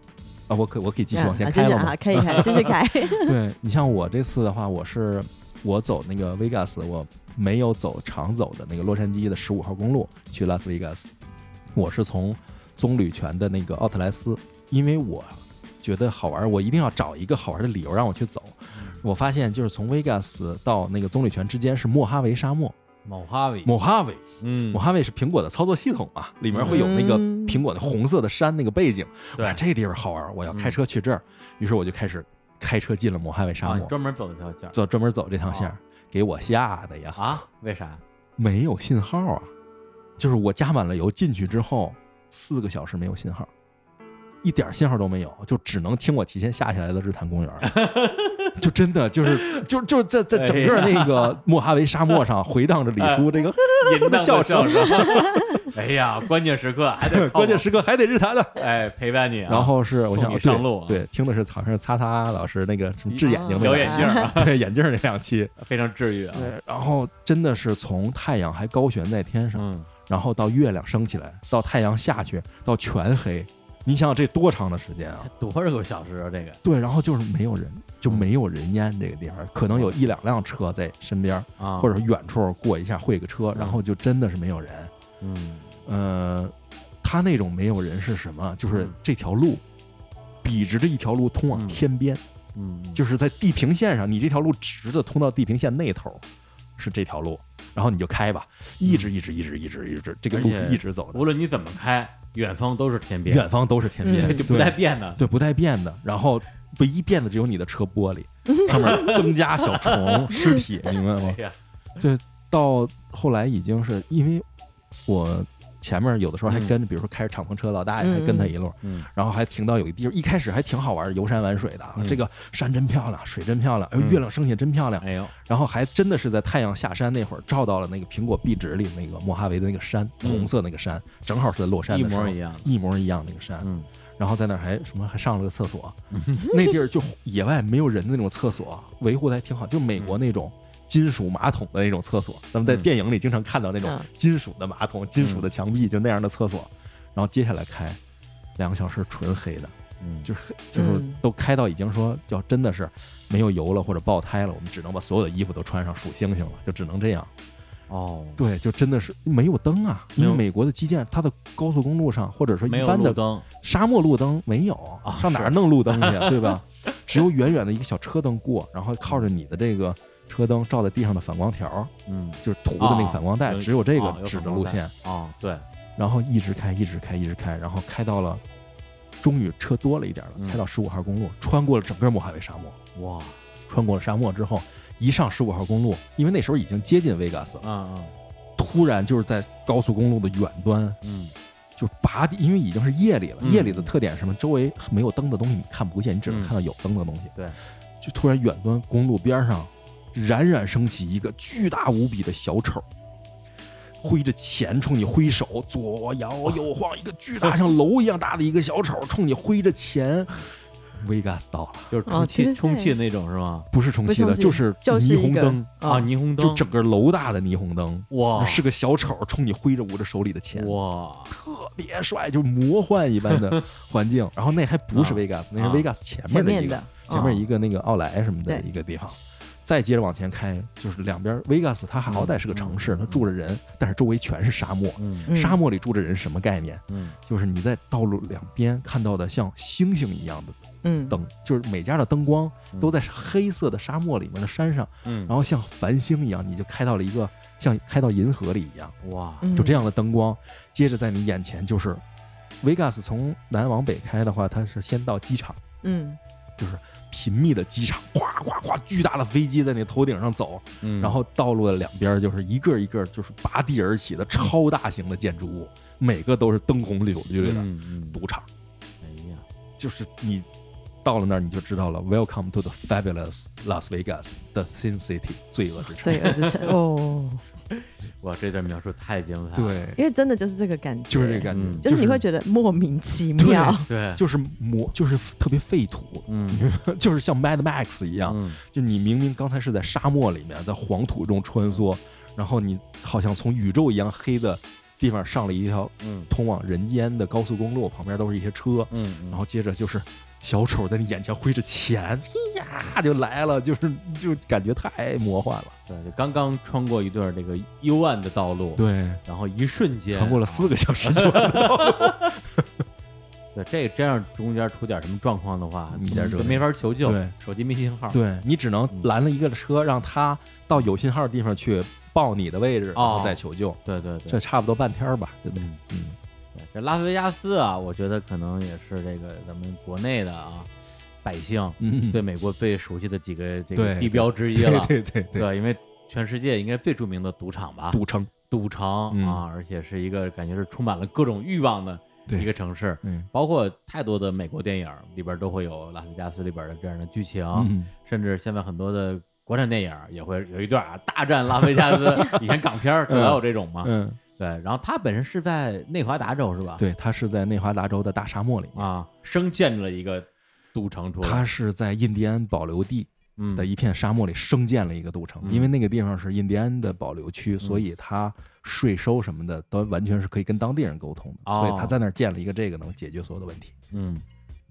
S3: 啊，我可我可以继续往
S2: 啊
S3: 下
S2: 就
S3: 开
S2: 是
S3: 了吗
S2: 啊，？可以开，继续开。
S3: 对你像我这次的话，我是我走那个 Vegas，我没有走常走的那个洛杉矶的十五号公路去拉斯维加斯，我是从棕榈泉的那个奥特莱斯，因为我觉得好玩，我一定要找一个好玩的理
S1: 嗯
S3: 由让我去走。我发现就是从 Vegas 到那个棕榈泉之间是莫哈维沙漠，
S1: 某哈维，
S3: 莫哈维，
S1: 嗯
S3: 莫，哈维是苹果的操作系统嘛，里面会有那个
S2: 嗯
S3: 苹果的红色的山那个背景，
S1: 对嗯
S3: 哇，这个地方好玩，我要开车去这儿，于是我就开始开车进了莫哈维沙
S1: 啊，你
S3: 漠，
S1: 专门走这条线儿
S3: 走专门走这趟
S5: 哦
S3: 线儿，给我吓的呀，
S1: 啊？为啥？
S3: 没有信号啊，就是我加满了油进去之后，四个小时没有信号，一点信号都没有，就只能听我提前下下来的日坛公园儿， 就真的就是就就在在整
S5: 哎
S3: 个那个莫哈维沙漠上 回荡着李叔这个
S5: 淫荡
S3: 的笑声，
S5: 哎呀，关键时刻还得靠
S3: 关键
S5: 我
S3: 时刻还得日坛的。
S5: 哎陪伴你啊，
S3: 然后是我
S5: 送
S3: 想
S5: 你
S3: 对
S5: 上路啊啊
S3: 对，听的是好像是擦擦老师那个什么治眼睛那
S5: 聊
S3: 个
S5: 眼镜儿啊，
S3: 对眼镜儿那两期，
S5: 非常治愈啊。
S3: 对，然后真的是从太阳还高悬在天上，
S1: 嗯，
S3: 然后到月亮升起来，到太阳下去，到全黑，你想想这多长的时间啊？
S1: 多少个小时啊？这个
S3: 对，然后就是没有人，就
S1: 嗯
S3: 没有人烟这个地方，可能有一两辆车在身边儿，
S1: 啊，
S3: 或者远处过一下会个车，然后就真的是没有人。
S1: 嗯，
S3: 呃，他那种没有人是什么？就是
S1: 嗯
S3: 这条路，笔直的一条路通往
S1: 嗯
S3: 天边，
S1: 嗯，嗯
S3: 就是在地平线上，你这条路直的通到地平线那头，是这条路，然后你就开吧，一直一直一直一直一直，这个路
S1: 嗯而
S3: 是
S1: 且
S3: 一直走的
S1: 无，论你怎么开，远方都是天边，
S3: 远方都是天边，
S2: 嗯
S1: 就不带
S3: 对
S1: 变的。
S3: 对不带变的，然后唯一变的只有你的车玻璃
S1: 嗯
S3: 上面增加小虫、尸体，你明白吗
S1: 哎呀？
S3: 对，到后来已经是因为我。前面有的时候还
S1: 嗯
S3: 跟着，比如说开着敞篷车，老大爷还跟他一路，
S1: 嗯，
S3: 然后还停到有一地方，一开始还挺好玩，游山玩水的啊
S1: 嗯。
S3: 这个山真漂亮，水真漂亮，哎呦
S1: 嗯
S3: 月亮升起来真漂亮。
S1: 哎呦，
S3: 然后还真的是在太阳下山那会儿，照到了那个苹果壁纸里那个莫哈维的那个山，
S1: 嗯
S3: 红色那个山，正好是在落山
S1: 一
S3: 的时候
S1: 模一样的
S3: 一模一样那个山。
S1: 嗯
S3: 然后在那儿还什么还上了个厕所， 那地儿就野外没有人的那种厕所，维护的还挺好，就美国那种。嗯金属马桶的那种厕所，咱们在
S1: 嗯
S3: 电影里经常看到那种
S2: 嗯
S3: 金属的马桶、金属的墙壁，就那样的厕所。然后接下来开两个小时，纯黑的，
S1: 嗯，
S3: 就是黑就是
S2: 嗯
S3: 都开到已经说要真的是没有油了或者爆胎了，我们只能把所有的衣服都穿上数星星了，就只能这样。
S1: 哦，
S3: 对，就真的是没有灯啊，
S1: 没
S3: 因
S1: 有
S3: 为美国的基建，它的高速公路上或者说
S1: 没
S3: 一
S1: 有
S3: 般
S1: 路
S3: 的
S1: 灯，
S3: 沙漠路灯没有，
S1: 啊
S3: 上哪儿弄路灯去，对吧？ 只有远远的一个小车灯过，然后靠着你的这个车灯照在地上的反光条，
S1: 嗯，
S3: 就是涂的那个
S1: 啊
S3: 反光带，
S1: 有
S3: 只有这个
S1: 啊有
S3: 指
S1: 反
S3: 的
S1: 光
S3: 路
S1: 带
S3: 线，
S1: 哦，对，
S3: 然后一直开，一直开，一直开，然后开到了，终于车多了一点
S1: 嗯
S3: 了，开到十五号公路，穿过了整个莫哈维沙漠，
S1: 哇，
S3: 穿过了沙漠之后，一上十五号公路，因为那时候已经接近维加斯了，
S1: 嗯嗯
S3: 突然就是在高速公路的远端，
S1: 嗯，
S3: 就拔地，因为已经是夜里了，
S1: 嗯
S3: 夜里的特点是什么？周围没有灯的东西你看不见，你只能
S1: 嗯
S3: 看到有灯的东西。
S1: 对，
S3: 就突然远端公路边上冉冉升起一个巨大无比的小丑，挥着钱冲你挥手，左摇右晃，一个巨大像楼一样大的一个小丑冲你挥着钱。维加斯到了，
S1: 就是
S2: 哦
S1: 充气
S2: 对
S1: 充气那种是吗？
S3: 不是充气的，
S2: 不是充气
S3: 是
S2: 就是
S3: 霓
S2: 一
S3: 虹
S2: 个
S3: 灯，
S1: 啊，霓虹灯
S3: 就整个楼大的霓虹灯。
S1: 哇
S3: 是个小丑冲你挥着捂着手里的钱，
S1: 哦哇，
S3: 特别帅，就是魔幻一般 的环境。然后那还不是
S1: 啊
S3: Vegas，、那
S1: 啊
S3: 是 Vegas 前
S2: 前
S3: 面的
S2: 面
S3: 一个
S2: 的啊
S3: 前面一个那个奥莱什么的
S2: 对
S3: 一个地方。再接着往前开，就是两边 Vegas，它好歹是个城市，它住着人，但是周围全是沙漠。
S1: 嗯
S2: 嗯
S3: 沙漠里住着人什么概念？
S1: 嗯
S3: 就是你在道路两边看到的像星星一样的
S2: 嗯，
S3: 灯，就是每家的灯光都在黑色的沙漠里面的山上，
S1: 嗯，
S3: 然后像繁星一样，你就开到了一个像开到银河里一样。
S1: 哇，
S2: 嗯
S3: 就这样的灯光，接着在你眼前就是维加斯从南往北开的话，它是先到机场，
S2: 嗯，
S3: 就是频密的机场，哗哗哗，巨大的飞机在你头顶上走，
S1: 嗯
S3: 然后道路的两边就是一个一个就是拔地而起的超大型的建筑物，每个都是灯红柳绿的
S1: 嗯嗯，
S3: 赌场，
S1: 哎呀，
S3: 就是你。到了那儿你就知道了，Welcome to the fabulous Las Vegas，the Sin City，罪恶之城。
S2: 罪恶之城哦，
S1: 哇，这段描述太精彩了，
S3: 对，
S2: 因为真的就是这个感觉，
S3: 就是这个感
S1: 嗯
S3: 觉，
S2: 就是你会觉得莫名其妙，
S1: 对，
S3: 就是魔，就是特别废土，
S1: 嗯
S3: 就是像 Mad Max 一样，
S1: 嗯
S3: 就你明明刚才是在沙漠里面，在黄土中穿梭，然后你好像从宇宙一样黑的地方上了一条
S1: 嗯
S3: 通往人间的高速公路，旁边都是一些车，
S1: 嗯，嗯
S3: 然后接着就是小丑在你眼前挥着钱，嘿呀就来了，就是就感觉太魔幻了。
S1: 对，就刚刚穿过一段这个幽暗的道路，，
S3: 对，
S1: 然后一瞬间
S3: 穿过了四个小时就完了。
S1: 对，这真要是中间出点什么状况的话，
S3: 嗯
S1: 嗯
S3: 一点辙
S1: 都没法求救，
S3: 对，
S1: 手机没信号，，
S3: 对你只能拦了一个车，让他到有信号的地方去报你的位置，然后再求救。
S1: 对对对
S3: 哦这，差不多半天儿吧，对不对？
S1: 对这拉斯维加斯啊，我觉得可能也是这个咱们国内的啊百姓
S3: 嗯
S1: 对美国最熟悉的几个这
S3: 对
S1: 个
S3: 对
S1: 地标之一
S3: 对
S1: 了，
S3: 对对对，
S1: 对因啊为全世界应该最著名的赌场吧，
S3: 赌城，
S1: 赌城、
S3: 嗯
S1: 啊，而且是一个感觉是充满了各种欲望的
S3: 对
S1: 一个城市，
S3: 嗯
S1: 包括太多的美国电影里边都会有拉斯维加斯里边的这样的剧情，
S3: 嗯
S1: 甚至现在很多的国产电影也会有一段啊大战拉斯维加 斯，以前港片儿都有这种嘛，
S3: 嗯，
S1: 对，然后它本身是在内华达州是吧？
S3: 对，它是在内华达州的大沙漠里面，
S1: 啊，生建了一个赌城出来，
S3: 它是在印第安保留地
S1: 嗯
S3: 的一片沙漠里生建了一个赌城，
S1: 嗯
S3: 因为那个地方是印第安的保留区，所以它税收什么的都完全是可以跟当地人沟通的，
S1: 哦
S3: 所以他在那儿建了一个这个能解决所有的问题。
S1: 嗯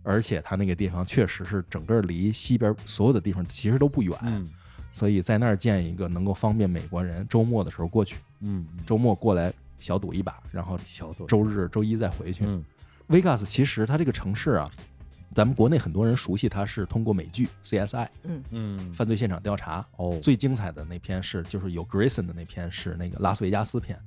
S3: 而且它那个地方确实是整个离西边所有的地方其实都不远，
S1: 嗯
S3: 所以在那儿建一个能够方便美国人周末的时候过去，
S1: 嗯，
S3: 周末过来小赌一把，然后
S1: 小赌
S3: 周日、周一再回去。
S1: 嗯
S3: Vegas 其实它这个城市啊，咱们国内很多人熟悉，它是通过美剧 CSI
S1: 嗯
S3: 犯罪现场调查
S1: 哦
S3: 最精彩的那篇是就是有 Grayson 的那篇是那个拉斯维加斯篇，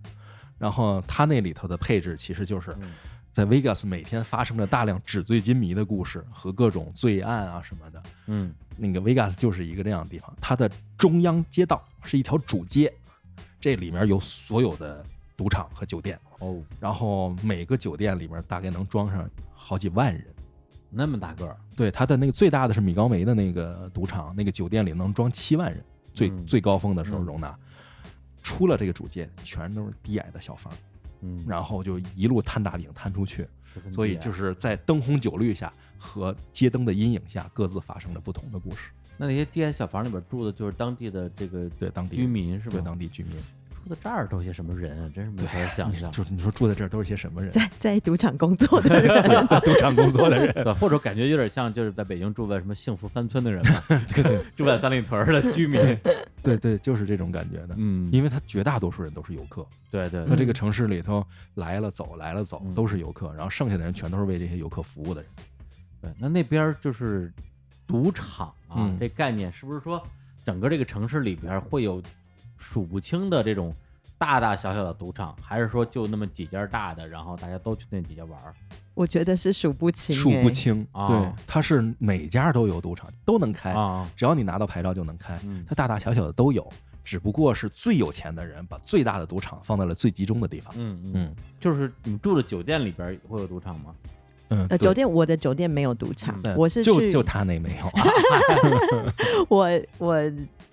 S3: 然后他那里头的配置其实就是
S1: 嗯
S3: 在 Vegas 每天发生着大量纸醉金迷的故事和各种罪案啊什么的。
S1: 嗯
S3: 那个 Vegas 就是一个这样的地方，它的中央街道是一条主街，这里面有所有的赌场和酒店，
S1: 哦，
S3: 然后每个酒店里面大概能装上好几万人。
S1: 那么大个儿，
S3: 对，它的那个最大的是米高梅的那个赌场，那个酒店里能装七万人，最、
S1: 嗯
S3: 最高峰的时候
S1: 嗯
S3: 容纳。出了这个主街，全都是低矮的小房，
S1: 嗯，
S3: 然后就一路摊大饼摊出去，
S1: 十分啊
S3: 所以
S1: 低
S3: 就
S1: 矮
S3: 是在灯红酒绿下和街灯的阴影下，各自发生着不同的故事。
S1: 那那些低矮小房里边住的就是当地的这个
S3: 对当地
S1: 居民是吧？
S3: 对当地居民，
S1: 住的这儿都些什么人啊？真是没法想
S3: 你
S1: 象。
S3: 就是你说住在这儿都是些什 么人？
S2: 在在赌场工作的人，
S3: 在赌场工作的人，
S1: 对，或者感觉有点像就是在北京住在什么幸福山村的人嘛， 住在三里屯儿的居民。
S3: 对对，就是这种感觉的。
S1: 嗯，
S3: 因为他绝大多数人都是游客，
S1: 对对，
S3: 那
S1: 对
S3: 这个城市里头来了走来了走
S1: 嗯
S3: 都是游客，然后剩下的人全都是为这些游客服务的人。
S1: 对，那那边儿就是赌场啊，
S3: 嗯
S1: 这概念是不是说整个这个城市里边儿会有数不清的这种大大小小的赌场，还是说就那么几家大的，然后大家都去那几家玩儿？
S2: 我觉得是数不清、欸，
S3: 数不清，
S1: 啊
S3: 对，它是每家都有赌场，都能开，
S1: 啊？
S3: 只要你拿到牌照就能开，
S1: 嗯
S3: 它大大小小的都有，只不过是最有钱的人把最大的赌场放在了最集中的地方。
S1: 嗯嗯，
S3: 嗯
S1: 就是你们住的酒店里边儿会有赌场吗？
S3: 嗯，
S2: 呃，
S3: 对
S2: 酒店我的酒店没有赌场，
S3: 嗯
S2: 我是
S3: 就
S2: 去
S3: 就他那没有，啊
S2: 我我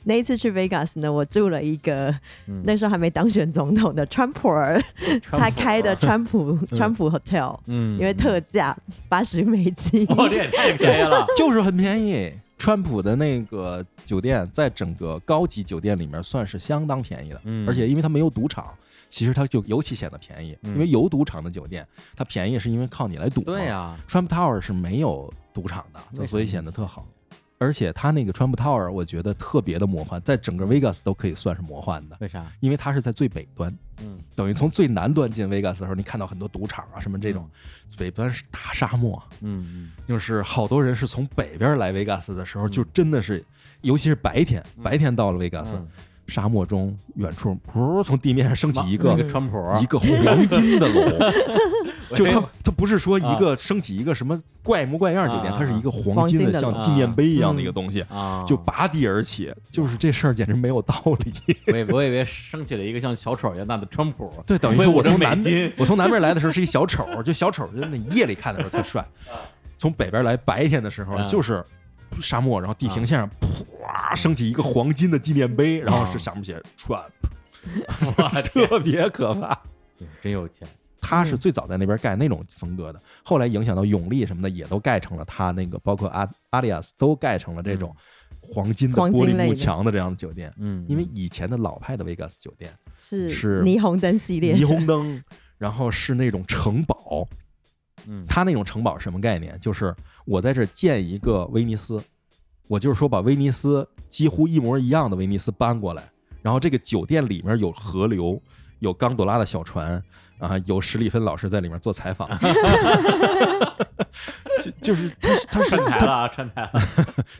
S2: 那一次去 Vegas 呢，我住了一个、
S1: 嗯
S2: 那时候还没当选总统的川普
S3: 哦
S2: 儿
S1: 川
S2: 他
S1: 普
S2: 开
S3: 啊
S2: 的川普川普 Hotel，、
S1: 嗯，
S2: 因为特价八十美金，
S1: 哦，这也太便宜 了。
S3: 就是很便宜。川普的那个酒店在整个高级酒店里面算是相当便宜的，
S1: 嗯
S3: 而且因为它没有赌场，其实它就尤其显得便宜。
S1: 嗯
S3: 因为有赌场的酒店，它便宜是因为靠你来赌嘛。
S1: 对呀、
S3: Trump Tower 是没有赌场
S1: 为
S3: 的，
S1: 啥
S3: 所以显得特好。而且它那个 Trump Tower 我觉得特别的魔幻，在整个 Vegas 都可以算是魔幻的，
S1: 为啥？
S3: 因为它是在最北端，
S1: 嗯，
S3: 等于从最南端进 Vegas 的时候，你看到很多赌场啊什么这种，北端是大沙漠，
S1: 嗯
S3: 就是好多人是从北边来 Vegas 的时候，
S1: 嗯
S3: 就真的是，尤其是白天，白天到了 Vegas，、
S1: 嗯，
S3: 沙漠中远处噗从地面上升起一
S1: 那
S2: 嗯
S3: 个啊
S1: 个川普，
S3: 一个黄金的 楼，就它它不是说一
S1: 哎啊
S3: 个升起一个什么怪模怪样酒店，
S1: 啊
S3: 它是一个黄
S2: 黄
S3: 金
S2: 金
S3: 的
S2: 的
S3: 像
S1: 楼
S3: 纪念碑一样
S2: 嗯
S3: 的一个东西，
S1: 啊，
S3: 就拔地而起，就是这事儿简直没有道理。
S1: 我以我以为升起了一个像小丑一样大的川普，
S3: 对，等于
S1: 为
S3: 说我
S1: 我的
S3: 从
S1: 美
S3: 南
S1: 金
S3: 边，我从南边来的时候是一小丑，就小丑就那夜里看的时候特帅，
S1: 啊
S3: 从北边来白天的时候
S1: 嗯
S3: 就是沙漠，然后地平线
S1: 啊
S3: 上啪升起一个黄金的纪念碑，然后是上面写 Trump，特别可怕。
S1: 嗯真有钱。
S3: 他
S1: 嗯
S3: 是最早在那边盖那种风格的，后来影响到永利什么的，也都盖成了他那个，包括阿阿里亚斯都盖成了这种黄金的
S2: 黄金
S3: 玻
S2: 类的
S3: 璃幕墙的这样的酒店。
S1: 嗯，
S3: 因为以前的老派的维加斯酒店，
S2: 是
S3: 是
S2: 霓虹灯系列，
S3: 霓虹灯，然后是那种城堡。
S1: 嗯
S3: 他那种城堡是什么概念？就是我在这建一个威尼斯，我就是说把威尼斯几乎一模一样的威尼斯搬过来，然后这个酒店里面有河流， 有刚朵拉的小船啊，有史蒂芬老师在里面做采访， 就就是他是他是
S5: 串台了啊，串台了。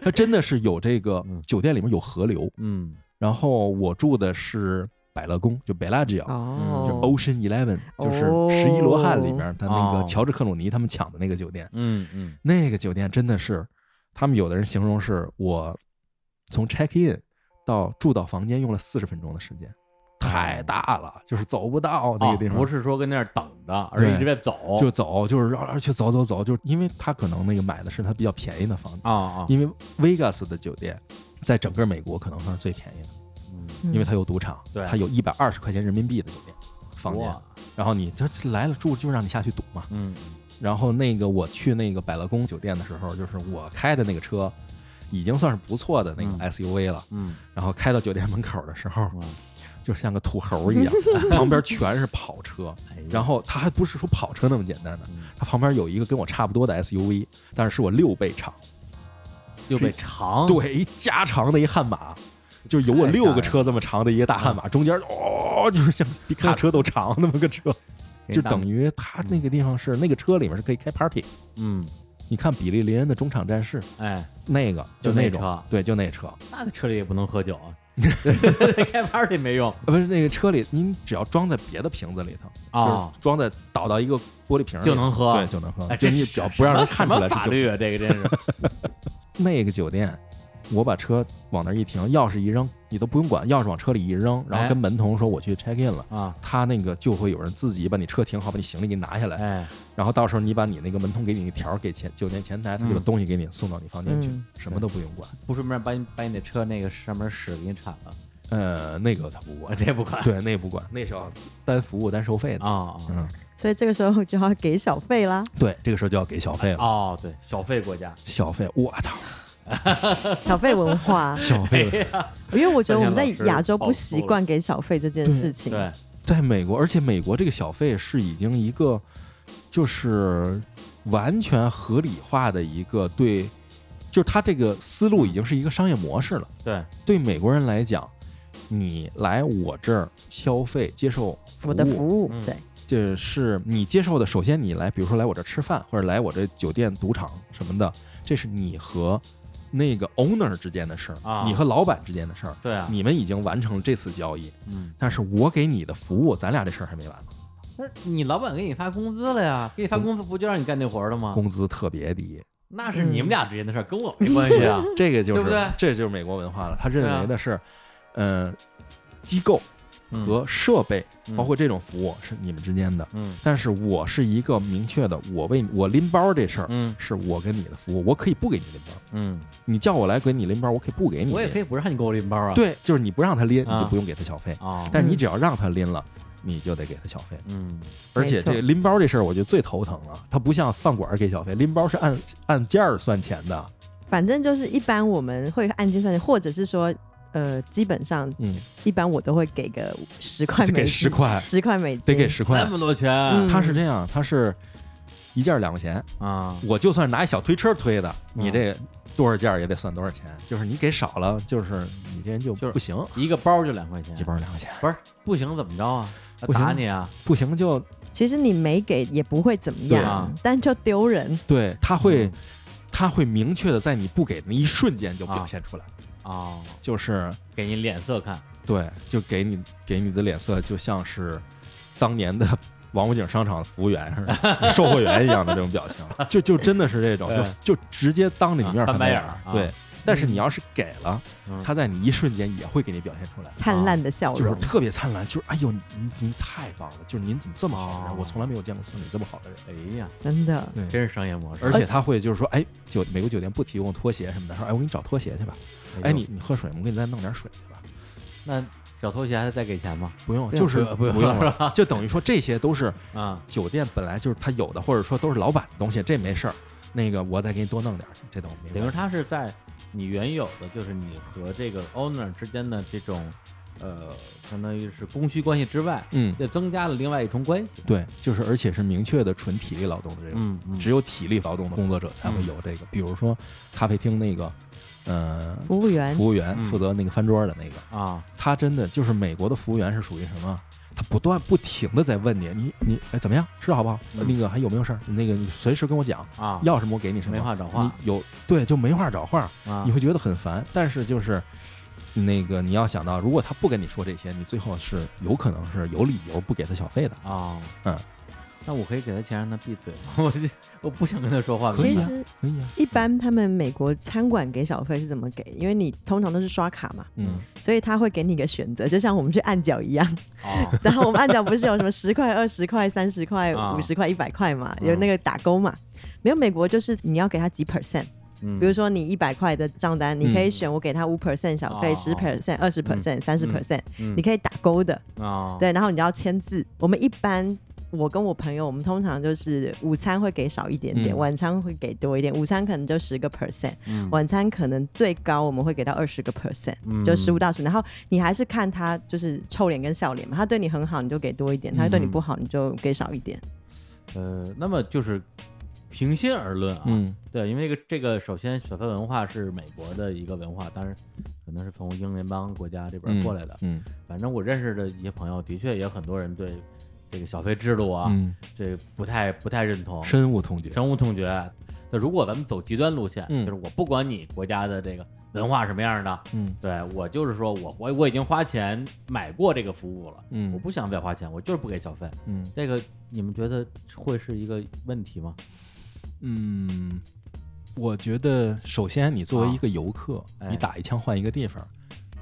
S3: 他真的是有这个
S1: 嗯
S3: 酒店里面有河流，
S1: 嗯，
S3: 然后我住的是百乐宫，就 Bellagio，、
S2: 哦，
S3: 嗯就 Ocean Eleven，、
S2: 哦
S3: 就是十一罗汉里面他那
S1: 哦
S3: 个乔治克鲁尼他们抢的那个酒店，
S1: 嗯嗯
S3: 那个酒店真的是，他们有的人形容是我从 check in 到住到房间用了四十分钟的时间，太大了，就是走不到那
S5: 啊
S3: 个
S1: 哦
S3: 地方。
S5: 不是说跟那儿等着，而是一直在走，
S3: 就走，就是绕来绕去走走走，就是因为他可能那个买的是他比较便宜的房子，
S1: 啊啊，
S3: 因为 Vegas 的酒店在整个美国可能算是最便宜的。
S1: 嗯
S3: 因为它有赌场，
S5: 嗯对
S3: 它有一百二十块钱人民币的酒店房间
S5: 哇，
S3: 然后你他来了住就让你下去赌嘛。
S1: 嗯
S3: 然后那个我去那个百乐宫酒店的时候，就是我开的那个车，已经算是不错的那个 SUV 了。
S1: 嗯
S3: 然后开到酒店门口的时候
S1: 嗯，
S3: 就像个土猴一样，旁边全是跑车
S1: 哎呀，
S3: 然后它还不是说跑车那么简单的
S1: 嗯，
S3: 它旁边有一个跟我差不多的 SUV，但是是我六倍长。
S1: 又被长，
S3: 对，一加长的一悍马，就是有我
S1: 太吓
S3: 六
S1: 人
S3: 个车这么长的一个大悍马，中间哦，就是像比卡车都长那么个车，
S1: 给
S3: 就
S1: 大
S3: 等于他那个地方是那个车里面是可以开 party。
S1: 嗯
S3: 你看比利林恩的中场战士
S1: 哎，
S3: 那个，
S1: 就
S3: 就
S1: 那
S3: 种
S1: 车，
S3: 对，就那车，呃
S1: 那车里也不能喝酒 啊，开 party 没用
S3: 呃不是那个车里，您只要装在别的瓶子里头，
S1: 啊
S3: 就是，装在倒到一个玻璃瓶里
S1: 就能喝
S3: 对，就能喝
S1: 哎，，
S3: 就
S1: 这
S3: 你
S1: 是
S3: 只要不让人
S1: 什么
S3: 看出来
S1: 什
S3: 是
S1: 么法
S3: 酒
S1: 律啊，这个真 是
S3: 那个酒店，我把车往那儿一停，钥匙一扔，你都不用管，钥匙往车里一扔，然
S1: 哎
S3: 后跟门童说我去 check in 了。
S1: 啊，
S3: 他那个就会有人自己把你车停好，把你行李给你拿下来，
S1: 哎，
S3: 然后到时候你把你那个门童给你那条儿给前酒店前台，他就把
S1: 嗯
S3: 东西给你送到你房间去
S2: 嗯，
S3: 什么都不用管。
S1: 不顺便把你把你的车那个上面屎给你铲了，啊
S3: 呃，那个他不管，
S1: 这不管
S3: 对，那不管，那是要单服务单收费的。
S1: 啊啊
S3: 嗯，
S2: 所以这个时候就要给小费 啦。
S3: 对，这个时候就要给小费了。
S1: 哦，对，小费国家，
S3: 小费，我操，，
S2: 小费文化
S3: 小费
S2: 因为我觉得我们在
S5: 三千老师
S2: 亚洲不习惯给小费这件事 情。
S1: 对，
S3: 在美国，而且美国这个小费是已经一个就是完全合理化的一个对，就是他这个思路已经是一个商业模式了。
S1: 对，
S3: 对美国人来讲，你来我这儿消费接受服务
S2: 我的服务
S1: 嗯，
S2: 对，
S3: 这是你接受的。首先，你来，比如说来我这儿吃饭，或者来我这酒店、赌场什么的，这是你和那个 owner 之间的事儿，
S1: 啊
S3: 你和老板之间的事儿。
S1: 对啊
S3: 你们已经完成了这次交易，
S1: 嗯，
S3: 但是我给你的服务，咱俩这事儿还没完呢。
S1: 但是你老板给你发工资了呀，给你发工资不就让你干这活儿了吗？
S3: 工资特别低，
S1: 那是你们俩之间的事儿，跟我没关系啊。
S3: 这个就是
S1: 对不对
S3: 这就是美国文化了。他认为
S1: 对
S3: 的是，嗯、机构和设备，
S1: 嗯
S3: 包括这种服务是你们之间的。
S1: 嗯
S3: 但是我是一个明确的，我为我拎包这事儿，
S1: 嗯
S3: 是我跟你的服务，我可以不给你拎包，
S1: 嗯，
S3: 你叫我来给你拎包，我可以不给你拎，
S1: 我也可以不让你给我拎包啊。
S3: 对，就是你不让他拎，
S1: 啊
S3: 你就不用给他小费，
S1: 啊，
S3: 但你只要让他拎了，你就得给他小费。
S1: 嗯
S3: 而且这个拎包这事儿，我觉得最头疼了，他不像饭馆儿给小费，拎包是按按件儿算钱的，
S2: 反正就是一般我们会按计算，或者是说，呃，基本上
S3: 嗯，
S2: 一般我都会给个十块
S3: 得
S2: 美
S3: 给
S2: 金，
S3: 十块，
S2: 十块美
S3: 得
S2: 金，
S3: 给十块
S1: 那。么多钱
S2: 嗯
S3: 他是这样，他是一件儿两块钱，
S1: 啊，
S3: 我就算拿一小推车推的，
S1: 嗯
S3: 你这多少件儿也得算多少钱，就是你给少了，就是你这人就
S1: 就是
S3: 不行，
S1: 一个包就两块钱
S3: 一，包两块钱，
S1: 不是不行怎么着啊？那
S3: 不行
S1: 打你啊！
S3: 不行就
S2: 其实你没给也不会怎么
S3: 对
S2: 样，
S1: 啊
S2: 但就丢人。
S3: 对，他会
S1: 嗯
S3: 他会明确的在你不给的那一瞬间就
S1: 啊
S3: 表现出来，
S1: 哦，
S3: 就是
S1: 给你脸色看。
S3: 对，就给你给你的脸色就像是当年的。 王府井商场的服务员似 的，售货员一样的这种表情，就就真的是这种，
S1: 对
S3: 就就直接当着你面
S1: 啊翻白
S3: 白
S1: 眼
S3: 儿
S1: 儿啊
S3: 对，但是你要是给了
S1: 嗯，
S3: 他在你一瞬间也会给你表现出来。
S2: 灿烂的笑
S3: 啊就是
S2: 容，
S3: 特别灿烂，就是哎呦，您您太棒了，就是您怎么这么好的人，
S1: 哦
S3: 我从来没有见过像你这么好的人。
S1: 哎呀，
S2: 真的。
S1: 真是商业模式。
S3: 而且他会就是说，哎，酒美国酒店不提供拖鞋什么的，说哎，我给你找拖鞋去吧，哎，
S1: 呦
S3: 你你喝水吗，我给你再弄点水去吧，
S1: 那找拖鞋还得再给钱吗？
S3: 不用，
S1: 不用
S3: 就是
S1: 不用
S3: 用了， 就等于说这些都是
S1: 啊，
S3: 酒店本来就是他有的，或者说都是老板的东西，这没事儿。那个我再给你多弄点儿去，这都没
S1: 等于
S3: 问题。
S1: 他是在你原有的，就是你和这个 owner 之间的这种，呃，相当于是供需关系之外，
S3: 嗯，
S1: 又增加了另外一重关系。
S3: 对，就是而且是明确的纯体力劳动的这种。
S1: 嗯，嗯
S3: 只有体力劳动的工作者才会有这个，比如说咖啡厅那个呃，
S2: 服务员
S3: 嗯服务员
S1: 嗯
S3: 负责那个翻桌的那个，
S1: 啊，
S3: 他真的就是美国的服务员是属于什么？他不断不停的在问你，你你哎怎么样？吃得好不好？
S1: 嗯
S3: 那个还有没有事儿？那个你随时跟我讲，
S1: 啊
S3: 要什么我给你什么。
S1: 没话找话
S3: 你有对就没话找话，
S1: 啊
S3: 你会觉得很烦。但是就是那个你要想到，如果他不跟你说这些，你最后是有可能是有理由不给他小费的。
S1: 啊，
S3: 嗯，
S1: 那我可以给他钱让他闭嘴吗？ 我就我不想跟他说话，嗯
S3: 可
S1: 为
S3: 以
S1: 什
S2: 其
S1: 么
S3: 啊
S2: 实
S3: 可以啊，
S2: 一般他们美国餐馆给小费是怎么给？因为你通常都是刷卡嘛，
S3: 嗯，
S2: 所以他会给你一个选择，就像我们去按脚一样。
S3: 啊
S1: 哦
S2: 然后我们按脚不是有什么十块、二十块、三十块、
S1: 啊
S2: 五十块、一百块嘛，
S1: 嗯
S2: 有那个打勾嘛。没有美国就是你要给他几 percent，
S1: 嗯
S2: 比如说你一百块的账单，你可以选我给他五 percent 小费、
S1: 哦
S2: 十 percent、二十 percent、三十 percent，
S1: 嗯
S2: 你可以打勾的。
S1: 啊，
S2: 对，然后你要签字。我们一般。我跟我朋友，我们通常就是午餐会给少一点点，
S3: 嗯
S2: 晚餐会给多一点。午餐可能就十个 percent，
S1: 嗯
S2: 晚餐可能最高我们会给到二十个 percent，
S1: 嗯
S2: 就十五到十。然后你还是看他就是臭脸跟笑脸嘛，他对你很好你就给多一点，他对你不好你就给少一点。
S1: 呃，那么就是平心而论啊，
S3: 嗯
S1: 对，因为这个这个首先小费文化是美国的一个文化，当然可能是从英联邦国家这边
S3: 嗯
S1: 过来的。
S3: 嗯
S1: 反正我认识的一些朋友，的确也很多人对这个小费制度啊，
S3: 嗯，
S1: 这个不太不太认同，
S3: 深恶痛绝。
S1: 深恶痛绝。那如果咱们走极端路线，
S3: 嗯
S1: 就是我不管你国家的这个文化什么样的，
S3: 嗯
S1: 对我就是说我我我已经花钱买过这个服务了，
S3: 嗯
S1: 我不想再花钱，我就是不给小费。
S3: 嗯
S1: 这个你们觉得会是一个问题吗？
S3: 嗯，我觉得首先你作为一个游客，
S1: 啊哎
S3: 你打一枪换一个地方，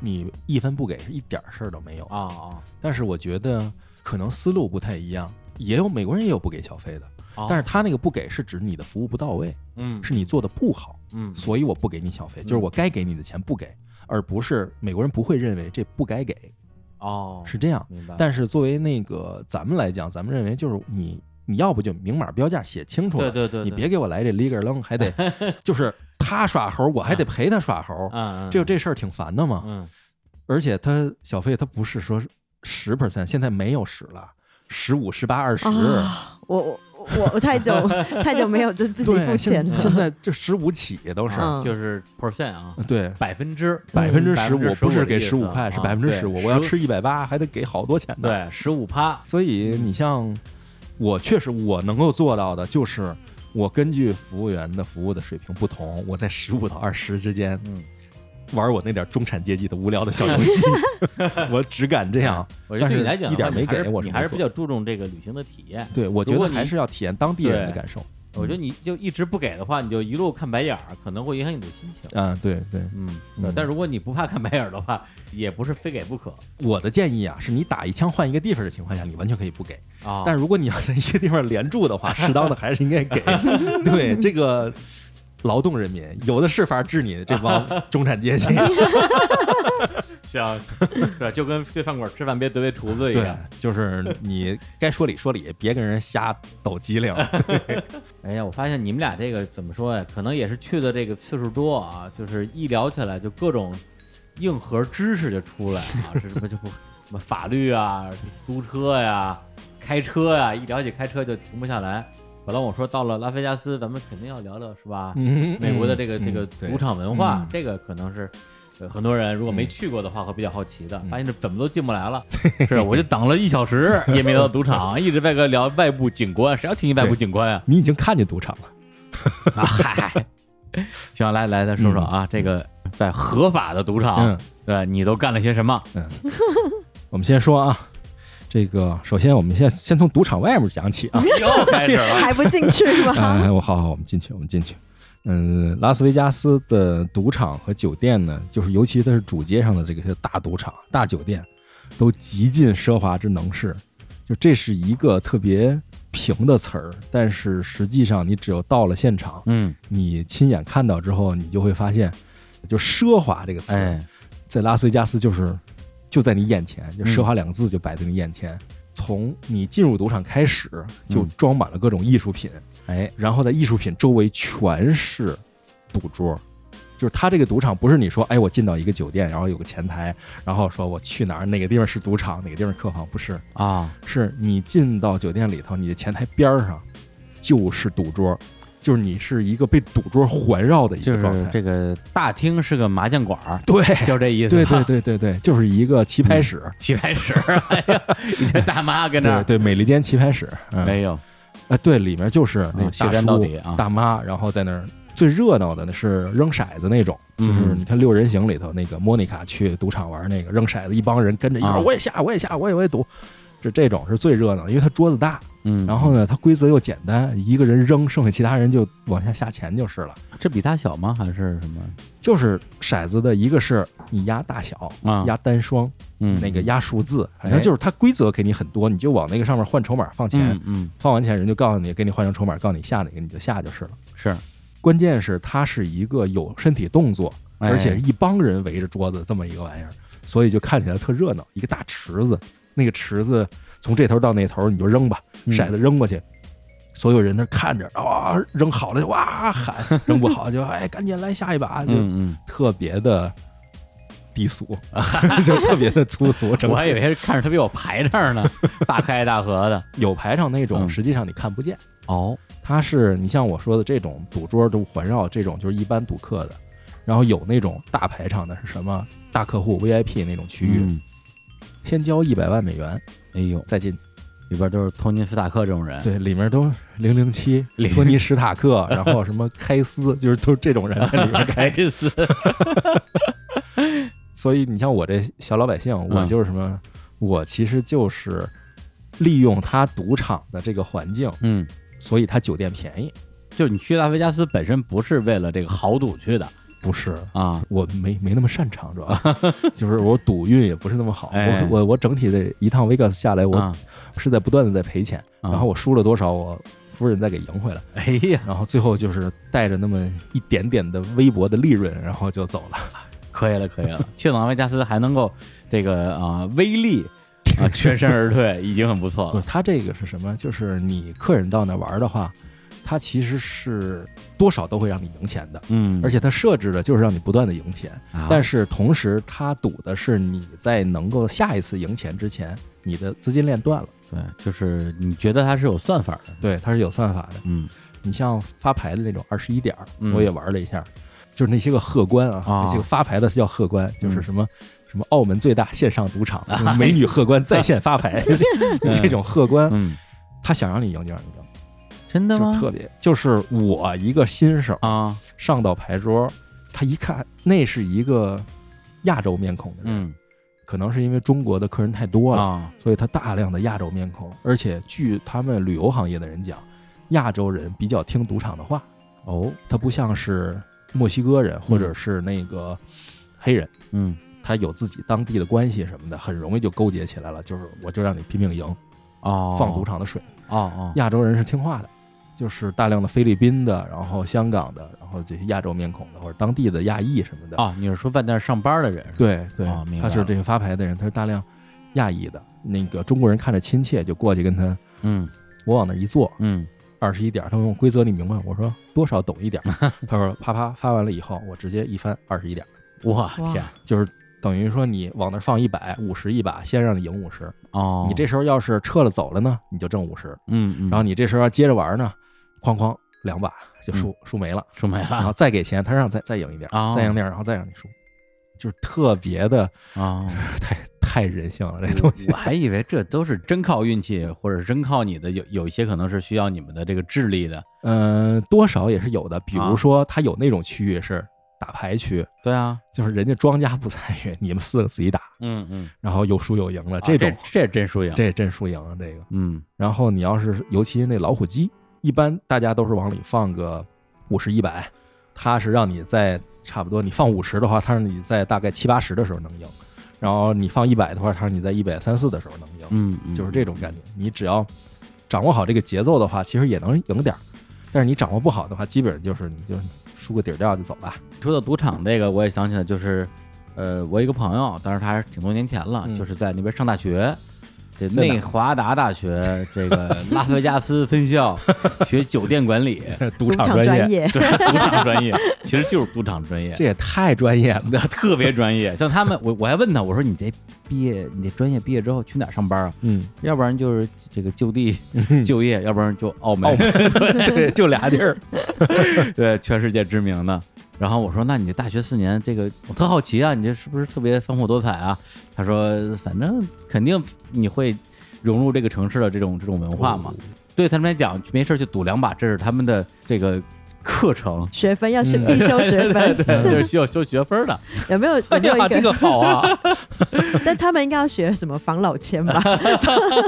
S3: 你一分不给是一点儿事儿都没有
S1: 啊。啊，
S3: 但是我觉得可能思路不太一样，也有美国人也有不给小费的，
S1: 哦
S3: 但是他那个不给是指你的服务不到位，
S1: 嗯
S3: 是你做的不好，
S1: 嗯
S3: 所以我不给你小费，就是我该给你的钱不给，而不是美国人不会认为这不该给，
S1: 哦，
S3: 是这样。
S1: 明白。
S3: 但是作为那个咱们来讲，咱们认为就是你你要不就明码标价写清楚了
S1: 对，对对，
S3: 你
S1: 对
S3: 别给我来这 里个楞，还得就是他耍猴，我还得陪他耍猴，
S1: 嗯嗯
S3: 这这事儿挺烦的嘛。
S1: 嗯
S3: 而且他小费他不是说十 percent，现在没有十了，十五、十八、二十。
S2: 啊我我我我太久太久没有就自己
S3: 对，
S2: 付钱
S3: 现现
S2: 了。
S3: 在这十五起都是，
S2: 嗯
S1: 就是 percent 啊，
S3: 对，
S1: 百分之
S3: 百分之十五
S1: 15%
S3: 不是给
S1: 的意
S3: 十
S1: 思
S3: 五块，是
S1: 啊
S3: 百分之十五。我要
S1: 15
S3: 吃一百八，还得给好多钱呢。，
S1: 对十五趴
S3: 所以
S1: 嗯
S3: 你像我，确实我能够做到的就是，我根据服务员的服务的水平不同，我在十五到二十之间，
S1: 嗯，
S3: 玩我那点中产阶级的无聊的小游 戏，我只敢这样。
S1: 我觉得对你来
S3: 但
S1: 讲
S3: 是
S1: 的
S3: 一
S1: 话你还
S3: 点没给
S1: 是
S3: 我，
S1: 你还是比较注重这个旅行的体验。
S3: 对，我觉
S1: 如果
S3: 得
S1: 你
S3: 还是要体验当地人的
S1: 对
S3: 感受。
S1: 我觉得你就一直不给的话，你就一路看白眼儿，可能会影响你的心情。
S3: 啊，对对，
S1: 嗯，
S3: 嗯
S1: 对但如果你不怕看白眼儿的话，也不是非给不可
S3: 我的建议啊，是你打一枪换一个地方的情况下，你完全可以不给。
S1: 啊。
S3: 但如果你要在一个地方连住的 话，适当的还是应该 给。对这个劳动人民，有的是法治你这帮中产阶级。
S1: 像 是吧，就跟去饭馆吃饭别得罪厨子一
S3: 对
S1: 样。，
S3: 就是你该说理说理，别跟人瞎抖机灵。
S1: 哎呀，我发现你们俩这个怎么说呀？可能也是去的这个次数多啊，就是一聊起来就各种硬核知识就出来啊，是什么就什么法律啊、租车呀、开车呀，一聊起开车就停不下来。本来我说到了拉菲加斯，咱们肯定要聊聊是吧？
S3: 嗯
S1: 美国的这个、这个赌场文化，
S3: 嗯
S1: 这个可能是。呃很多人如果没去过的话，会比较好奇的，
S3: 嗯
S1: 发现这怎么都进不来 了。是，我就等了一小时，也没聊到赌场，一直在跟聊外部景观，谁要听你外部景观啊？
S3: 你已经看见赌场了。
S1: 啊，嗨， 行，来来，咱说说啊，这个在合法的赌场，
S3: 嗯
S1: 对你都干了些什 么？
S3: 我们先说啊，这个首先我们先先从赌场外面讲起啊。
S1: 又开始了，
S2: 还不进去 吗？
S3: 哎，我好好，我们进去，我们进去。嗯，拉斯维加斯的赌场和酒店呢，就是尤其它是主街上的这个大赌场、大酒店，都极尽奢华之能事。就这是一个特别平的词儿，但是实际上你只有到了现场，
S1: 嗯，
S3: 你亲眼看到之后，你就会发现，就奢华这个词，
S1: 哎，
S3: 在拉斯维加斯就是就在你眼前，就奢华两个字就摆在你眼前。从你进入赌场开始，就
S1: 嗯
S3: 装满了各种艺术品，
S1: 哎，
S3: 然后在艺术品周围全是赌桌。就是他这个赌场不是你说，哎，我进到一个酒店，然后有个前台，然后说我去哪儿，哪个地方是赌场，哪个地方是客房，不是，
S1: 啊，
S3: 是你进到酒店里头，你的前台边儿上就是赌桌，就是你是一个被赌桌环绕的一
S1: 就
S3: 个状
S1: 是
S3: 态。
S1: 这个大厅是个麻将馆儿，
S3: 对
S1: 就是这意思。啊
S3: 对对，对对对，就是一个棋牌室，
S1: 棋牌室， 哎呀，一群大妈跟那
S3: 对
S1: 儿，
S3: 对，美利坚棋牌室。嗯
S1: 没有，
S3: 啊，对，里面就是那
S1: 嗯
S3: 个
S1: 血
S3: 大
S1: 战
S3: 叔
S1: 到底啊
S3: 大妈，然后在那儿最热闹的那是扔骰子那种，就是
S1: 嗯
S3: 你看《六人行》里头那个莫妮卡去赌场玩那个扔骰子，一帮人跟着一块儿、
S1: 啊
S3: 我也下，我也下，我也我也赌，这这种是最热闹的，因为他桌子大，
S1: 嗯，
S3: 然后呢，他规则又简单，一个人扔，剩下其他人就往下下钱就是了。
S1: 这比他小吗？还是什么？
S3: 就是骰子的一个是你压大小，
S1: 啊
S3: 压单双，
S1: 嗯，
S3: 那个压数字，反
S1: 哎
S3: 正就是它规则给你很多，你就往那个上面换筹码放钱，
S1: 嗯嗯
S3: 放完钱人就告诉你，给你换成筹码，告诉你下哪个你就下就是了。
S1: 是，
S3: 关键是它是一个有身体动作，
S1: 哎
S3: 而且一帮人围着桌子这么一个玩意儿，所以就看起来特热闹。一个大池子，那个池子从这头到那头，你就扔吧，
S1: 嗯
S3: 骰子扔过去，所有人那看着啊、扔好了就哇喊，扔不好就哎赶紧来下一把，就
S1: 嗯
S3: 特别的低俗， 就特别的粗俗。
S1: 嗯，
S3: 整
S1: 我
S3: 个
S1: 还以为看着他比我排这 儿呢，大开大合的。
S3: 有排场那种，
S1: 嗯
S3: 实际上你看不见。
S1: 哦，
S3: 它是你像我说的这种赌桌都环绕这种就是一般赌客的，然后有那种大排场的是什么大客户 VIP 那种区域，
S1: 嗯，
S3: 先交一百万美元
S1: 哎呦，
S3: 再进去，
S1: 里边都是托尼·斯塔克这种人，
S3: 对，里面都零零七、
S1: 007
S3: 托尼·史塔 克，然后什么开司，就是都这种人在里面 开。
S1: 开始
S3: 所以你像我这小老百姓，我
S1: 嗯
S3: 就是什么，我其实就是利用他赌场的这个环境，
S1: 嗯，
S3: 所以他酒店便宜，
S1: 就是你去拉斯维加斯本身不是为了这个豪赌去的
S3: 不是
S1: 啊，
S3: 我没没那么擅长，主要 就是我赌运也不是那么好。
S1: 哎
S3: 我我我整体的一趟 Vegas 下来，我
S1: 啊
S3: 是在不断的在赔钱，
S1: 啊
S3: 然后我输了多少，我夫人再给赢回来，
S1: 哎呀，
S3: 然后最后就是带着那么一点点的微薄的利润，然后就走了。
S1: 可以了，可以了， 去拉斯维加斯还能够这个啊威力 啊全身而退，已经很不错
S3: 不
S1: 了
S3: 是，他这个是什么？就是你客人到那玩的话，他其实是多少都会让你赢钱的，
S1: 嗯，
S3: 而且他设置的就是让你不断的赢钱。
S1: 啊
S3: 但是同时，他赌的是你在能够下一次赢钱之前，你的资金链断了。
S1: 对，就是你觉得它是有算法的，
S3: 对，它是有算法的。
S1: 嗯
S3: 你像发牌的那种二十一点儿
S1: 嗯，
S3: 我也玩了一下，就是那些个荷官啊，
S1: 啊嗯
S3: 那些个发牌的叫荷官，就是什么。什么澳门最大线上 赌场，美女荷官在线发牌，这种荷官，
S1: 嗯，
S3: 他想让你赢就让你赢，
S1: 真的
S3: 就
S1: 吗
S3: 是？特别。就是我一个新手
S1: 啊，
S3: 上到牌桌，他一看那是一个亚洲面孔的人，
S1: 嗯
S3: 可能是因为中国的客人太多了，
S1: 啊，
S3: 所以他大量的亚洲面孔，而且据他们旅游行业的人讲，亚洲人比较听赌场的话，
S1: 哦，
S3: 他不像是墨西哥人或者是那个黑人，
S1: 嗯，
S3: 他有自己当地的关系什么的，很容易就勾结起来了。就是我就让你拼命赢，
S1: 哦，
S3: 放赌场的水。
S1: 哦哦，
S3: 亚洲人是听话的，就是大量的菲律宾的，然后香港的，然后这些亚洲面孔的或者当地的亚裔什么的。
S1: 哦，你是说饭店上班的人是吧？
S3: 对对
S1: 哦明，白
S3: 他是
S1: 了
S3: 这个发牌的人，他是大量亚裔的。那个中国人看着亲切，就过去跟他，
S1: 嗯
S3: 我往那一坐，
S1: 嗯，
S3: 二十一点儿，他问我规则你明白吗？我说多少懂一点儿。 他说啪啪发完了以后，我直接一翻二十一点儿，
S1: 我
S2: 哇
S1: 天，啊
S3: 就是等于说你往那儿放一百五十一把，先让你赢五十。
S1: 哦，
S3: 你这时候要是撤了走了呢，你就挣五十。
S1: 嗯嗯，
S3: 然后你这时候要接着玩呢，哐哐两把就输输没了，
S1: 说没
S3: 然后
S1: 了
S3: 再给钱，他让再再赢一点
S1: 嗯啊哦
S3: 儿，再赢点儿，然后再让你输，就是特别的
S1: 啊。
S3: 太太人性了这东西。
S1: 我还以为这都是真靠运气，或者是真靠你的，有有一些可能是需要你们的这个智力的。
S3: 嗯，多少也是有的，比
S1: 啊
S3: 如说他有那种区域是打牌区。
S1: 对啊，
S3: 就是人家庄家不参与，你们四个自己打，
S1: 嗯嗯，
S3: 然后有输有赢了，
S1: 啊
S3: 这种、
S1: 这这真输赢，
S3: 这真输赢了这个。
S1: 嗯
S3: 然后你要是尤其那老虎机，一般大家都是往里放个五十一百，他是让你在差不多你放五十的话，他让你在大概七八十的时候能赢，然后你放一百的话，他让你在一百三四的时候能赢，
S1: 嗯，嗯
S3: 就是这种感觉。你只要掌握好这个节奏的话，其实也能赢点儿，但是你掌握不好的话，基本上就是你就输个底儿掉就走吧。
S1: 说到赌场这个，我也想起来，就是，呃，我一个朋友，当时他还是挺多年前了，
S3: 嗯
S1: 就是在那边上大学，这
S3: 在哪儿
S1: 内华达大学这个拉斯维加斯分 校学酒店管 理，
S3: 赌
S2: 场
S3: 专
S2: 专业，
S1: 就是赌场专业，其实就是赌场专业，
S3: 这也太专业了。
S1: 特别专业。像他们，我我还问他，我说你这毕业，你这专业毕业之后去哪儿上班啊？
S3: 嗯，
S1: 要不然就是这个就地就业，要不然就嗯澳门，
S3: 对，就俩地儿，
S1: 对，全世界知名的。然后我说，那你这大学四年，这个我特好奇啊，你这是不是特别丰富多彩啊？他说，反正肯定你会融入这个城市的这种这种文化嘛。对他们来讲，没事儿就赌两把，这是他们的这个课程
S2: 学分要是必修学 分，
S1: 对， 就是需要修学分 的。
S2: 有没有？有没有一
S3: 呀，
S2: 个？
S3: 这个好啊，
S2: 但他们应该要学什么防老签吧？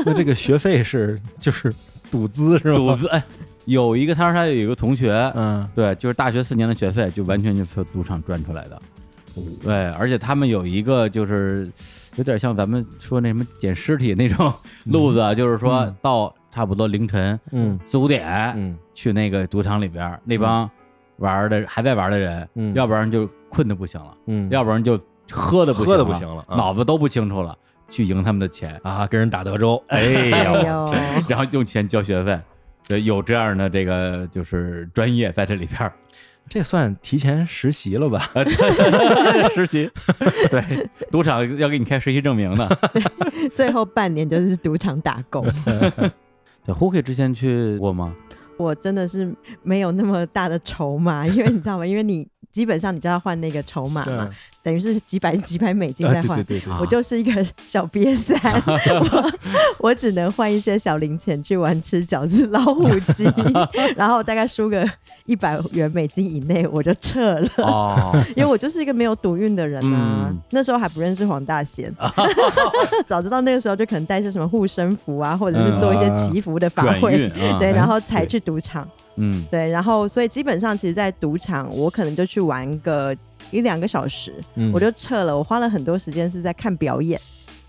S3: 那这个学费是就是赌资是
S1: 赌
S3: 吗？
S1: 资，哎，有一个他说他有一个同学，
S3: 嗯，
S1: 对，就是大学四年的学费就完全就是赌场赚出来的。
S3: 哦
S1: 对，而且他们有一个就是有点像咱们说那什么捡尸体那种路子啊，就是说
S3: 嗯
S1: 到差不多凌晨
S3: 嗯
S1: 四五点
S3: 嗯
S1: 去那个赌场里边儿，那帮玩的还在玩的人，
S3: 嗯
S1: 要不然就困的不行了，
S3: 嗯，
S1: 要不然就喝的不
S3: 喝的不
S1: 行
S3: 行
S1: 了，嗯
S3: 了啊
S1: 脑子都不清楚了，去赢他们的钱，
S3: 啊，跟人打德州，哎
S2: 哎
S3: 呀，我
S2: 呦，
S1: 然后用钱交学费。对，有这样的这个就是专业在这里边儿，
S3: 这算提前实习了吧？
S1: 实习，对，赌场要给你开实习证明的。
S2: 最后半年就是赌场打工，
S1: 对，Huki 之前去过吗？
S2: 我真的是没有那么大的筹码，因为你知道吗？因为你基本上你就要换那个筹码嘛，等于是几百几百美金在换。
S3: 啊对
S1: 啊
S3: 对，
S2: 我就是一个小 瘪三，我我只能换一些小零钱去玩吃饺子、老虎 机，然后大概输个一百元美金以内我就撤 了，
S1: 哦，
S2: 因为我就是一个没有赌运的人啊。
S1: 嗯
S2: 那时候还不认识黄 大仙，早知道那个时候就可能带一些什么护身符啊，或者是做一些祈福的法
S1: 转
S2: 会，
S1: 运啊，
S2: 对，然后才
S3: 对
S2: 去赌场。
S1: 嗯，
S2: 对，然后所以基本上其实，在赌场我可能就去玩个一两个小时，
S3: 嗯
S2: 我就撤了。我花了很多时间是在看表演。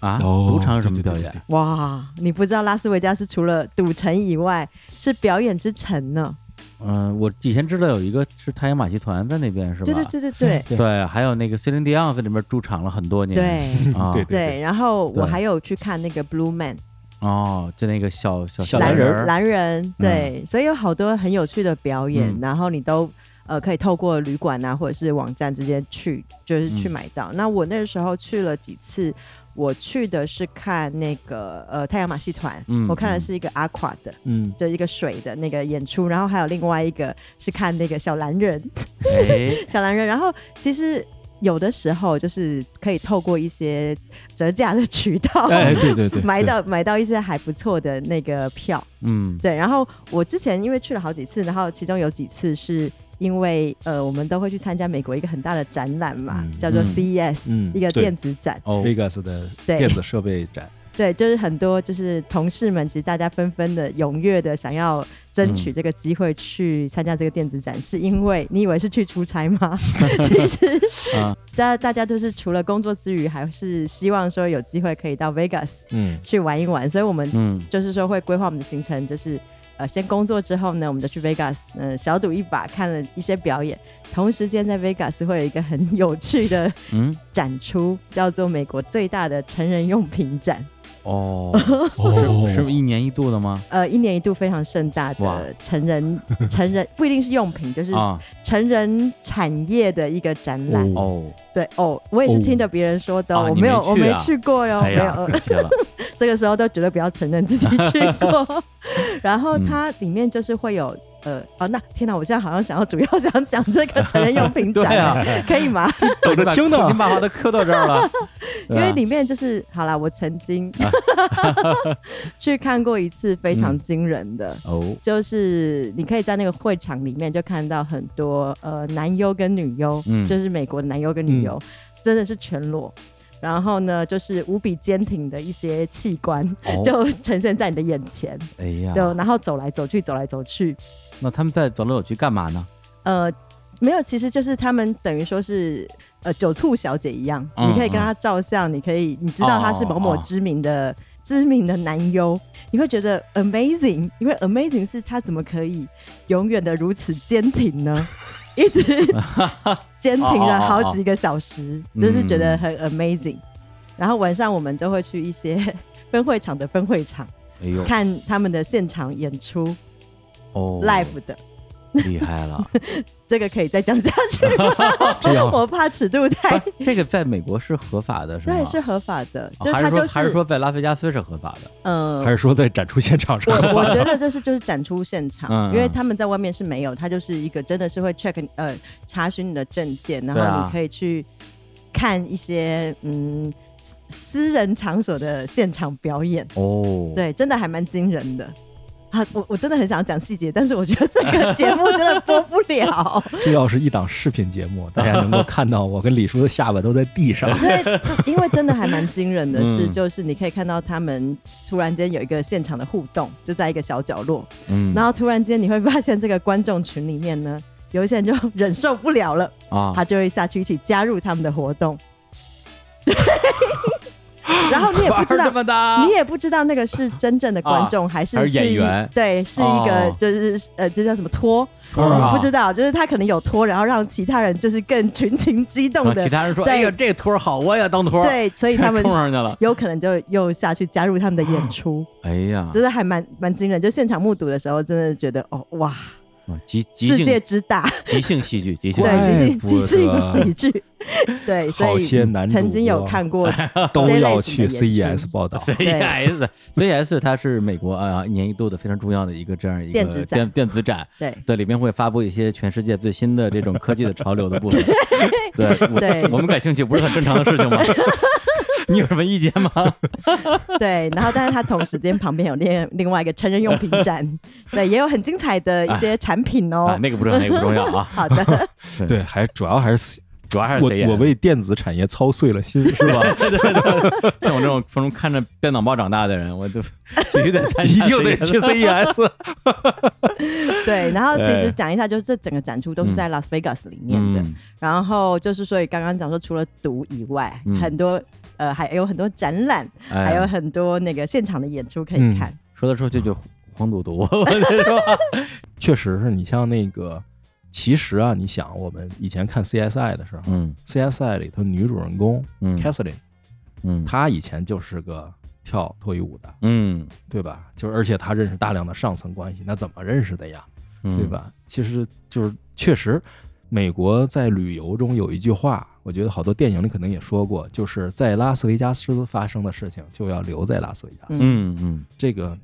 S1: 啊，
S3: 哦
S1: 赌场有什么
S3: 对对
S1: 表
S3: 对
S1: 演？
S2: 哇，你不知道拉斯维加斯除了赌城以外，是表演之城呢。
S1: 嗯，我以前知道有一个是太阳马戏团在那边，是吧？
S2: 对对对 对对
S1: 对还有那个 Celine Dion 在那边驻场了很多年。
S2: 对
S1: 啊，
S3: 对
S2: 对。然后
S1: 对
S2: 我还有去看那个 Blue Man
S1: 哦，就那个小小
S3: 小
S2: 蓝
S3: 蓝
S1: 人
S3: 人
S1: 儿，
S2: 蓝人，对，所以有好多很有趣的表演，
S1: 嗯
S2: 然后你都。呃，可以透过旅馆啊，或者是网站直接去，就是去买到。
S1: 嗯
S2: 那我那时候去了几次，我去的是看那个呃太阳马戏团，
S1: 嗯
S2: 我看的
S1: 嗯
S2: 是一个 Aqua 的，
S3: 嗯，
S2: 就一个水的那个演出，然后还有另外一个是看那个小蓝人，
S1: 哎，
S2: 小蓝人。然后其实有的时候就是可以透过一些折价的渠道。
S3: 哎，对对对，
S2: 买到买到一些还不错的那个票，
S1: 嗯，
S2: 对。然后我之前因为去了好几次，然后其中有几次是因为呃，我们都会去参加美国一个很大的展览嘛，
S3: 嗯
S2: 叫做
S1: 嗯
S2: CES，、
S3: 嗯
S2: 一个
S3: 对
S2: 电子展。
S1: 哦，
S3: Vegas 的
S2: 对
S3: 电子设备展，
S2: 对，就是很多就是同事们，其实大家纷纷的踊跃的想要争
S1: 嗯
S2: 取这个机会去参加这个电子展，是因为你以为是去出 差吗？其实
S1: 啊，
S2: 大大家都是除了工作之余，还是希望说有机会可以到 Vegas
S3: 嗯
S2: 去玩一玩，所以我们
S1: 嗯，
S2: 就是说会规划我们的行程，就是呃先工作之后呢，我们就去 Vegas，嗯、小赌一把，看了一些表演，同时间在 Vegas 会有一个很有趣的
S1: 嗯，
S2: 展出，叫做美国最大的成人用品展。
S1: 哦，
S3: 哦
S1: 是不是一年一度的吗？
S2: 呃，一年一度非常盛大
S1: 哇
S2: 的 成人成人不一定是用品，就是
S1: 啊，
S2: 成人产业的一个展览。
S3: 哦
S1: 哦，
S2: 对哦，我也是
S3: 哦
S2: 听着别人说的，
S1: 啊
S2: 我
S1: 你
S2: 没有
S1: 没
S2: 我
S1: 去
S2: 没
S1: 啊
S2: 去过哟，
S1: 哎
S2: 没有
S1: 呀，
S2: 呃
S1: 可 惜了，
S2: 这个时候都绝对不要承认自己去 过。然后它
S1: 嗯
S2: 里面就是会有。呃，哦，那天哪！我现在好像想要主要想讲这个成人用品 展
S1: 对啊
S2: 了，可以吗？
S3: 等着听呢
S1: 你，哎把话都磕到这儿 了，
S2: 因
S1: 对啊
S2: 为里面就是好啦，我曾经 去看过一次非常
S1: 嗯
S2: 惊人的，
S1: 哦，
S2: 就是你可以在那个会场里面就看到很多呃男优跟女优，
S1: 嗯
S2: 就是美国的男优跟女优，真的是全裸。然后呢，就是无比坚挺的一些器官、
S1: 哦
S2: 就呈现在你的眼前，
S1: 哎呀，
S2: 就然后走来走去，走来走去，
S1: 那他们在走来走去干嘛呢？
S2: 呃，没有，其实就是他们等于说是呃酒醋小姐一样，
S1: 嗯
S2: 你可以跟她照相，你可以你知道她是某某知名
S1: 嗯
S2: 的、
S1: 哦
S2: 知名的男优，你会觉得 amazing，因为 amazing 是她怎么可以永远的如此坚挺呢？ 一直坚挺了好几个小时，就是觉
S1: 嗯
S2: 得很 amazing。然后晚上我们就会去一些 分会场的分会场
S1: 哎呦，
S2: 看他们的现场演出
S1: 哦
S2: live 的，
S1: 厉害 了。
S2: 这个可以再讲下去 吗
S3: 这 样
S2: 我怕尺度太
S1: 不是这个在美国是合法啊的，是吗？
S2: 对，是合法的，
S1: 哦
S2: 就
S1: 还是
S2: 它就
S1: 说
S2: 是
S1: 还是说在拉斯维加斯是合法的？
S2: 呃
S3: 还，是说在展出现场上？
S2: 我我觉得这是就是展出现
S1: 嗯
S2: 场，
S1: 嗯
S2: 因为他们在外面是没有，他就是一个真的是会 check 你呃查询你的证件，然
S1: 对啊
S2: 后你可以去看一些嗯私私人场所的现场表演，
S1: 哦，
S2: 对，真的还蛮惊人的。啊，我我真的很想讲细节，但是我觉得这个节目真的播不了，。
S3: 这要是一档视频节目，大家能够看到我跟李叔的下巴都在地上
S2: 所以因为真的还蛮惊人的是，
S1: 嗯
S2: 就是你可以看到他们突然间有一个现场的互动，就在一个小角落，
S1: 嗯
S2: 然后突然间你会发现这个观众群里面呢， 有一些人就忍受不了了，
S1: 啊，
S2: 他就会下去一起加入他们的活 动。对，然后你也不知道
S1: 这，么大
S2: 你，也不知道那个是真正的观众、还是
S1: 啊还是
S2: 是
S1: 演
S2: 一
S1: 员
S2: 对，是一个
S1: 哦
S2: 就是、呃，这叫什么托？
S1: 托啊
S2: 我不知道，就是他可能有托，然后让其他人就是更群情激
S1: 然后
S2: 动的
S1: 其，他人说：“
S2: 在
S1: 哎呀，这个托儿好，我也当托儿。”，
S2: 对，所以他们
S1: 冲上去了。
S2: 有可能就又下去加入他们的演 出，
S1: 哎呀，
S2: 真的还蛮蛮惊人。就现场目睹的时候，真的觉得哦哇，
S1: 哇即即
S2: 世界
S1: 兴
S2: 之 大，
S1: 即兴戏剧，即兴
S3: 怪
S2: 对，
S3: 不
S2: 即兴即兴
S3: 得
S2: 喜 剧，对，
S3: 好
S2: 所
S3: 些
S2: 以
S3: 男主
S2: 曾经有
S3: 播
S2: 看过
S3: 都
S2: 这类
S3: 要
S2: 型
S3: 去 E
S2: 的演出
S3: CES 报道。
S1: CES，CES 它是美国啊一年一度的非常重要的一个这样一个
S2: 电子展
S1: 电电子展，
S2: 对。
S1: 对，里面会发布一些全世界最新的这种科技的潮流的部分。 对，我
S2: 对
S1: 我们感兴趣不是很正常的事情 吗？你有什么意见吗？
S2: 对，然后但是它同时间旁边有另另外一个成人用品 展，对，也有很精彩的一些产品
S1: 啊
S2: 哦，。
S1: 那个不重要，那个不重要啊，
S2: 好的，
S3: 对，还主要还是
S1: 主要还是 CES。
S3: 我我为电子产业操碎了心， 是吧？
S1: 像我这种从看着电脑报长大的人，我都必须得参
S3: 一
S1: 加 CES，
S3: 定 得去 E CES。
S2: 对，然后其
S1: 哎
S2: 实讲一下，就是这整个展出都
S3: 嗯
S2: 是在拉斯维加斯里面的，
S1: 嗯，
S2: 然后就是所以刚刚讲说，除了毒以外，
S1: 嗯
S2: 很多呃还有很多展览，
S1: 哎
S2: 还有很多那个现场的演出可
S3: 嗯
S2: 以看。
S1: 说到说去就黄赌 毒，我是吧？
S3: 确实是你像那个，其实啊，你想我们以前看 CSI 的时候
S1: 嗯
S3: ，CSI 里头女主人公
S1: 嗯
S3: Catherine，
S1: 嗯
S3: 她以前就是个跳脱衣舞的，
S1: 嗯，
S3: 对吧？就是而且她认识大量的上层关系，那怎么认识的呀？
S1: 嗯
S3: 对？吧？其实就是确实，美国在旅游中有一句话，我觉得好多电影里可能也说过，就是在拉斯维加斯发生的事情就要留在拉斯维加斯。
S1: 嗯嗯，
S3: 这个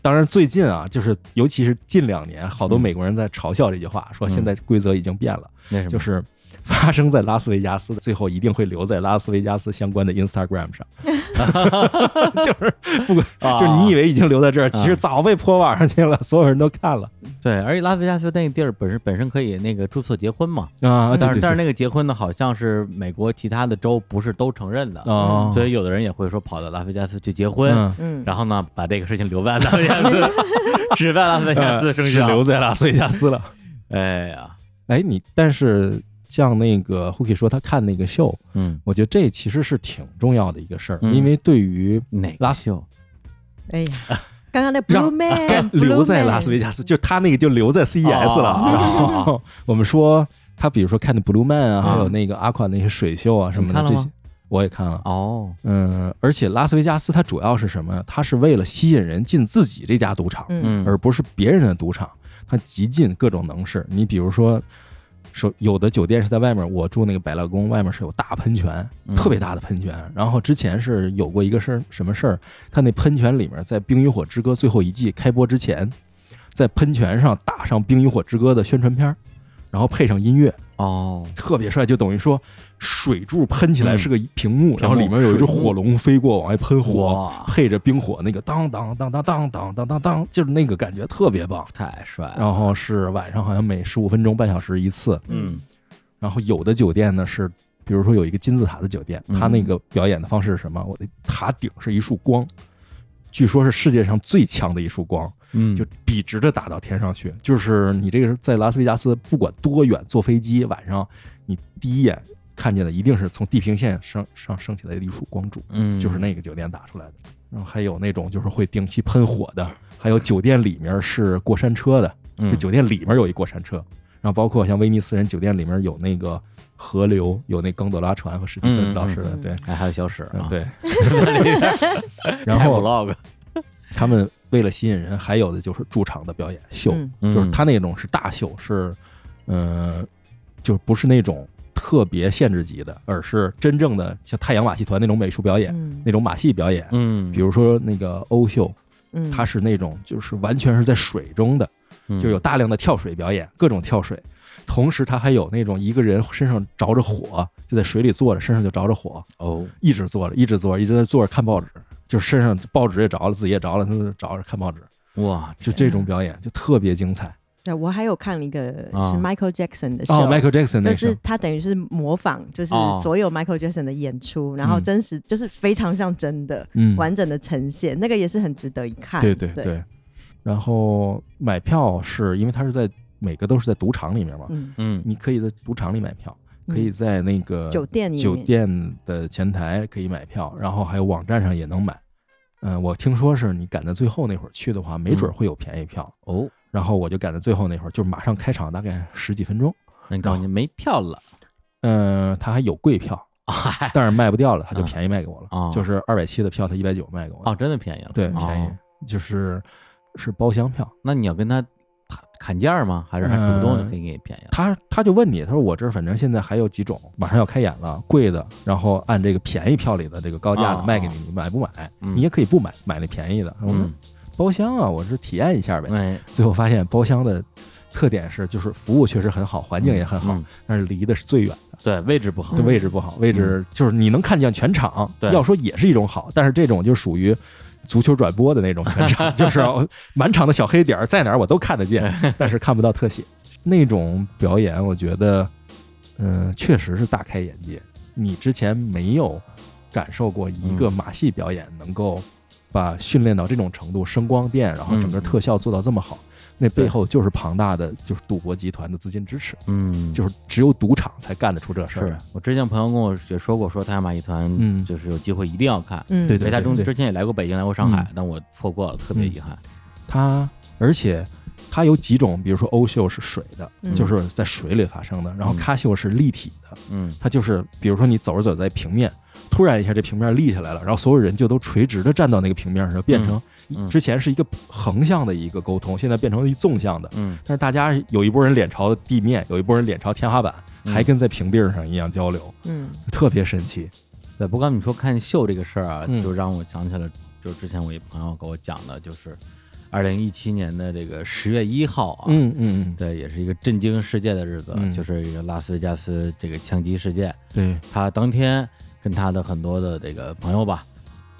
S3: 当然最近啊，就是尤其是近两年，好多
S1: 嗯
S3: 美国人在嘲笑这句话，说
S1: 嗯
S3: 现在规则已经变了，
S1: 那什么，
S3: 就是。发生在拉斯维加斯的，最后一定会留在拉斯维加斯相关的 Instagram 上，就是不管，
S1: 啊
S3: 就是你以为已经留在这儿，其实早被泼网上去了，所有人都看了
S1: 对，而且拉斯维加斯那个地儿本身本身可以那个注册结婚嘛，
S3: 啊。
S1: 但是但是那
S3: 那
S1: 个结婚呢，好像是美国其他的州不是都承认的，
S3: 哦
S1: 嗯所以有的人也会说跑到拉斯维加斯去结婚
S3: 嗯，，
S2: 嗯，
S1: 然后呢把这个事情留在拉斯维加 斯，只在拉斯维加斯生
S3: 呃只留
S1: 效。
S3: 在拉斯维加斯了。
S1: 哎呀，
S3: 哎，你但是像那个 Hooky 说他看那个秀，
S1: 嗯，
S3: 我觉得这其实是挺重要的一个事儿，
S1: 嗯
S3: 因为对于
S1: 哪
S3: 拉
S1: 个秀？
S2: 哎呀，刚刚那 Blue
S3: 让
S2: Man
S3: 留在拉斯维
S2: 加
S3: 加斯，就他那个就留在 CES 了。
S1: 哦
S3: 然后 我们说他比如说看的 Blue Man 啊，
S1: 嗯
S3: 还有那个 Aqua 那些水秀啊什么
S1: 你看了
S3: 的这
S1: 吗
S3: 些，我也看了。
S1: 哦，
S3: 嗯，而且拉斯维加斯它主要是什么？它是为了吸引人进自己这家赌场，
S2: 嗯
S1: 嗯，
S3: 而不是别人的赌场，它极尽各种能事。你比如说，说有的酒店是在外面，我住那个百乐宫，外面是有大喷泉，
S1: 嗯
S3: 特别大的喷泉。然后之前是有过一个事儿，什么事儿？他那喷泉里面，在《冰与火之歌》最后一季开播之前，在喷泉上打上《冰与火之歌》的宣传片儿，然后配上音乐，
S1: 哦，
S3: 特别帅，就等于说水柱喷起来
S1: 嗯
S3: 是个屏幕，然后里面有一只火龙飞过往外喷火，
S1: 哇，
S3: 配着冰火那个当当当当当当当当当，就是那个感觉特别棒。
S1: 太帅了。
S3: 然后是晚上好像每十五分钟半小时一次，
S1: 嗯
S3: 然后有的酒店呢是。比如说有一个金字塔的酒店，
S1: 嗯
S3: 它那个表演的方式是什么？我的塔顶是一束光，据说是世界上最强的一束光，
S1: 嗯，
S3: 就笔直的打到天上去。就是你这个是在拉斯维加斯，不管多远，坐飞机晚上，你第一眼看见的一定是从地平线上上升起来的一束光柱，
S1: 嗯，
S3: 就是那个酒店打出来的。然后还有那种就是会定期喷火的，还有酒店里面是过山车的，
S1: 嗯
S3: 就酒店里面有一过山车。然后包括像威尼斯人酒店里面有那个河流，有那冈德拉船和史蒂
S1: 嗯嗯
S3: 芬老师的，
S2: 嗯
S3: 对，
S1: 哎还有小史
S3: 嗯
S1: 啊，
S3: 对。然
S1: 拍
S3: 后
S1: vlog，
S3: 他们为了吸引人，还有的就是驻场的表演秀，
S2: 嗯
S3: 就是他那种是大秀，是嗯、呃就不是那种特别限制级的，而是真正的像太阳马戏团那种美术表演、
S2: 嗯
S3: 那种马戏表演。
S1: 嗯
S3: 比如说那个欧秀，
S2: 嗯，
S3: 它是那种就是完全是在水中的，
S1: 嗯
S3: 就有大量的跳水表演，各种跳水。同时，他还有那种一个人身上着着火，就在水里坐着，身上就着着火，
S1: 哦，
S3: 一直坐着，一直坐着，一直在坐着看报纸，就是身上报纸也着了，自己也着了，他就着着看报纸，
S1: 哇，
S3: 就这
S2: 嗯
S3: 种表演就特别精彩。
S2: 对，我还有看了一个
S1: 啊
S2: 是 Michael Jackson 的秀
S3: 哦，Michael Jackson
S2: 就
S3: 那个时候
S2: 是他等于是模仿，就是
S1: 哦
S2: 所有 Michael Jackson 的演出，然后
S3: 嗯
S2: 真实就是非常像真的，
S3: 嗯，
S2: 完整的呈现，那个也是很值得一看。
S3: 对对
S2: 对，
S3: 对。然后买票是因为它是在每个都是在赌场里面嘛，
S2: 嗯，
S1: 嗯
S3: 你可以在赌场里买票，可以
S2: 嗯
S3: 在那个
S2: 酒店里面
S3: 酒店的前台可以买票，然后还有网站上也能买。嗯，我听说是你赶在最后那会儿去的话，没
S1: 嗯
S3: 准儿会有便宜票。
S1: 哦，
S3: 然后我就赶在最后那会儿，就是马上开场，大概十几分钟。
S1: 那你告诉你没票了，
S3: 嗯，他还有 贵票，但是卖不掉了，他就
S1: 啊嗯
S3: 便宜卖给我了。
S1: 哦
S3: 就是二百七的票，他一百九卖给我了。
S1: 哦，真的便宜了，
S3: 对，
S1: 哦
S3: 便宜、就是是包厢票。
S1: 那你要跟他砍砍价吗？还是还主动就可以给你便宜了？
S3: 他他就问你，他说我这儿反正现在还有几种，马上要开演了，贵的，然后按这个便宜票里的这个高价的
S1: 啊
S3: 卖给
S1: 啊
S3: 你，你买不买？
S1: 嗯
S3: 你也可以不买，买那便宜的。我说
S1: 嗯，
S3: 包厢啊，我是体验一下呗。
S1: 哎，
S3: 最后发现包厢的特点是，就是服务确实很好，环境也很好，
S1: 嗯
S3: 但是离的是最远的，
S1: 对，位置不好
S3: 这，位置不好，位置就是你能看见全场。
S1: 嗯对
S3: 要说也是一种好，但是这种就属于。足球转播的那种 全场，就是满场的小黑点儿在哪儿我都看得见，但是看不到特写。那种表演，我觉得，嗯、确实是大开眼界。你之前没有感受过一个
S1: 嗯
S3: 马戏表演能够把训练到这种程度，声光电，然后整个
S1: 嗯
S3: 特效做到这么好，那
S1: 对
S3: 背后就是庞大的就是赌博集团的资金支持，
S1: 嗯，
S3: 就是只有赌场才干得出这事儿
S1: 是
S3: 来。
S1: 我之前朋友跟我也说过，说太阳马戏团
S3: 嗯
S1: 就是有机会一定要看。
S2: 嗯，
S3: 对
S1: 北大中
S3: 对
S1: 之前也来过北京，来过上海
S3: 嗯，
S1: 但我错过了，特别遗憾。
S3: 它，而且它有几种，比如说欧秀是水的，
S2: 嗯
S3: 就是在水里发生的，然后
S1: 嗯
S3: 咖秀是立体的，
S1: 嗯
S3: 它就是比如说你走着走在平面，突然一下这平面立起来了，然后所有人就都垂直的站到那个平面上，变成
S1: 嗯
S3: 之前是一个横向的一个沟通，现在变成了一纵向的。
S1: 嗯
S3: 但是大家有一拨人脸朝地面，有一拨人脸朝天花板，
S1: 嗯
S3: 还跟在平地上一样交流，
S2: 嗯
S3: 特别神奇。
S1: 对，不过你说看秀这个事儿啊，
S3: 嗯
S1: 就让我想起了，就之前我一朋友给我讲的，就是二零一七年的这个十月一号啊，
S3: 嗯嗯嗯，
S1: 对，也是一个震惊世界的日子，
S3: 嗯
S1: 就是一个拉斯维加斯这个枪击事件。
S3: 对，
S1: 他当天跟他的很多的这个朋友吧，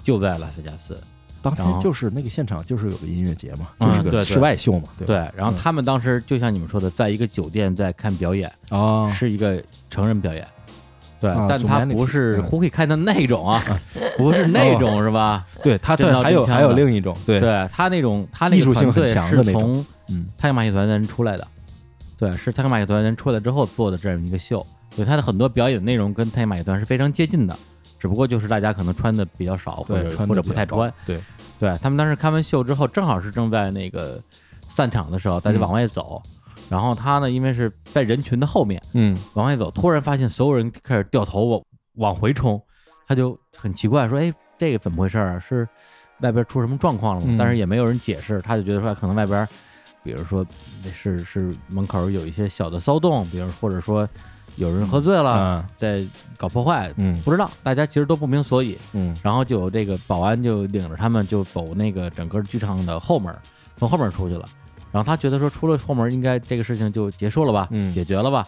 S1: 就在拉斯维加斯，
S3: 当
S1: 然后
S3: 天就是那个现场就是有个音乐节嘛，
S1: 嗯
S3: 就是
S1: 对对
S3: 个室外秀嘛，对嗯吧？
S1: 对，然后他们当时就像你们说的，在一个酒店在看表演，
S3: 哦，
S1: 是一个成人表演。对，
S3: 啊
S1: 但
S3: 总
S1: 他
S3: 监那
S1: 不
S3: 批
S1: 是
S3: 嗯
S1: h o o k 看的那种啊， 不是那种是吧？
S3: 对他对
S1: 真刀，
S3: 还
S1: 真
S3: 有
S1: 枪
S3: 还有
S1: 的
S3: 另一种，对，
S1: 对他那种，他那
S3: 艺
S1: 个
S3: 术性
S1: 团
S3: 很
S1: 队
S3: 强
S1: 是
S3: 的那种
S1: 从
S3: 嗯
S1: 太阳马戏团的人出来的，对，是太阳马戏团的人出来之后做的这样一个秀，所以他的很多表演内容跟太阳马戏团是非常接近的，只不过就是大家可能穿的比较少，或
S3: 对，
S1: 者
S3: 穿
S1: 或
S3: 得
S1: 者
S3: 比
S1: 不
S3: 较
S1: 太
S3: 高
S1: 穿。，
S3: 对，
S1: 对他们当时看完秀之后，正好是正在那个散场的时候，大家
S3: 嗯
S1: 往外走，然后他呢，因为是在人群的后面
S3: 嗯
S1: 往外走，突然发现所有人开始掉头往往回冲，他就很奇怪说：“哎，这个怎么回事啊？是外边出什么状况了吗？”
S3: 嗯
S1: 但是也没有人解释，他就觉得说可能外边，比如说是是门口有一些小的骚动，比如或者说有人喝醉了、
S3: 啊，
S1: 在搞破坏，
S3: 嗯
S1: 不知道，大家其实都不明所以。
S3: 嗯
S1: 然后就有这个保安就领着他们就走那个整个剧场的后门儿，从后门儿出去了。然后他觉得说出了后门儿应该这个事情就结束了吧，
S3: 嗯
S1: 解决了吧。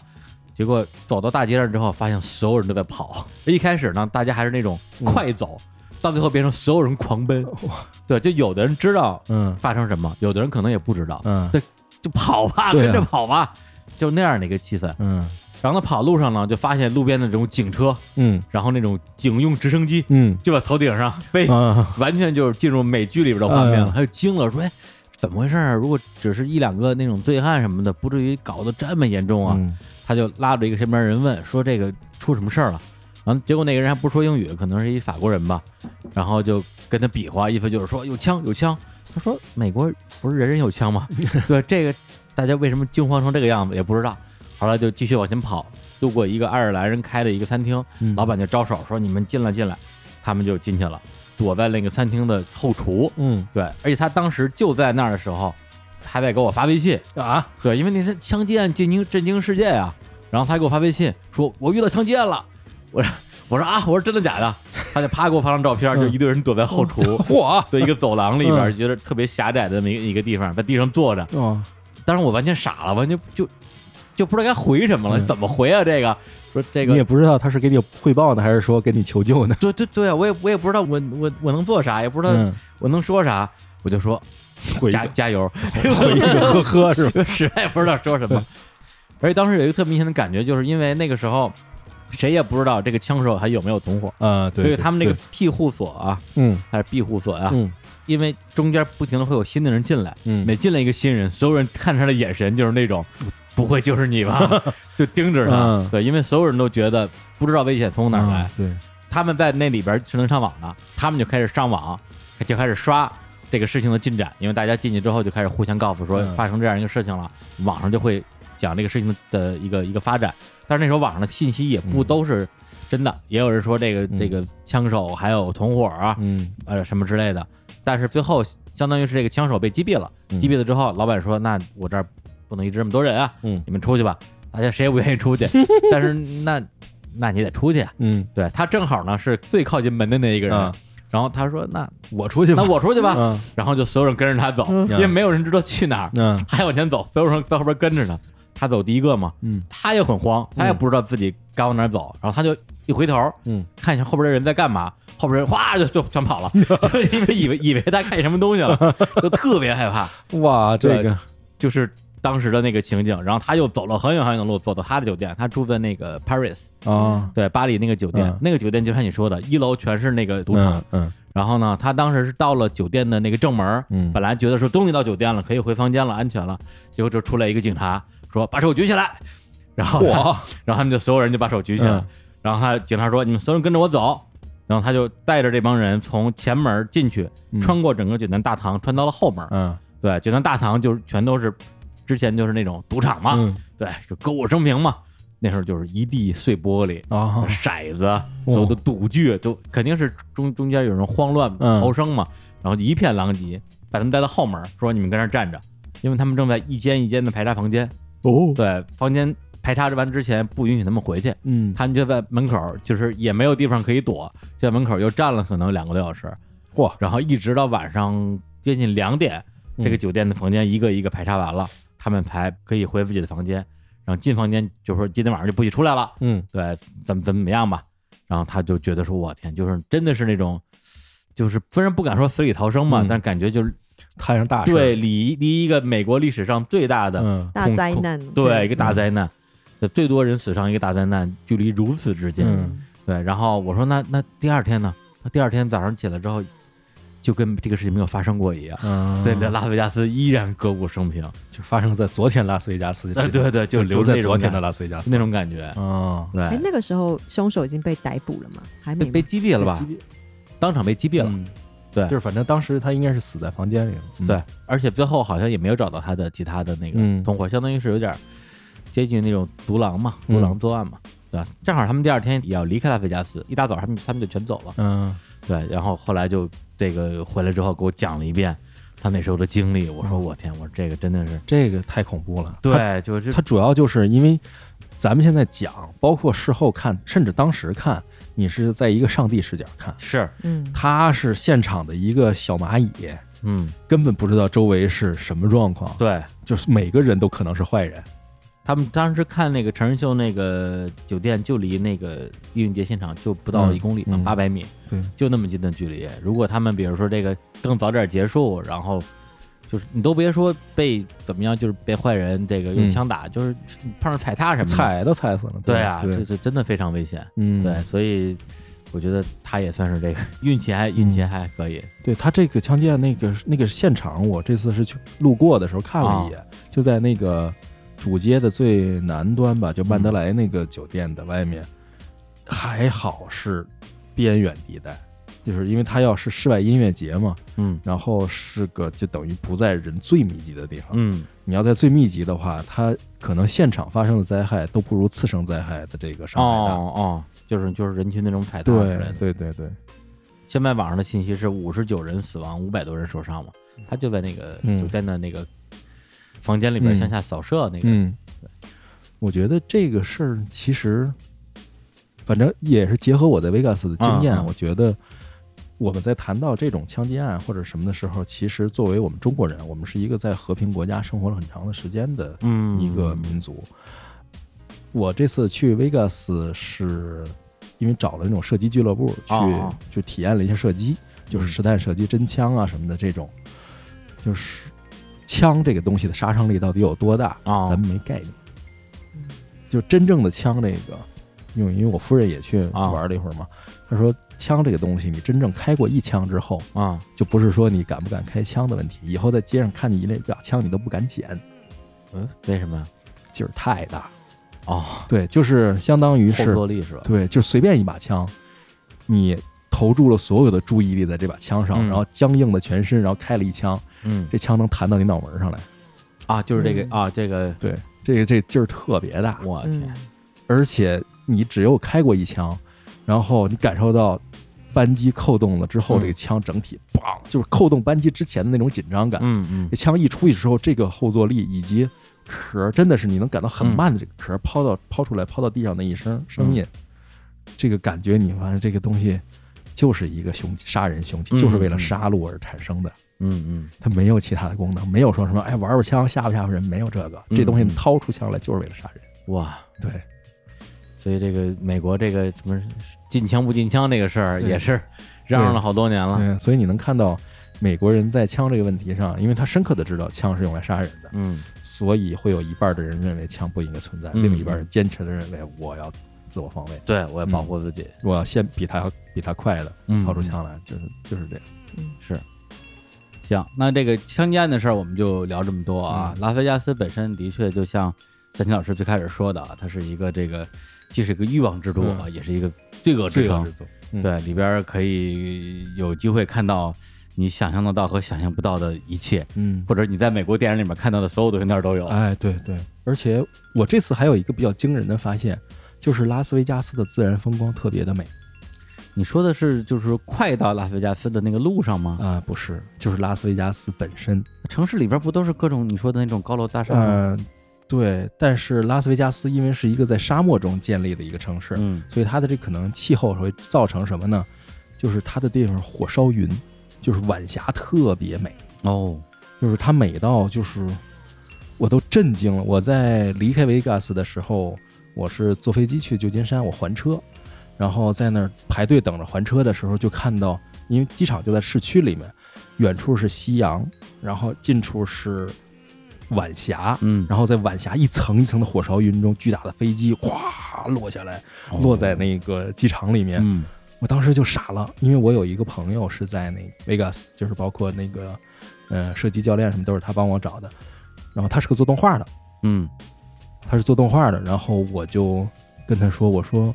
S1: 结果走到大街上之后，发现所有人都在跑。 一开始呢，大家还是那种
S3: 嗯
S1: 快走，到最后变成所有人狂 奔。对，就有的人知道
S3: 嗯
S1: 发生什么，有的人可能也不知道，
S3: 嗯
S1: 就跑吧，
S3: 对
S1: 跟
S3: 啊
S1: 着跑吧，就那样的一个气氛。
S3: 嗯
S1: 然后他跑路上呢，就发现路边的这种警车，
S3: 嗯
S1: 然后那种警用直升机
S3: 嗯
S1: 就把头顶上飞
S3: 啊，
S1: 完全就是进入美剧里边的画面了，
S3: 嗯
S1: 他就惊了，说：“哎，怎么回事啊？如果只是一两个那种醉汉什么的，不至于搞得这么严重啊。
S3: 嗯
S1: 他就拉着一个身边人问：“说这个出什么事儿了？”然后结果那个人还不说英语，可能是一法国人吧，然后就跟他比划，意思就是说有枪有枪。他说：“美国不是人人有枪 吗？对，这个大家为什么惊慌成这个样子也不知道。”后来就继续往前跑，路过一个爱尔兰人开的一个餐厅，
S3: 嗯
S1: 老板就招手说：“你们进来，进来。”他们就进去了。躲在那个餐厅的后厨。
S3: 嗯
S1: 对，而且他当时就在那儿的时候，还在给我发微信。
S3: 啊，
S1: 对，因为那天枪击案震惊震惊世界啊，然后他给我发微信说，我遇到枪击案了。我说我说啊，我说真的假的？他就啪给我发张照
S3: 嗯
S1: 片，就一堆人躲在后 厨，嚯，对，一个走廊里边，觉得特别狭窄的这么一个一个地方，在地上坐着。
S3: 哦，
S1: 当时我完全傻了，完全就就不知道该回什么了，
S3: 嗯
S1: 怎么回啊？这个说这
S3: 你
S1: 个
S3: 也不知道他是给你汇报呢，还是说给你求救呢？
S1: 对对对啊，我也我也不知道我我我能做啥，也不知道
S3: 嗯，
S1: 我能说啥，我就说
S3: 回一
S1: 加
S3: 个
S1: 加油，
S3: 回一 个呵呵是吧？
S1: 实在不知道说什 么。而且当时有一个特明显的感觉，就是因为那个时候谁也不知道这个枪手还有没有同伙，
S3: 啊，对，
S1: 所以
S3: 对
S1: 他们那个
S3: 对
S1: 庇护所啊，
S3: 嗯
S1: 还是庇护所啊，
S3: 嗯
S1: 因为中间不停的会有新的人进来，
S3: 嗯，
S1: 每进来一个新人，所有人看着他的眼神就是那种不会就是你 吧，就盯着他
S3: 嗯。
S1: 对，因为所有人都觉得不知道危险从哪儿来
S3: 啊，对，
S1: 他们在那里边是能上网的，他们就开始上网，就开始刷这个事情的进展，因为大家进去之后就开始互相告诉说
S3: 嗯
S1: 发生这样一个事情了，网上就会讲这个事情的一个一个发展。但是那时候网上的信息也不
S3: 嗯
S1: 都是真的，也有人说这个
S3: 嗯
S1: 这个枪手还有同伙啊，
S3: 嗯
S1: 呃什么之类的。但是最后相当于是这个枪手被击毙了，
S3: 嗯
S1: 击毙了之后，老板说：“那我这儿不能一直这么多人啊，
S3: 嗯
S1: 你们出去吧。”大家谁也不愿意出去， 但是那那你得出去啊。
S3: 嗯，
S1: 对他正好呢是最靠近门的那一个人，
S3: 啊
S1: 然后他说 那
S3: 我出去吧，
S1: 那我出去吧，
S3: 嗯
S1: 然后就所有人跟着他走，
S2: 嗯
S1: 因为没有人知道去哪儿，
S3: 嗯
S1: 还往前走，所有人在后边跟着他，他走第一个嘛，
S3: 嗯
S1: 他也很慌，他也不知道自己该往哪儿走，然后他就一回头
S3: 嗯
S1: 看一下后边的人在干嘛，后边人哗就就全 跑了，就因为以为以为他看见什么东西了，就特别害怕，
S3: 哇，这
S1: 对
S3: 个
S1: 就是。当时的那个情景，然后他又走了很远很远的路，走到他的酒店，他住在那个 Paris，
S3: 啊，
S1: 对，巴黎那个酒店，
S3: 嗯
S1: 那个酒店就像你说的，一楼全是那个赌场。
S3: 嗯嗯
S1: 然后呢，他当时是到了酒店的那个正门儿，
S3: 嗯
S1: 本来觉得说终于到酒店了，可以回房间了，安全了，结果就出来一个警察说把手举起来，然后他
S3: 嚯
S1: 然后他们就所有人就把手举起来，
S3: 嗯
S1: 然后他警察说你们所有人跟着我走，然后他就带着这帮人从前门进去，
S3: 嗯
S1: 穿过整个酒店大堂，穿到了后门儿。
S3: 嗯
S1: 对，酒店大堂就是全都是之前就是那种赌场嘛，
S3: 嗯
S1: 对，就歌舞升平嘛，那时候就是一地碎玻璃，
S3: 啊，
S1: 骰子，所有的赌具，就肯定是中中间有人慌乱
S3: 嗯
S1: 逃生嘛，然后就一片狼藉，把他们带到后门，说你们跟那儿站着，因为他们正在一间一间的排查房间，
S3: 哦，
S1: 对，房间排查完之前不允许他们回去，
S3: 嗯，
S1: 他们就在门口，就是也没有地方可以躲，就在门口又站了可能两个多小时，
S3: 嚯
S1: 然后一直到晚上接近两点，
S3: 嗯
S1: 这个酒店的房间一个一个排查完了，他们才可以回自己的房间，然后进房间就说今天晚上就不许出来了。
S3: 嗯
S1: 对，怎么怎么样吧。然后他就觉得说，我天，就是真的是那种，就是虽然不敢说死里逃生嘛，
S3: 嗯
S1: 但感觉就是
S3: 摊上大事，
S1: 对，离离一个美国历史上最大的
S3: 嗯
S2: 大
S1: 恐
S2: 灾
S1: 恐
S2: 难
S1: 对
S2: 对
S1: 一个大
S3: 嗯
S1: 灾难，最多人死伤一个大灾难，距离如此之近。
S3: 嗯
S1: 对，然后我说那那第二天呢？他第二天早上起来之后，就跟这个事情没有发生过一样。
S3: 嗯，
S1: 所以拉斯维加斯依然歌舞升平，
S3: 就发生在昨天拉斯维加斯的
S1: 呃
S3: 事情，
S1: 对对就
S3: 就
S1: 留
S3: 留
S1: 着
S3: 在
S1: 那种
S3: 昨天
S1: 感
S3: 的拉斯维加斯
S1: 那种感觉。
S3: 啊，
S1: 对，
S2: 哎，那个时候凶手已经被逮捕了吗？还
S1: 被
S2: 没吗
S1: 被击毙了吧？当场被击毙了。
S3: 嗯
S1: 对
S3: 就是反正当时他应该是死在房间里了，嗯
S1: 对，，而且最后好像也没有找到他的其他的那个
S3: 嗯
S1: 同伙，相当于是有点接近那种独狼嘛，
S3: 嗯
S1: 独狼作案嘛，对吧？正好他们第二天也要离开拉斯维加斯，一大早他们他们就全走了，
S3: 嗯，
S1: 对。然后后来就这个回来之后给我讲了一遍他那时候的经历，我说
S3: 嗯
S1: 我天，我说这个真的是，
S3: 这个太恐怖了，他
S1: 对，就是
S3: 它主要就是因为咱们现在讲，包括事后看，甚至当时看，你是在一个上帝视角看，
S1: 是，
S2: 嗯，
S3: 他是现场的一个小蚂蚁，
S1: 嗯，
S3: 根本不知道周围是什么状况，，
S1: 对。
S3: 就是每个人都可能是坏人，
S1: 他们当时看那个成人秀，那个酒店就离那个音乐节现场就不到
S3: 嗯
S1: 一公里嘛，
S3: 嗯
S1: 八百米，
S3: 对，
S1: 就那么近的距离。如果他们比如说这个更早点结束，然后就是你都别说被怎么样，就是被坏人这个用
S3: 嗯
S1: 枪打，就是碰上踩踏什么的，
S3: 踩都踩死了，
S1: 嗯对啊，这
S3: 对，
S1: 这真的非常危险。
S3: 嗯，
S1: 对，所以我觉得他也算是这个运气还运气还可以。
S3: 对他这个枪击案那个那个现场，我这次是去路过的时候看了一眼，
S1: 啊
S3: 就在那个主街的最南端吧，就曼德莱那个酒店的外面，
S1: 嗯
S3: 还好是边远地带，就是因为它要是室外音乐节嘛，
S1: 嗯
S3: 然后是个就等于不在人最密集的地方，
S1: 嗯，
S3: 你要在最密集的话，它可能现场发生的灾害都不如次生灾害的这个伤害大。
S1: 哦哦哦，就是就是人群那种踩踏之类
S3: 对
S1: 的。
S3: 对对对，
S1: 现在网上的信息是五十九人死亡，五百多人受伤嘛。他就在那个
S3: 嗯
S1: 酒店的那个房间里边
S3: 嗯
S1: 向下扫射那个，
S3: 嗯，我觉得这个事儿其实，反正也是结合我在维加斯的经验，
S1: 嗯嗯
S3: 我觉得我们在谈到这种枪击案或者什么的时候，其实作为我们中国人，我们是一个在和平国家生活了很长的时间的
S1: 嗯
S3: 一个民族。我这次去维加斯是因为找了那种射击俱乐部去、
S1: 哦嗯
S3: 去体验了一下射击，就是实弹射击、真枪啊什么的这种，就是枪这个东西的杀伤力到底有多大，
S1: 哦
S3: 咱们没概念。就真正的枪这个，因为因为我夫人也去
S1: 啊
S3: 玩了一会儿嘛，她说枪这个东西，你真正开过一枪之后，
S1: 啊，
S3: 就不是说你敢不敢开枪的问题，以后在街上看你那把枪，你都不敢捡，
S1: 嗯，为什么呀？
S3: 劲儿太大。
S1: 哦，
S3: 对，就是相当于
S1: 后
S3: 是
S1: 坐力是吧？
S3: 对，就随便一把枪，你投注了所有的注意力在这把枪上，
S1: 嗯
S3: 然后僵硬的全身，然后开了一枪，
S1: 嗯
S3: 这枪能弹到你脑门上来。
S1: 啊，就是这
S3: 嗯
S1: 个啊，这个，
S3: 对，这个这劲儿特别大，
S1: 我
S2: 嗯
S1: 天，，
S3: 而且你只有开过一枪，然后你感受到扳机扣动了之后，
S1: 嗯
S3: 这个枪整体砰，就是扣动扳机之前的那种紧张感。
S1: 嗯嗯
S3: 这枪一出去之后，这个后坐力以及壳儿真的是你能感到
S1: 嗯
S3: 很慢的这个壳儿抛到抛出来抛到地上那一声声音，
S1: 嗯
S3: 这个感觉你发现这个东西就是一个凶器，杀人凶器，
S1: 嗯
S3: 就是为了杀戮而产生的，
S1: 嗯
S3: 它没有其他的功能，没有说什么哎玩玩枪吓唬吓唬人，没有这个，这东西
S1: 嗯嗯
S3: 掏出枪来就是为了杀人。
S1: 嗯，哇，
S3: 对，
S1: 所以这个美国这个什么禁枪不禁枪这个事儿
S3: 对
S1: 也是嚷嚷了好多年了，
S3: 对，所以你能看到美国人在枪这个问题上，因为他深刻的知道枪是用来杀人的，
S1: 嗯
S3: 所以会有一半的人认为枪不应该存在，
S1: 嗯
S3: 另一半人坚持的认为我要自我防卫。
S1: 对，我要保护自己。
S3: 我要先比他比他快的
S1: 嗯
S3: 掏出枪来，就是就是这样。
S1: 行，那这个枪击案的事儿我们就聊这么多啊。
S3: 嗯
S1: 拉斯维加斯本身的确就像三秦老师最开始说的啊，它是一个这个既是一个欲望之都啊，也是一个罪恶之城。
S3: 嗯
S1: 对，里边儿可以有机会看到你想象得到和想象不到的一切，
S3: 嗯，
S1: 或者你在美国电影里面看到的所有东西那儿都有。
S3: 哎，对对，而且我这次还有一个比较惊人的发现，就是拉斯维加斯的自然风光特别的美
S1: 你说的是就是快到拉斯维加斯的那个路上吗？
S3: 啊、不是，就是拉斯维加斯本身。
S1: 城市里边不都是各种你说的那种高楼大厦吗？
S3: 嗯、对，但是拉斯维加斯因为是一个在沙漠中建立的一个城市，
S1: 嗯
S3: 所以它的这可能气候会造成什么呢？就是它的地方火烧云，就是晚霞特别美。
S1: 哦，
S3: 就是它美到就是我都震惊了。我在离开维加斯的时候，我是坐飞机去旧金山，我还车，然后在那儿排队等着还车的时候，就看到，因为机场就在市区里面，远处是夕阳，然后近处是晚霞。
S1: 嗯，
S3: 然后在晚霞一层一层的火烧云中，巨大的飞机哗落下来，落在那个机场里面。
S1: 嗯
S3: 我当时就傻了，因为我有一个朋友是在那 Vegas，就是包括那个，呃，射击教练什么都是他帮我找的。然后他是个做动画的，
S1: 嗯
S3: 他是做动画的。然后我就跟他说：“我说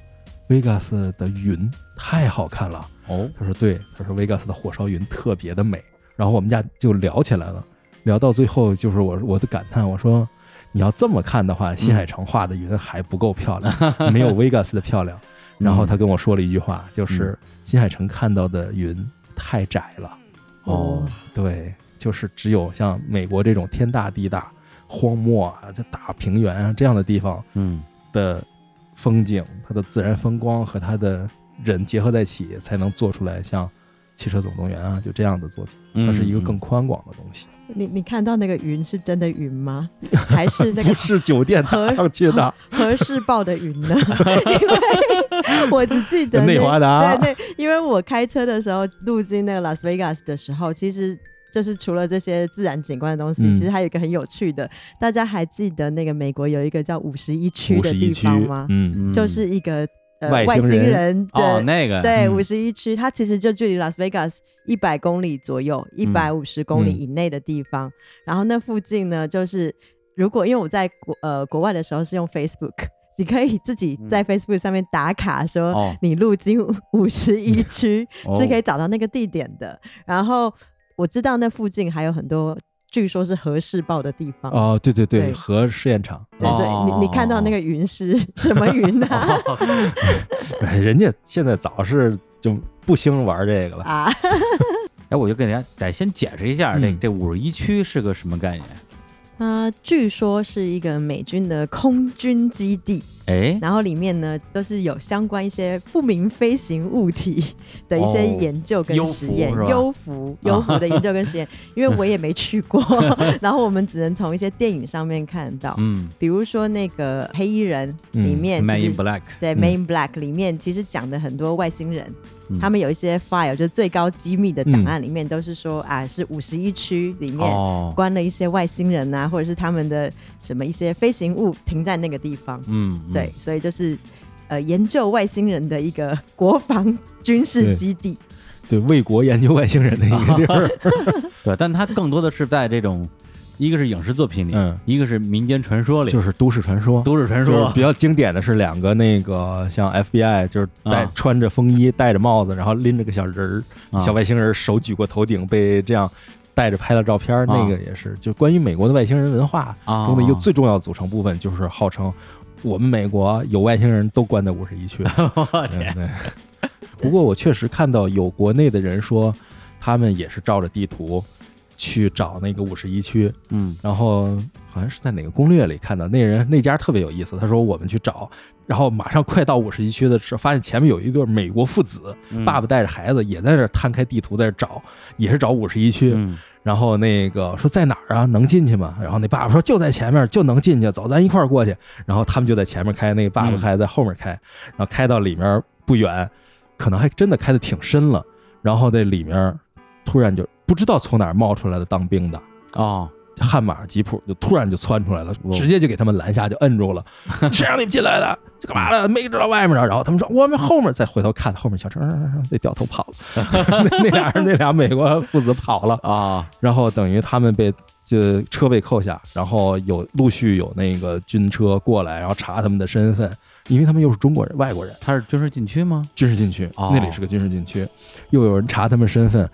S3: Vegas 的云太好看了。
S1: 哦”
S3: 他说：“对。”他说：“Vegas 的火烧云特别的美。”然后我们家就聊起来了，聊到最后就是我我的感叹，我说：“你要这么看的话，西海城画的云还不够漂亮，没有 Vegas 的漂亮。”然
S1: 嗯
S3: 后他跟我说了一句话，就是新海诚看到的云太窄了。
S1: 哦，
S3: 对，就是只有像美国这种天大地大、荒漠啊、这大平原啊这样的地方
S1: 嗯
S3: 的风景，它的自然风光和它的人结合在一起，才能做出来像《汽车总动员》啊就这样的作品。
S1: 嗯，
S3: 它是一个
S1: 嗯
S3: 更宽广的东西，
S2: 你你看到那个云是真的云吗？ 还是那
S3: 不
S2: 个
S3: 是酒店打上去的。
S2: 何氏报的云 呢？因为 我只记得
S3: 内华达
S2: 对对，因为我开车的时候路经那个拉斯维加斯的时候，其实。就是除了这些自然景观的东西，
S3: 嗯
S2: 其实还有一个很有趣的，大家还记得那个美国有一个叫五十一区的地
S3: 51区
S2: 方吗？
S3: 嗯，
S1: 嗯
S2: 就是一个呃
S3: 外
S2: 外
S3: 星
S2: 星
S3: 人
S2: 人的、
S1: 哦那个
S2: 对，
S3: 嗯
S2: 五十一区，它其实就距离拉斯维加斯一百公里左右，一百五十公里以内的地方。然后那附近呢，就是如果因为我在国呃国外的时候是用 Facebook，你可以自己在 Facebook 上面打卡说
S1: 哦
S2: 你路经五十一区，
S1: 哦
S2: 是可以找到那个地点的。然后我知道那附近还有很多，据说是核试爆的地方。
S3: 哦，对对对，
S2: 对
S3: 和试验场，
S2: 对，所以你你看到那个 云是什么云呢、啊？
S3: 人家现在早是就不兴玩这个 了。
S2: 啊，
S1: 哎，我就给大家得先解释一下，这
S3: 嗯
S1: 这五十一区是个什么概念？
S2: 啊，据说是一个美军的空军基地，
S1: 哎，
S2: 然后里面呢都是有相关一些不明飞行物体的一些
S1: 哦
S2: 研究跟
S1: 幽
S2: 实
S1: 浮
S2: 验
S1: 是，吧啊
S2: 幽浮幽浮的研究跟实验，因为我也没 去过，然后我们只能从一些电影上面看到，
S1: 嗯
S2: 比如说那个黑衣人
S3: 嗯
S2: 里面
S1: ，Man
S2: 其
S1: in
S2: 实
S1: Black，
S2: 对《Main Black》里面其实讲的很多外星人，
S1: 嗯
S2: 他们有一些 file 就是最高机密的档案里面都是说、啊是五十一区里面
S1: 哦，
S2: 关了一些外星人啊，或者是他们的什么一些飞行物停在那个地方，
S1: 嗯，嗯
S2: 对，，所以就是呃研究外星人的一个国防军事基地，
S3: 对，为国研究外星人的一个地儿。
S1: 对，但它更多的是在这种，一个是影视作品里，
S3: 嗯
S1: 一个 是民间传说里，
S3: 就是都市传说。
S1: 都市传
S3: 就是
S1: 说
S3: 比，较经典的是两个那个像 FBI，就是戴、
S1: 啊
S3: 穿着风衣、戴着帽子，然后拎着个小人儿、
S1: 啊
S3: 小外星人，手举过头顶，被这样带着拍了照片儿。那个也是，就关于美国的外星人文化
S1: 啊
S3: 中的一个最重要的组成部分，就是号称我们美国有外星人都关在五十一区。
S1: 我
S3: 对
S1: 天，
S3: 对。不过我确实看到有国内的人说，他们也是照着地图去找那个五十一区，
S1: 嗯，
S3: 然后好像是在哪个攻略里看到，那人那家特别有意思，他说我们去找，然后马上快到五十一区的时候，发现前面有一对美国父子，
S1: 嗯
S3: 爸爸带着孩子也在这儿摊开地图在这找，也是找五十一区。
S1: 嗯
S3: 然后那个说在哪儿啊？能进去吗？然后那爸爸说就在前面，就能进去，走，咱一块儿过去。然后他们就在前面开，那个爸爸
S1: 嗯
S3: 还在后面开，然后开到里面不远，可能还真的开的挺深了。然后那里面突然就不知道从哪儿冒出来的当兵的，
S1: 哦，
S3: 悍马吉普就突然就窜出来了，
S1: 哇
S3: 直接就给他们拦下，就摁住了。谁让你们进来的？这干嘛了？没知道外面呢。然后他们说我们后面再回头看，后面小车得掉头跑了。那那俩人那俩美国父子跑了，
S1: 啊，
S3: 然后等于他们被就车被扣下，然后有陆续有那个军车过来，然后查他们的身份，因为他们又是中国人、外国人，
S1: 它是军事禁区吗？
S3: 军事禁区，
S1: 哦
S3: 那里是个军事禁区，又有人查他们身份。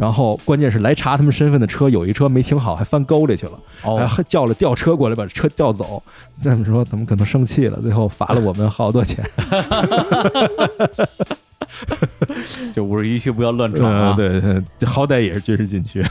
S3: 然后关键是来查他们身份的车，有一车没停好，还翻沟里去了。然
S1: 哦，
S3: 后叫了吊车过来把车吊走。他们说他们可能生气了，最后罚了我们好多 钱。
S1: 就五十一区不要乱闯
S3: 呃
S1: 啊，
S3: 对对，对好歹也是军事禁区。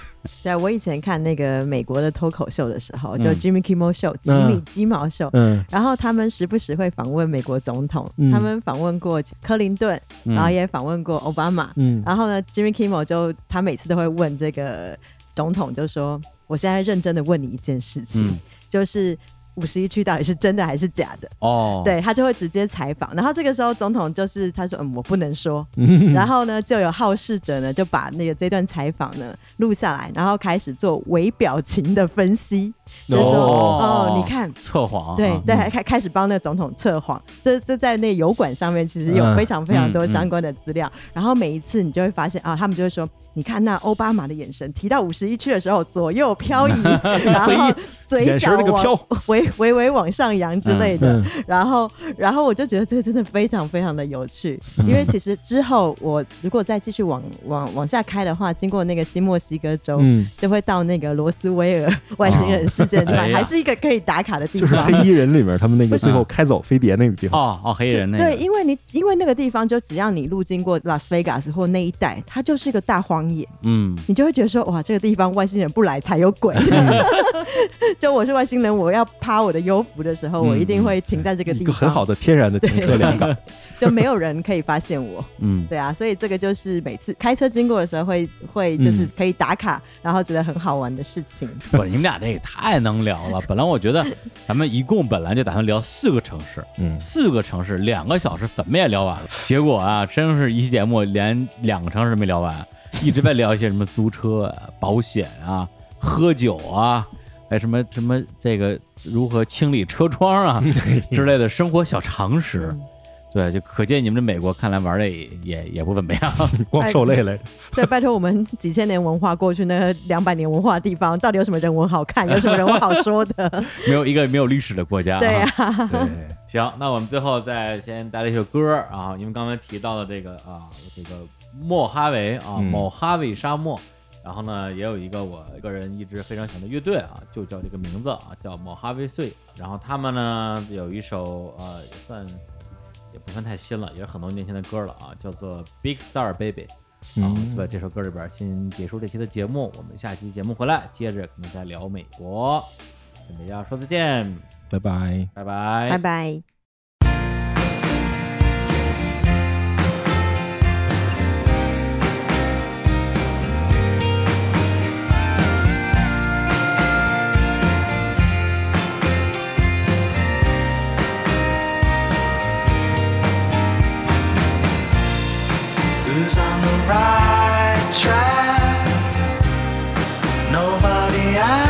S2: 对我以前看那个美国的脱口秀的时候，就
S1: 嗯
S2: Jimmy Kimmel Show 吉米鸡毛秀，
S3: 嗯
S2: 然后他们时不时会访问美国总统，
S3: 嗯
S2: 他们访问过克林顿，
S1: 嗯
S2: 然后也访问过奥巴马。
S3: 嗯
S2: 然后呢，Jimmy Kimmel 就他每次都会问这个总统，就说：“我现在认真的问你一件事情，
S1: 嗯
S2: 就是五十一区到底是真的还是假的？”
S1: 哦，
S2: 对他就会直接采访。然后这个时候，总统就是他说：“嗯，我不 能说。”
S3: 嗯
S2: 然后呢，就有好事者呢就把那个这段采访呢录下来，然后开始做微表情的分析，就是说：“
S1: 哦
S2: 哦你看。”
S1: 测谎啊，
S3: 哦
S2: 对，
S3: 嗯
S2: 对，开开始帮那个总统测谎，这这在那个油管上面其实
S3: 嗯
S2: 有非常非常多相关的资料。然后每一次你就会发现啊，他们就会说，你看那奥巴马的眼神，提到五十一区的时候左右漂移， 然后嘴
S3: 眼神
S2: 角
S3: 那个
S2: 往
S3: 飘
S2: 微微微往上扬之类的。
S3: 嗯
S2: 然后，然后我就觉得这个真的非常非常的有趣，
S3: 嗯
S2: 因 为其实之后我如果再继续往往往下开的话，经过那个新墨西哥州。
S3: 嗯，
S2: 就会到那个罗斯威尔 外星人事件
S1: 哎
S2: 站，
S1: 呀
S2: 还是一个可以打卡的地
S3: 啊就
S2: 方。
S3: 是黑衣人里面他们那个
S2: 不是
S3: 最后开走飞碟那个地方。
S1: 哦哦，黑人那
S2: 对，
S1: 个，
S2: 因为你因为那个地方，就只要你路经过拉斯维加斯或那一带，它就是一个大荒野，
S1: 嗯，
S2: 你就会觉得说，哇，这个地方外星人不来才有 鬼。就我是外星人，我要趴我的幽浮的时候，我一定会停在这个
S3: 一
S2: 地
S3: 个
S2: 方，
S3: 很好的天然的停车良港，
S2: 就没有人可以发现我。
S1: 嗯，
S2: 对啊，所以这个就是每次开车经过的时候会会
S3: 嗯
S2: 就是可以打卡，然后觉得很好玩的事情。
S1: 不是，你们俩这也太能聊了。本来我觉得咱们一共本来就打算聊四个城市，
S3: 嗯
S1: 四个城市两个小时怎么也聊完了。结果啊，真是一期节目连两个城市没聊完，一直在聊一些什么租车、啊、保险啊、喝酒啊，哎什么什么这个如何清理车窗啊 之类的生活小常识。
S2: 嗯
S1: 对，就可见你们这美国看来玩的也也也不怎么样。
S3: 光受累了。
S2: 对，拜托我们几千年文化过去，那两百年文化的地方，到底有什么人文好看，有什么人 文好说的？
S1: 没有一个没有历史的国家、啊。
S2: 对啊
S1: 对， 行，那我们最后再先带来一首歌儿啊，因为刚才提到了这个啊，这个莫哈维啊，
S3: 嗯
S1: 某哈维沙漠。然后呢，也有一个我个人一直非常喜欢的乐队啊，就叫这个名字啊，叫莫哈维碎。然后他们呢有一首呃也算也不算太新了，也是很多年前的歌了啊，叫做《Big Star Baby》。然后
S3: 嗯
S1: 就在这首歌里边儿先结束这期的节目，我们下期节目回来接着跟大家聊美国，跟大家说再见，
S3: 拜拜。
S1: 拜拜，
S2: 拜拜。
S9: Who's on the right track? Nobody I